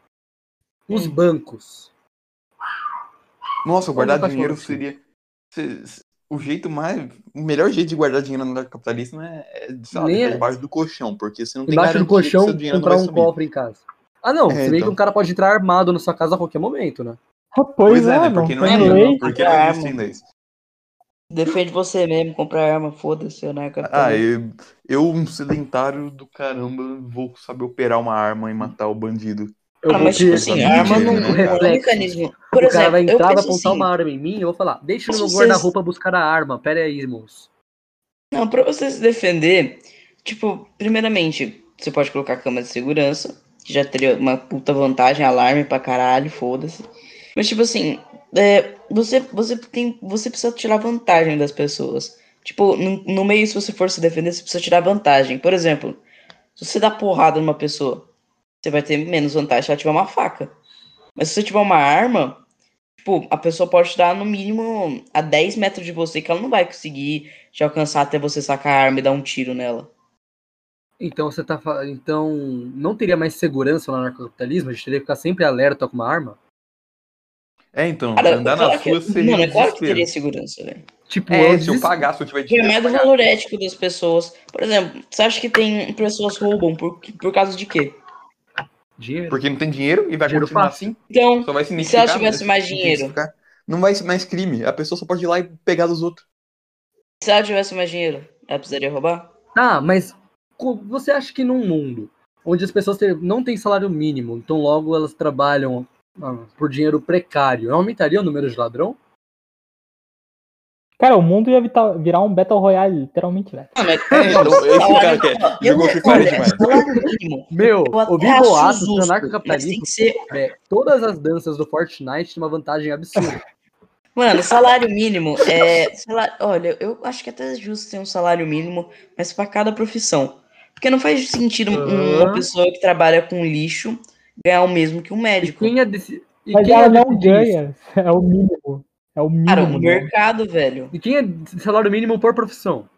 Os bancos. Nossa, Olha o guardar cachorro dinheiro assim. seria. se- se- O jeito mais. O melhor jeito de guardar dinheiro no capitalismo é, é sei lá, Nem- deixar debaixo do colchão, porque você não tem Embaixo do garantia que seu colchão, dinheiro não comprar um vai sumir. cofre em casa. Ah, não, É, se bem então. que um cara pode entrar armado na sua casa a qualquer momento, né? Ah, Pois, Pois é, né? mano, Porque não tem é tem lei, lei. não, porque não Ah, existe mano. ainda isso. Defende você mesmo, comprar arma, foda-se, né? Ah, eu, eu, um sedentário do caramba, vou saber operar uma arma e matar o bandido. Eu Ah, vou mas, ter tipo assim, um a arma não. né, O reflexo. mecanismo. Por o cara exemplo, vai eu entrar, vai penso apontar assim, uma arma em mim e eu vou falar, deixa no Mas meu vocês- guarda-roupa buscar a arma, pera aí, irmãos. Não, pra você se defender, tipo, primeiramente, você pode colocar câmera de segurança, que já teria uma puta vantagem, alarme pra caralho, foda-se. Mas, tipo assim, é, você, você, tem, você precisa tirar vantagem das pessoas. Tipo, no, no meio, se você for se defender, você precisa tirar vantagem. Por exemplo, se você dá porrada numa pessoa, você vai ter menos vantagem se ela tiver uma faca. Mas se você tiver uma arma, tipo, a pessoa pode te dar no mínimo a 10 metros de você, que ela não vai conseguir te alcançar até você sacar a arma e dar um tiro nela. Então você tá fa- Então não teria mais segurança no anarcocapitalismo? A gente teria que ficar sempre alerta com uma arma? É, então, Cara, andar claro na que- sua seria Mano, é um claro que desespero. teria segurança, velho. Tipo, É, um se eu des- pagar, se eu tiver dinheiro. Primeiro, o eu pagar. valor ético das pessoas. Por exemplo, você acha que tem pessoas que roubam por, por causa de quê? dinheiro. Porque não tem dinheiro e vai Dinheiro continuar fácil. assim. Então, Só vai se e se ela identificar, tivesse né? mais Se dinheiro? identificar. Não vai ser mais crime. A pessoa só pode ir lá e pegar dos outros. se ela tivesse mais dinheiro, ela precisaria roubar? Tá, mas co- você acha que num mundo onde as pessoas ter- não têm salário mínimo, então logo elas trabalham ah, por dinheiro precário, aumentaria o número de ladrão? Cara, o mundo ia vita- virar um Battle Royale, literalmente, velho. Mano, É, então, esse cara quer. Jogou Free Fire demais. Tá Meu, Eu até ouvi acho boatos do justo, mas tem anarcocapitalismo. que ser. É, todas as danças do Fortnite têm uma vantagem absurda. Mano, salário mínimo é. salário- Olha, eu acho que é até justo ter um salário mínimo, mas pra cada profissão. Porque não faz sentido um- uma Aham. pessoa que trabalha com lixo ganhar o mesmo que um E médico. quem é desse. E Mas quem ela é não decidir isso? ganha. É o mínimo. É o mínimo. Cara, Uhum. o né? mercado, velho. E quem é de salário mínimo por profissão?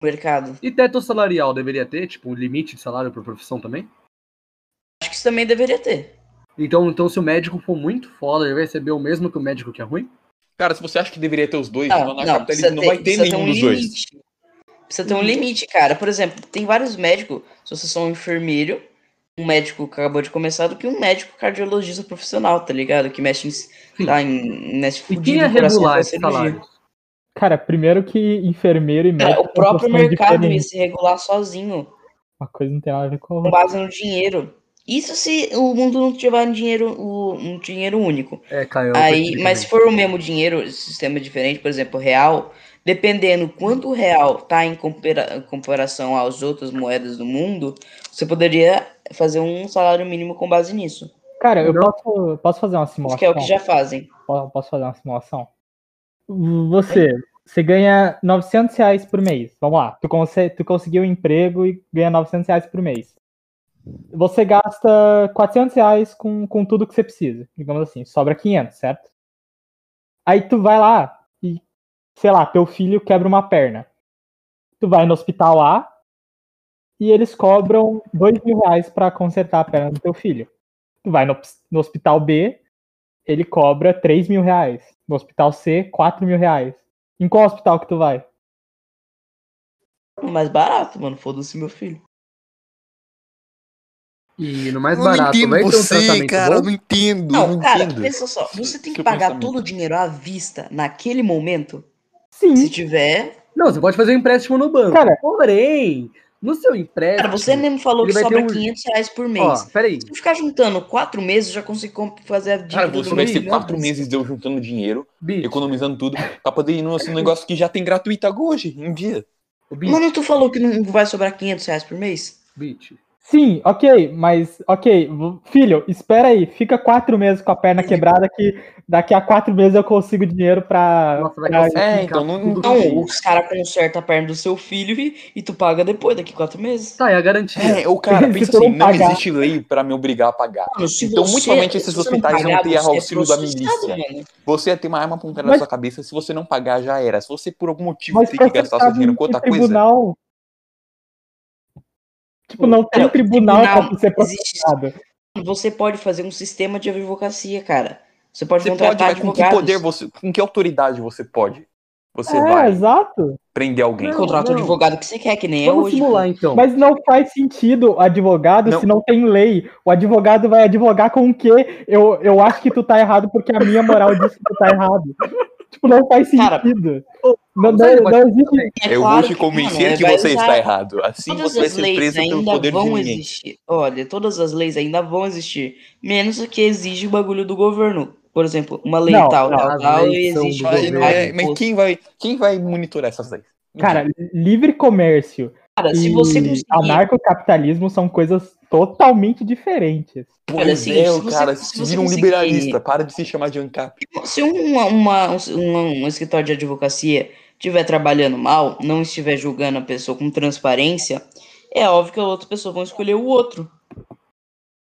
O mercado. E teto salarial deveria ter, tipo, um limite de salário por profissão também? Acho que isso também deveria ter. Então, então se o médico for muito foda, ele vai receber o mesmo que o médico que é ruim? Cara, se você acha que deveria ter os dois, Não, no não, precisa capitalismo não vai ter precisa nenhum dos dois. um Precisa ter um limite, cara. Por exemplo, tem vários médicos. Se você é um enfermeiro, um médico que acabou de começar do que um médico cardiologista profissional, tá ligado? Que mexe em. Tá, em mexe E fudido quem ia no coração, regular faz esse cirurgia. salário? Cara, primeiro que enfermeiro e Cara, médico. o próprio são profissões mercado ia diferentes. se regular sozinho, Uma coisa não tem nada a ver com a com outra. base no dinheiro. Isso se o mundo não tiver um dinheiro, o- um dinheiro único. É, Caio. Aí, mas se for o mesmo dinheiro, sistema é diferente, por exemplo, real, dependendo quanto o real tá em compara- comparação às outras moedas do mundo, você poderia fazer um salário mínimo com base nisso. Cara, eu Não. posso, posso fazer uma Isso simulação? que é o que já fazem. Po- Posso fazer uma simulação? Você, você ganha 900 reais por mês. Vamos lá, tu, conse tu conseguiu um emprego e ganha 900 reais por mês. Você gasta 400 reais com, com tudo que você precisa, digamos assim. Sobra 500, certo? Aí tu vai lá e, sei lá, teu filho quebra uma perna. Tu vai no hospital lá e eles cobram 2 mil reais pra consertar a perna do teu filho. Tu vai no, ps- no hospital B, ele cobra 3 mil reais. No hospital C, 4 mil reais. Em qual hospital que tu vai? O mais barato, mano. Foda-se, meu filho. E no mais Eu barato, vai ter um tratamento eu bom? entendo. eu Não, cara, entendo. pensa só. Você tem que Seu pagar pensamento. todo o dinheiro à vista naquele momento? Se Sim. tiver. Não, você pode fazer um empréstimo no banco. Cara- porém, no seu empréstimo. Cara, você mesmo falou Ele que vai ter sobra um- 500 reais por mês. Ó, peraí. Se eu ficar juntando quatro meses, eu já consigo comp- fazer a dívida Cara, do você meu vai filho ser à quatro vista. meses deu juntando dinheiro, Bi, economizando tudo, pra poder ir num assim, um negócio que já tem gratuito agora hoje, em dia. o Bi, Mano, tu falou que não vai sobrar 500 reais por mês? Bi, Sim, ok, mas ok, v- filho, espera aí, fica quatro meses com a perna quebrada que daqui a quatro meses eu consigo dinheiro pra. Nossa, vai pra- conseguir é, ficar então não- tudo Não, bem. os caras consertam a perna do seu filho e, e tu paga depois, daqui quatro meses. Tá, é a garantia. É, o cara Se pensa tu assim, não não pagar- existe lei pra me obrigar a pagar. Mano, se Então, você- muito provavelmente, esses se você não hospitais vão pagar, ter você auxílio da processado, milícia. mano. Você ia ter uma arma apontada Mas- na sua cabeça, se você não pagar, já era. Se você, por algum motivo, Mas tem que pra gastar ficar seu dinheiro em- com outra em coisa, tribunal. Tipo, não tem é, Cara, o tribunal, tribunal pra ser existe. processado. Você pode fazer um sistema de advocacia, cara. Você pode você pode, contratar mas com que advogados. poder você, com que autoridade você pode? Você é, vai exato. prender alguém. Não, Contrata o não. advogado que você quer, que nem é Vamos hoje. simular então. Mas não faz sentido o advogado Não. se não tem lei. O advogado vai advogar com o quê? Eu, eu acho que tu tá errado porque a minha moral diz que tu tá errado. Tipo, não faz Cara, sentido. não, não, sério, não mas- existe. É Eu claro vou te que, mano, convencer que vai você usar- está errado. Assim Todas você vai as ser leis né? preso pelo ainda poder de vão ninguém. existir. Olha, todas as leis ainda vão existir. Menos o que exige o bagulho do governo. Por exemplo, uma lei Não, tal, não, tal, as tal, e leis são exige do uma Aí lei não governo. tal, é- mas imposto. quem vai, quem vai monitorar essas leis? Cara, livre comércio Cara, se e você conseguir. anarcocapitalismo são coisas totalmente diferentes. Pois olha, assim, é, se você- cara, se se você vira um conseguir- liberalista, para de se chamar de ANCAP. Se uma, uma- um, um- um escritório de advocacia estiver trabalhando mal, não estiver julgando a pessoa com transparência, é óbvio que a outra pessoa vai escolher o outro.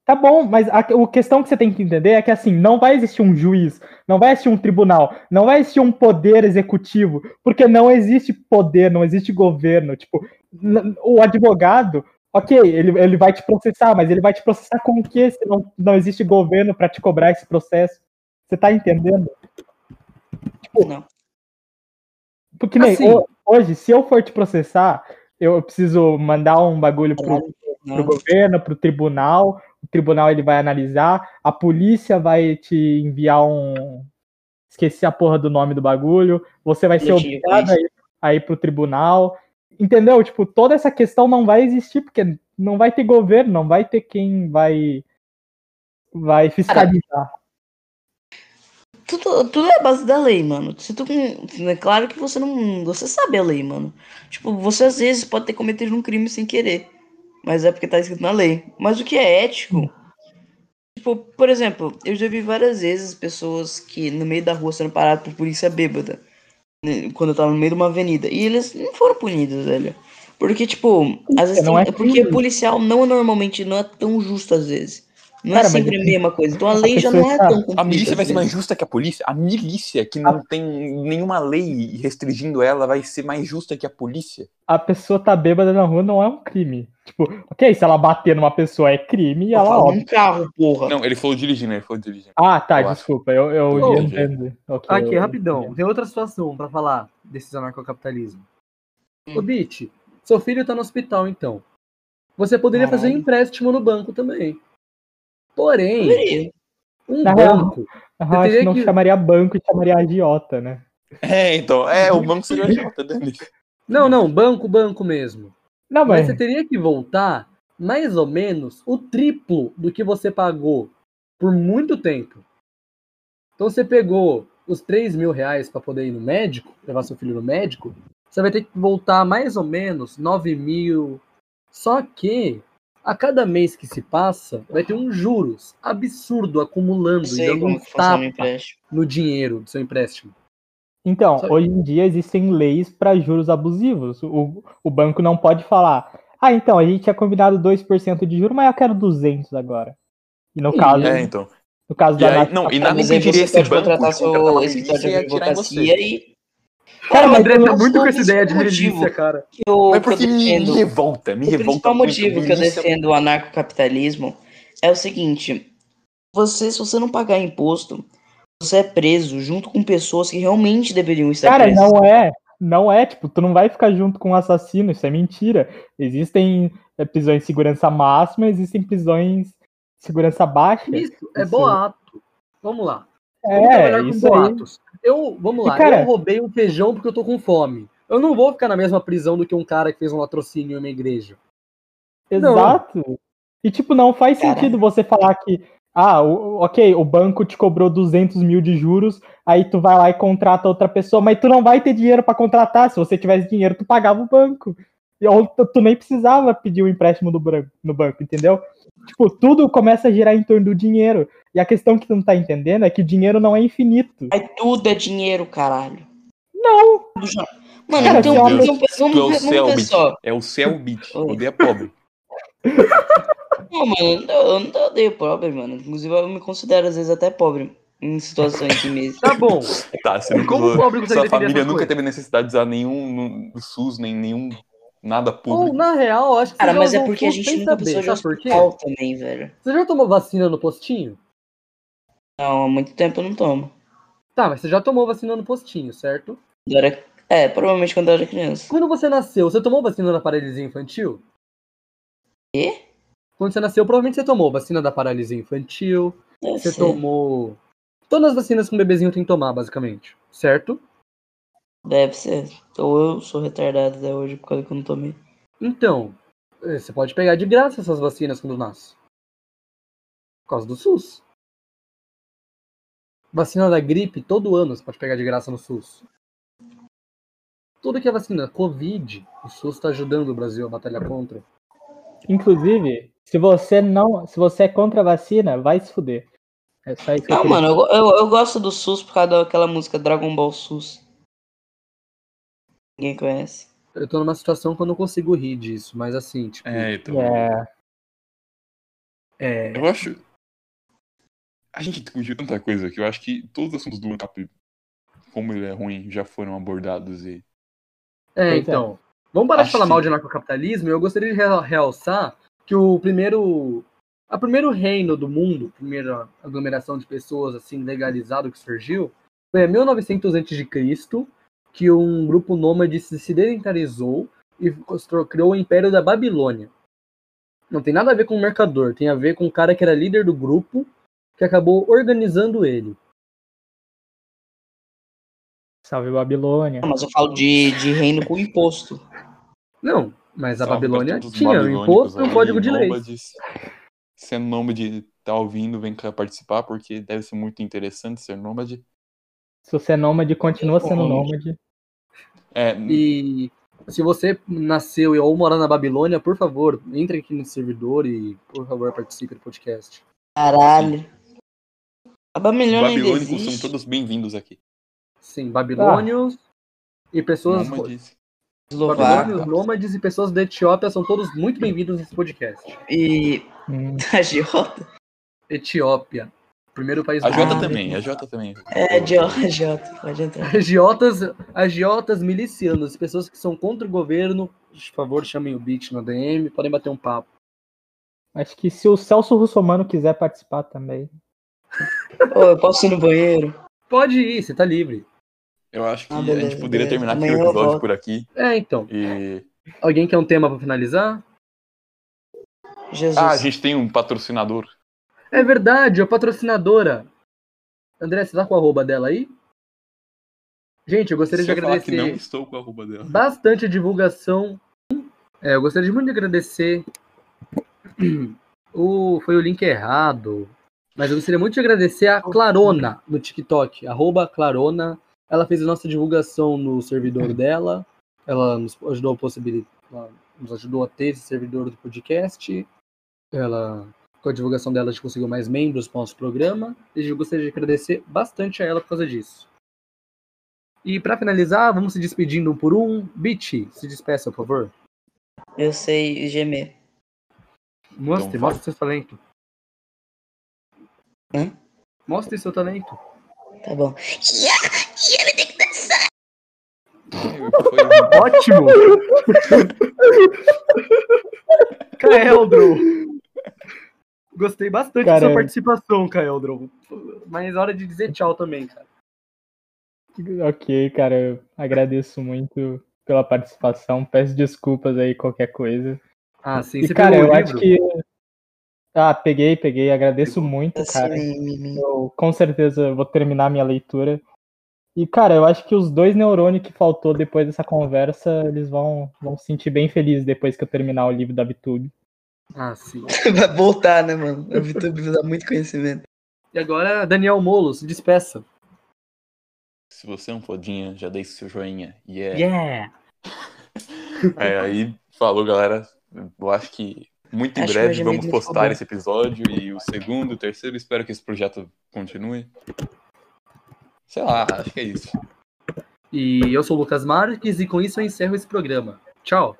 Tá bom, mas a, a questão que você tem que entender é que assim, não vai existir um juiz, não vai existir um tribunal, não vai existir um poder executivo, porque não existe poder, não existe governo. Tipo, n- o advogado, ok, ele, ele vai te processar, mas ele vai te processar com o quê se não, não existe governo pra te cobrar esse processo? Você tá entendendo? Não. Porque nem Assim. ho- hoje, se eu for te processar, eu preciso mandar um bagulho pro, pro Não. governo, pro tribunal. O tribunal ele vai analisar, a polícia vai te enviar um. Esqueci a porra do nome do bagulho. Você vai ser Boletim de obrigado a ir, a ir pro tribunal. Entendeu? Tipo, toda essa questão não vai existir, porque não vai ter governo, não vai ter quem vai. Vai fiscalizar. Tudo, tudo é a base da lei, mano. Se tu, é claro que você não. Você sabe a lei, mano. Tipo, você às vezes pode ter cometido um crime sem querer. Mas é porque tá escrito na lei. Mas o que é ético? Tipo, por exemplo, eu já vi várias vezes pessoas que no meio da rua sendo paradas por polícia bêbada. né, Quando eu tava no meio de uma avenida. E eles não foram punidos, velho. Porque, tipo, às vezes. não tem- é porque crime. policial não normalmente não é tão justo às vezes. Não Cara, é mas sempre a assim, mesma coisa. Então a a lei já não é pessoa tão A milícia vai ser mais mais justa que a polícia? A milícia, que não tem nenhuma lei restringindo ela, vai ser mais justa que a polícia? A pessoa tá bêbada na rua não é um crime. Tipo, ok, se ela bater numa pessoa é crime e Eu ela falo, Uhum. óbvio. um carro, porra. Não, ele falou dirigindo, ele falou dirigindo. Ah, tá, Eu acho. desculpa, eu, eu Ô, ia entender. Ok, Aqui, eu- rapidão. Tem outra situação pra falar desses anarcocapitalismo. Ô, Bit, seu filho tá no hospital então. Você poderia Caralho. fazer empréstimo no banco também. Porém, Poderia. um Na real, banco. A Hash teria não que- chamaria banco e chamaria agiota, né? É, então, é, o banco seria Jota, Dani. Não, não, banco, banco mesmo. Não, Mas é mas você teria que voltar mais ou menos o triplo do que você pagou por muito tempo. Então você pegou os 3 mil reais para poder ir no médico, levar seu filho no médico, você vai ter que voltar mais ou menos 9 mil. Só que a cada mês que se passa, vai ter um juros absurdo acumulando e sei dando como um que tá? funciona o tapa empréstimo. no dinheiro do seu empréstimo. Então, Sabe? hoje em dia existem leis para juros abusivos. O, o banco não pode falar, ah, então, a gente tinha combinado 2% de juros, mas eu quero 200 agora. E no caso, É, então. no caso E da aí, Nath- não, e Ah, na mas aí medida você esse pode banco, contratar tipo, contratar seu uma escritório de milícia e atirar em advocacia você. assim, e. é Cara, o mas André pelo tá menos muito o com essa ideia de motivo milícia, cara. que eu, Mas que eu porque me, me defendo. revolta, me O revolta. principal muito. é motivo que eu Milícia- defendo o anarcocapitalismo é o seguinte: você, se você não pagar imposto, você é preso junto com pessoas que realmente deveriam estar Cara, presas. não é. Não é, tipo, tu não vai ficar junto com um assassino, isso é mentira. Existem é, prisões de segurança máxima, existem prisões de segurança baixa. Isso é Isso. boato. Vamos lá. Vamos É, trabalhar com isso aí. boatos. Eu, vamos lá, E, cara- eu roubei um feijão porque eu tô com fome. Eu não vou ficar na mesma prisão do que um cara que fez um latrocínio em uma igreja. Não. Exato. E, tipo, não faz Caraca. sentido você falar que, ah, o- o- ok, o banco te cobrou 200 mil de juros, aí tu vai lá e contrata outra pessoa, mas tu não vai ter dinheiro pra contratar. Se você tivesse dinheiro, tu pagava o banco. E Ou tu tu nem precisava pedir o empréstimo do bran- no banco, entendeu? Tipo, tudo começa a girar em torno do dinheiro. E a questão que tu não tá entendendo é que o dinheiro não é infinito. Aí tudo é dinheiro, caralho. Não! Tudo já- Mano, Cara, então, se uma Tu então vamos, é o ver, vamos ver Selbit. só. É o Selbit. Oi. Odeia pobre. Não, mano, eu, eu não odeio pobre, mano. Inclusive, eu me considero às vezes até pobre em situações de mesmo. Tá bom. Tá, você nunca, Como o pobre consegue sua defender família essas nunca coisas? teve necessidade de usar nenhum no SUS, nem nenhum nada Ou, público. na real, eu acho que Cara, você já mas é usou o porque a SUS gente sem nunca precisou saber. de Sabe por quê? hospital também, velho. Você já tomou vacina no postinho? Não, há muito tempo eu não tomo. Tá, mas você já tomou vacina no postinho, certo? Quando eu era... É, provavelmente quando eu era criança. Quando você nasceu, você tomou vacina da paralisia infantil? Quê? Quando você nasceu, provavelmente você tomou vacina da paralisia infantil, Deve você ser. tomou... Todas as vacinas que um bebezinho tem que tomar, basicamente, certo? Deve ser. Ou eu sou retardado até hoje por causa que eu não tomei. Então, eh, você pode pegar de graça essas vacinas quando nasce. Por causa do SUS. Vacina da gripe, todo ano você pode pegar de graça no SUS. Tudo que é vacina, Covid, o SUS está ajudando o Brasil a batalhar contra. Inclusive, se você não. Se você é contra a vacina, vai se fuder. É só isso que eu Não, queria mano, eu, go- eu, eu gosto do SUS por causa daquela música Dragon Ball SUS. Ninguém conhece. Eu tô numa situação que eu não consigo rir disso, mas assim, tipo, É, então. É, é, Eu acho. A gente discutiu tanta coisa que eu acho que todos os assuntos do Ancap, como ele é ruim, já foram abordados e. É, Pois é. então. Vamos parar de Acho falar que- mal de anarcocapitalismo. Eu gostaria de re- realçar que o primeiro. A primeiro reino do mundo, primeira aglomeração de pessoas assim legalizado que surgiu, foi em 1900 a.C., que um grupo nômade se sedentarizou e constru- criou o Império da Babilônia. Não tem nada a ver com o mercador, tem a ver com o cara que era líder do grupo, que acabou organizando ele. salve Babilônia. Não, mas eu falo de, de reino com imposto. Não, mas a Salve pra Babilônia todos os tinha o babilônicos imposto e aí, um código de leis. nômades. Se é nômade, tá ouvindo, vem cá participar, porque deve ser muito interessante ser nômade. Se você é nômade, continua sendo Nômade. nômade. É, E se você nasceu ou mora na Babilônia, por favor, entre aqui no servidor e, por favor, participe do podcast. Caralho. A Babilônia ainda babilônicos são existe. todos bem-vindos aqui. Sim, babilônios e pessoas. Nômades. Eslovaco. Babilônios, nômades e pessoas da Etiópia são todos muito bem-vindos nesse podcast. E Hum. a Giota? Ah, É, um tá É, então, um Jesus. Ah, a gente tem um patrocinador. É verdade, a patrocinadora. André, você tá com o arroba dela aí? Gente, eu gostaria Se de eu falar que não agradecer estou com a roupa dela. bastante a divulgação. É, eu gostaria de muito de agradecer. O, foi o link errado. Mas eu gostaria muito de agradecer a Clarona no TikTok, arroba Clarona. Ela fez a nossa divulgação no servidor dela. Ela nos ajudou a possibilitar. ela Nos ajudou a ter esse servidor do podcast. Ela, com a divulgação dela, a gente conseguiu mais membros para o nosso programa. E eu gostaria de agradecer bastante a ela por causa disso. E para finalizar, vamos se despedindo um por um. Bit, se despeça, por favor. Eu sei gemer. Mostre, Então, mostre seu talento. Hã? Mostre seu talento. Tá bom. Foi Ótimo! Caeldron! Gostei bastante da sua Caramba. participação, Caeldron. Mas é hora de dizer tchau também, cara. Ok, cara, eu agradeço muito pela participação. Peço desculpas aí qualquer coisa. Ah, sim, E, você cara, pegou eu o acho livro? que. Ah, peguei, peguei. Agradeço muito, Assim, cara. mim, mim. Eu, com certeza vou terminar minha leitura. E, cara, eu acho que os dois neurônios que faltou depois dessa conversa, eles vão, vão se sentir bem felizes depois que eu terminar o livro da VTube. Ah, sim. Vai voltar, né, mano? O YouTube dá muito conhecimento. E agora, Daniel Molo, se despeça. Se você é um fodinha, já deixe seu joinha. E é. Yeah! É, aí falou, galera. Eu acho que muito em Acho que breve hoje vamos mesmo ficou postar bom. esse episódio e o segundo, o terceiro. Espero que esse projeto continue. Sei lá, acho que é isso. E eu sou o Lucas Marques e com isso eu encerro esse programa. Tchau!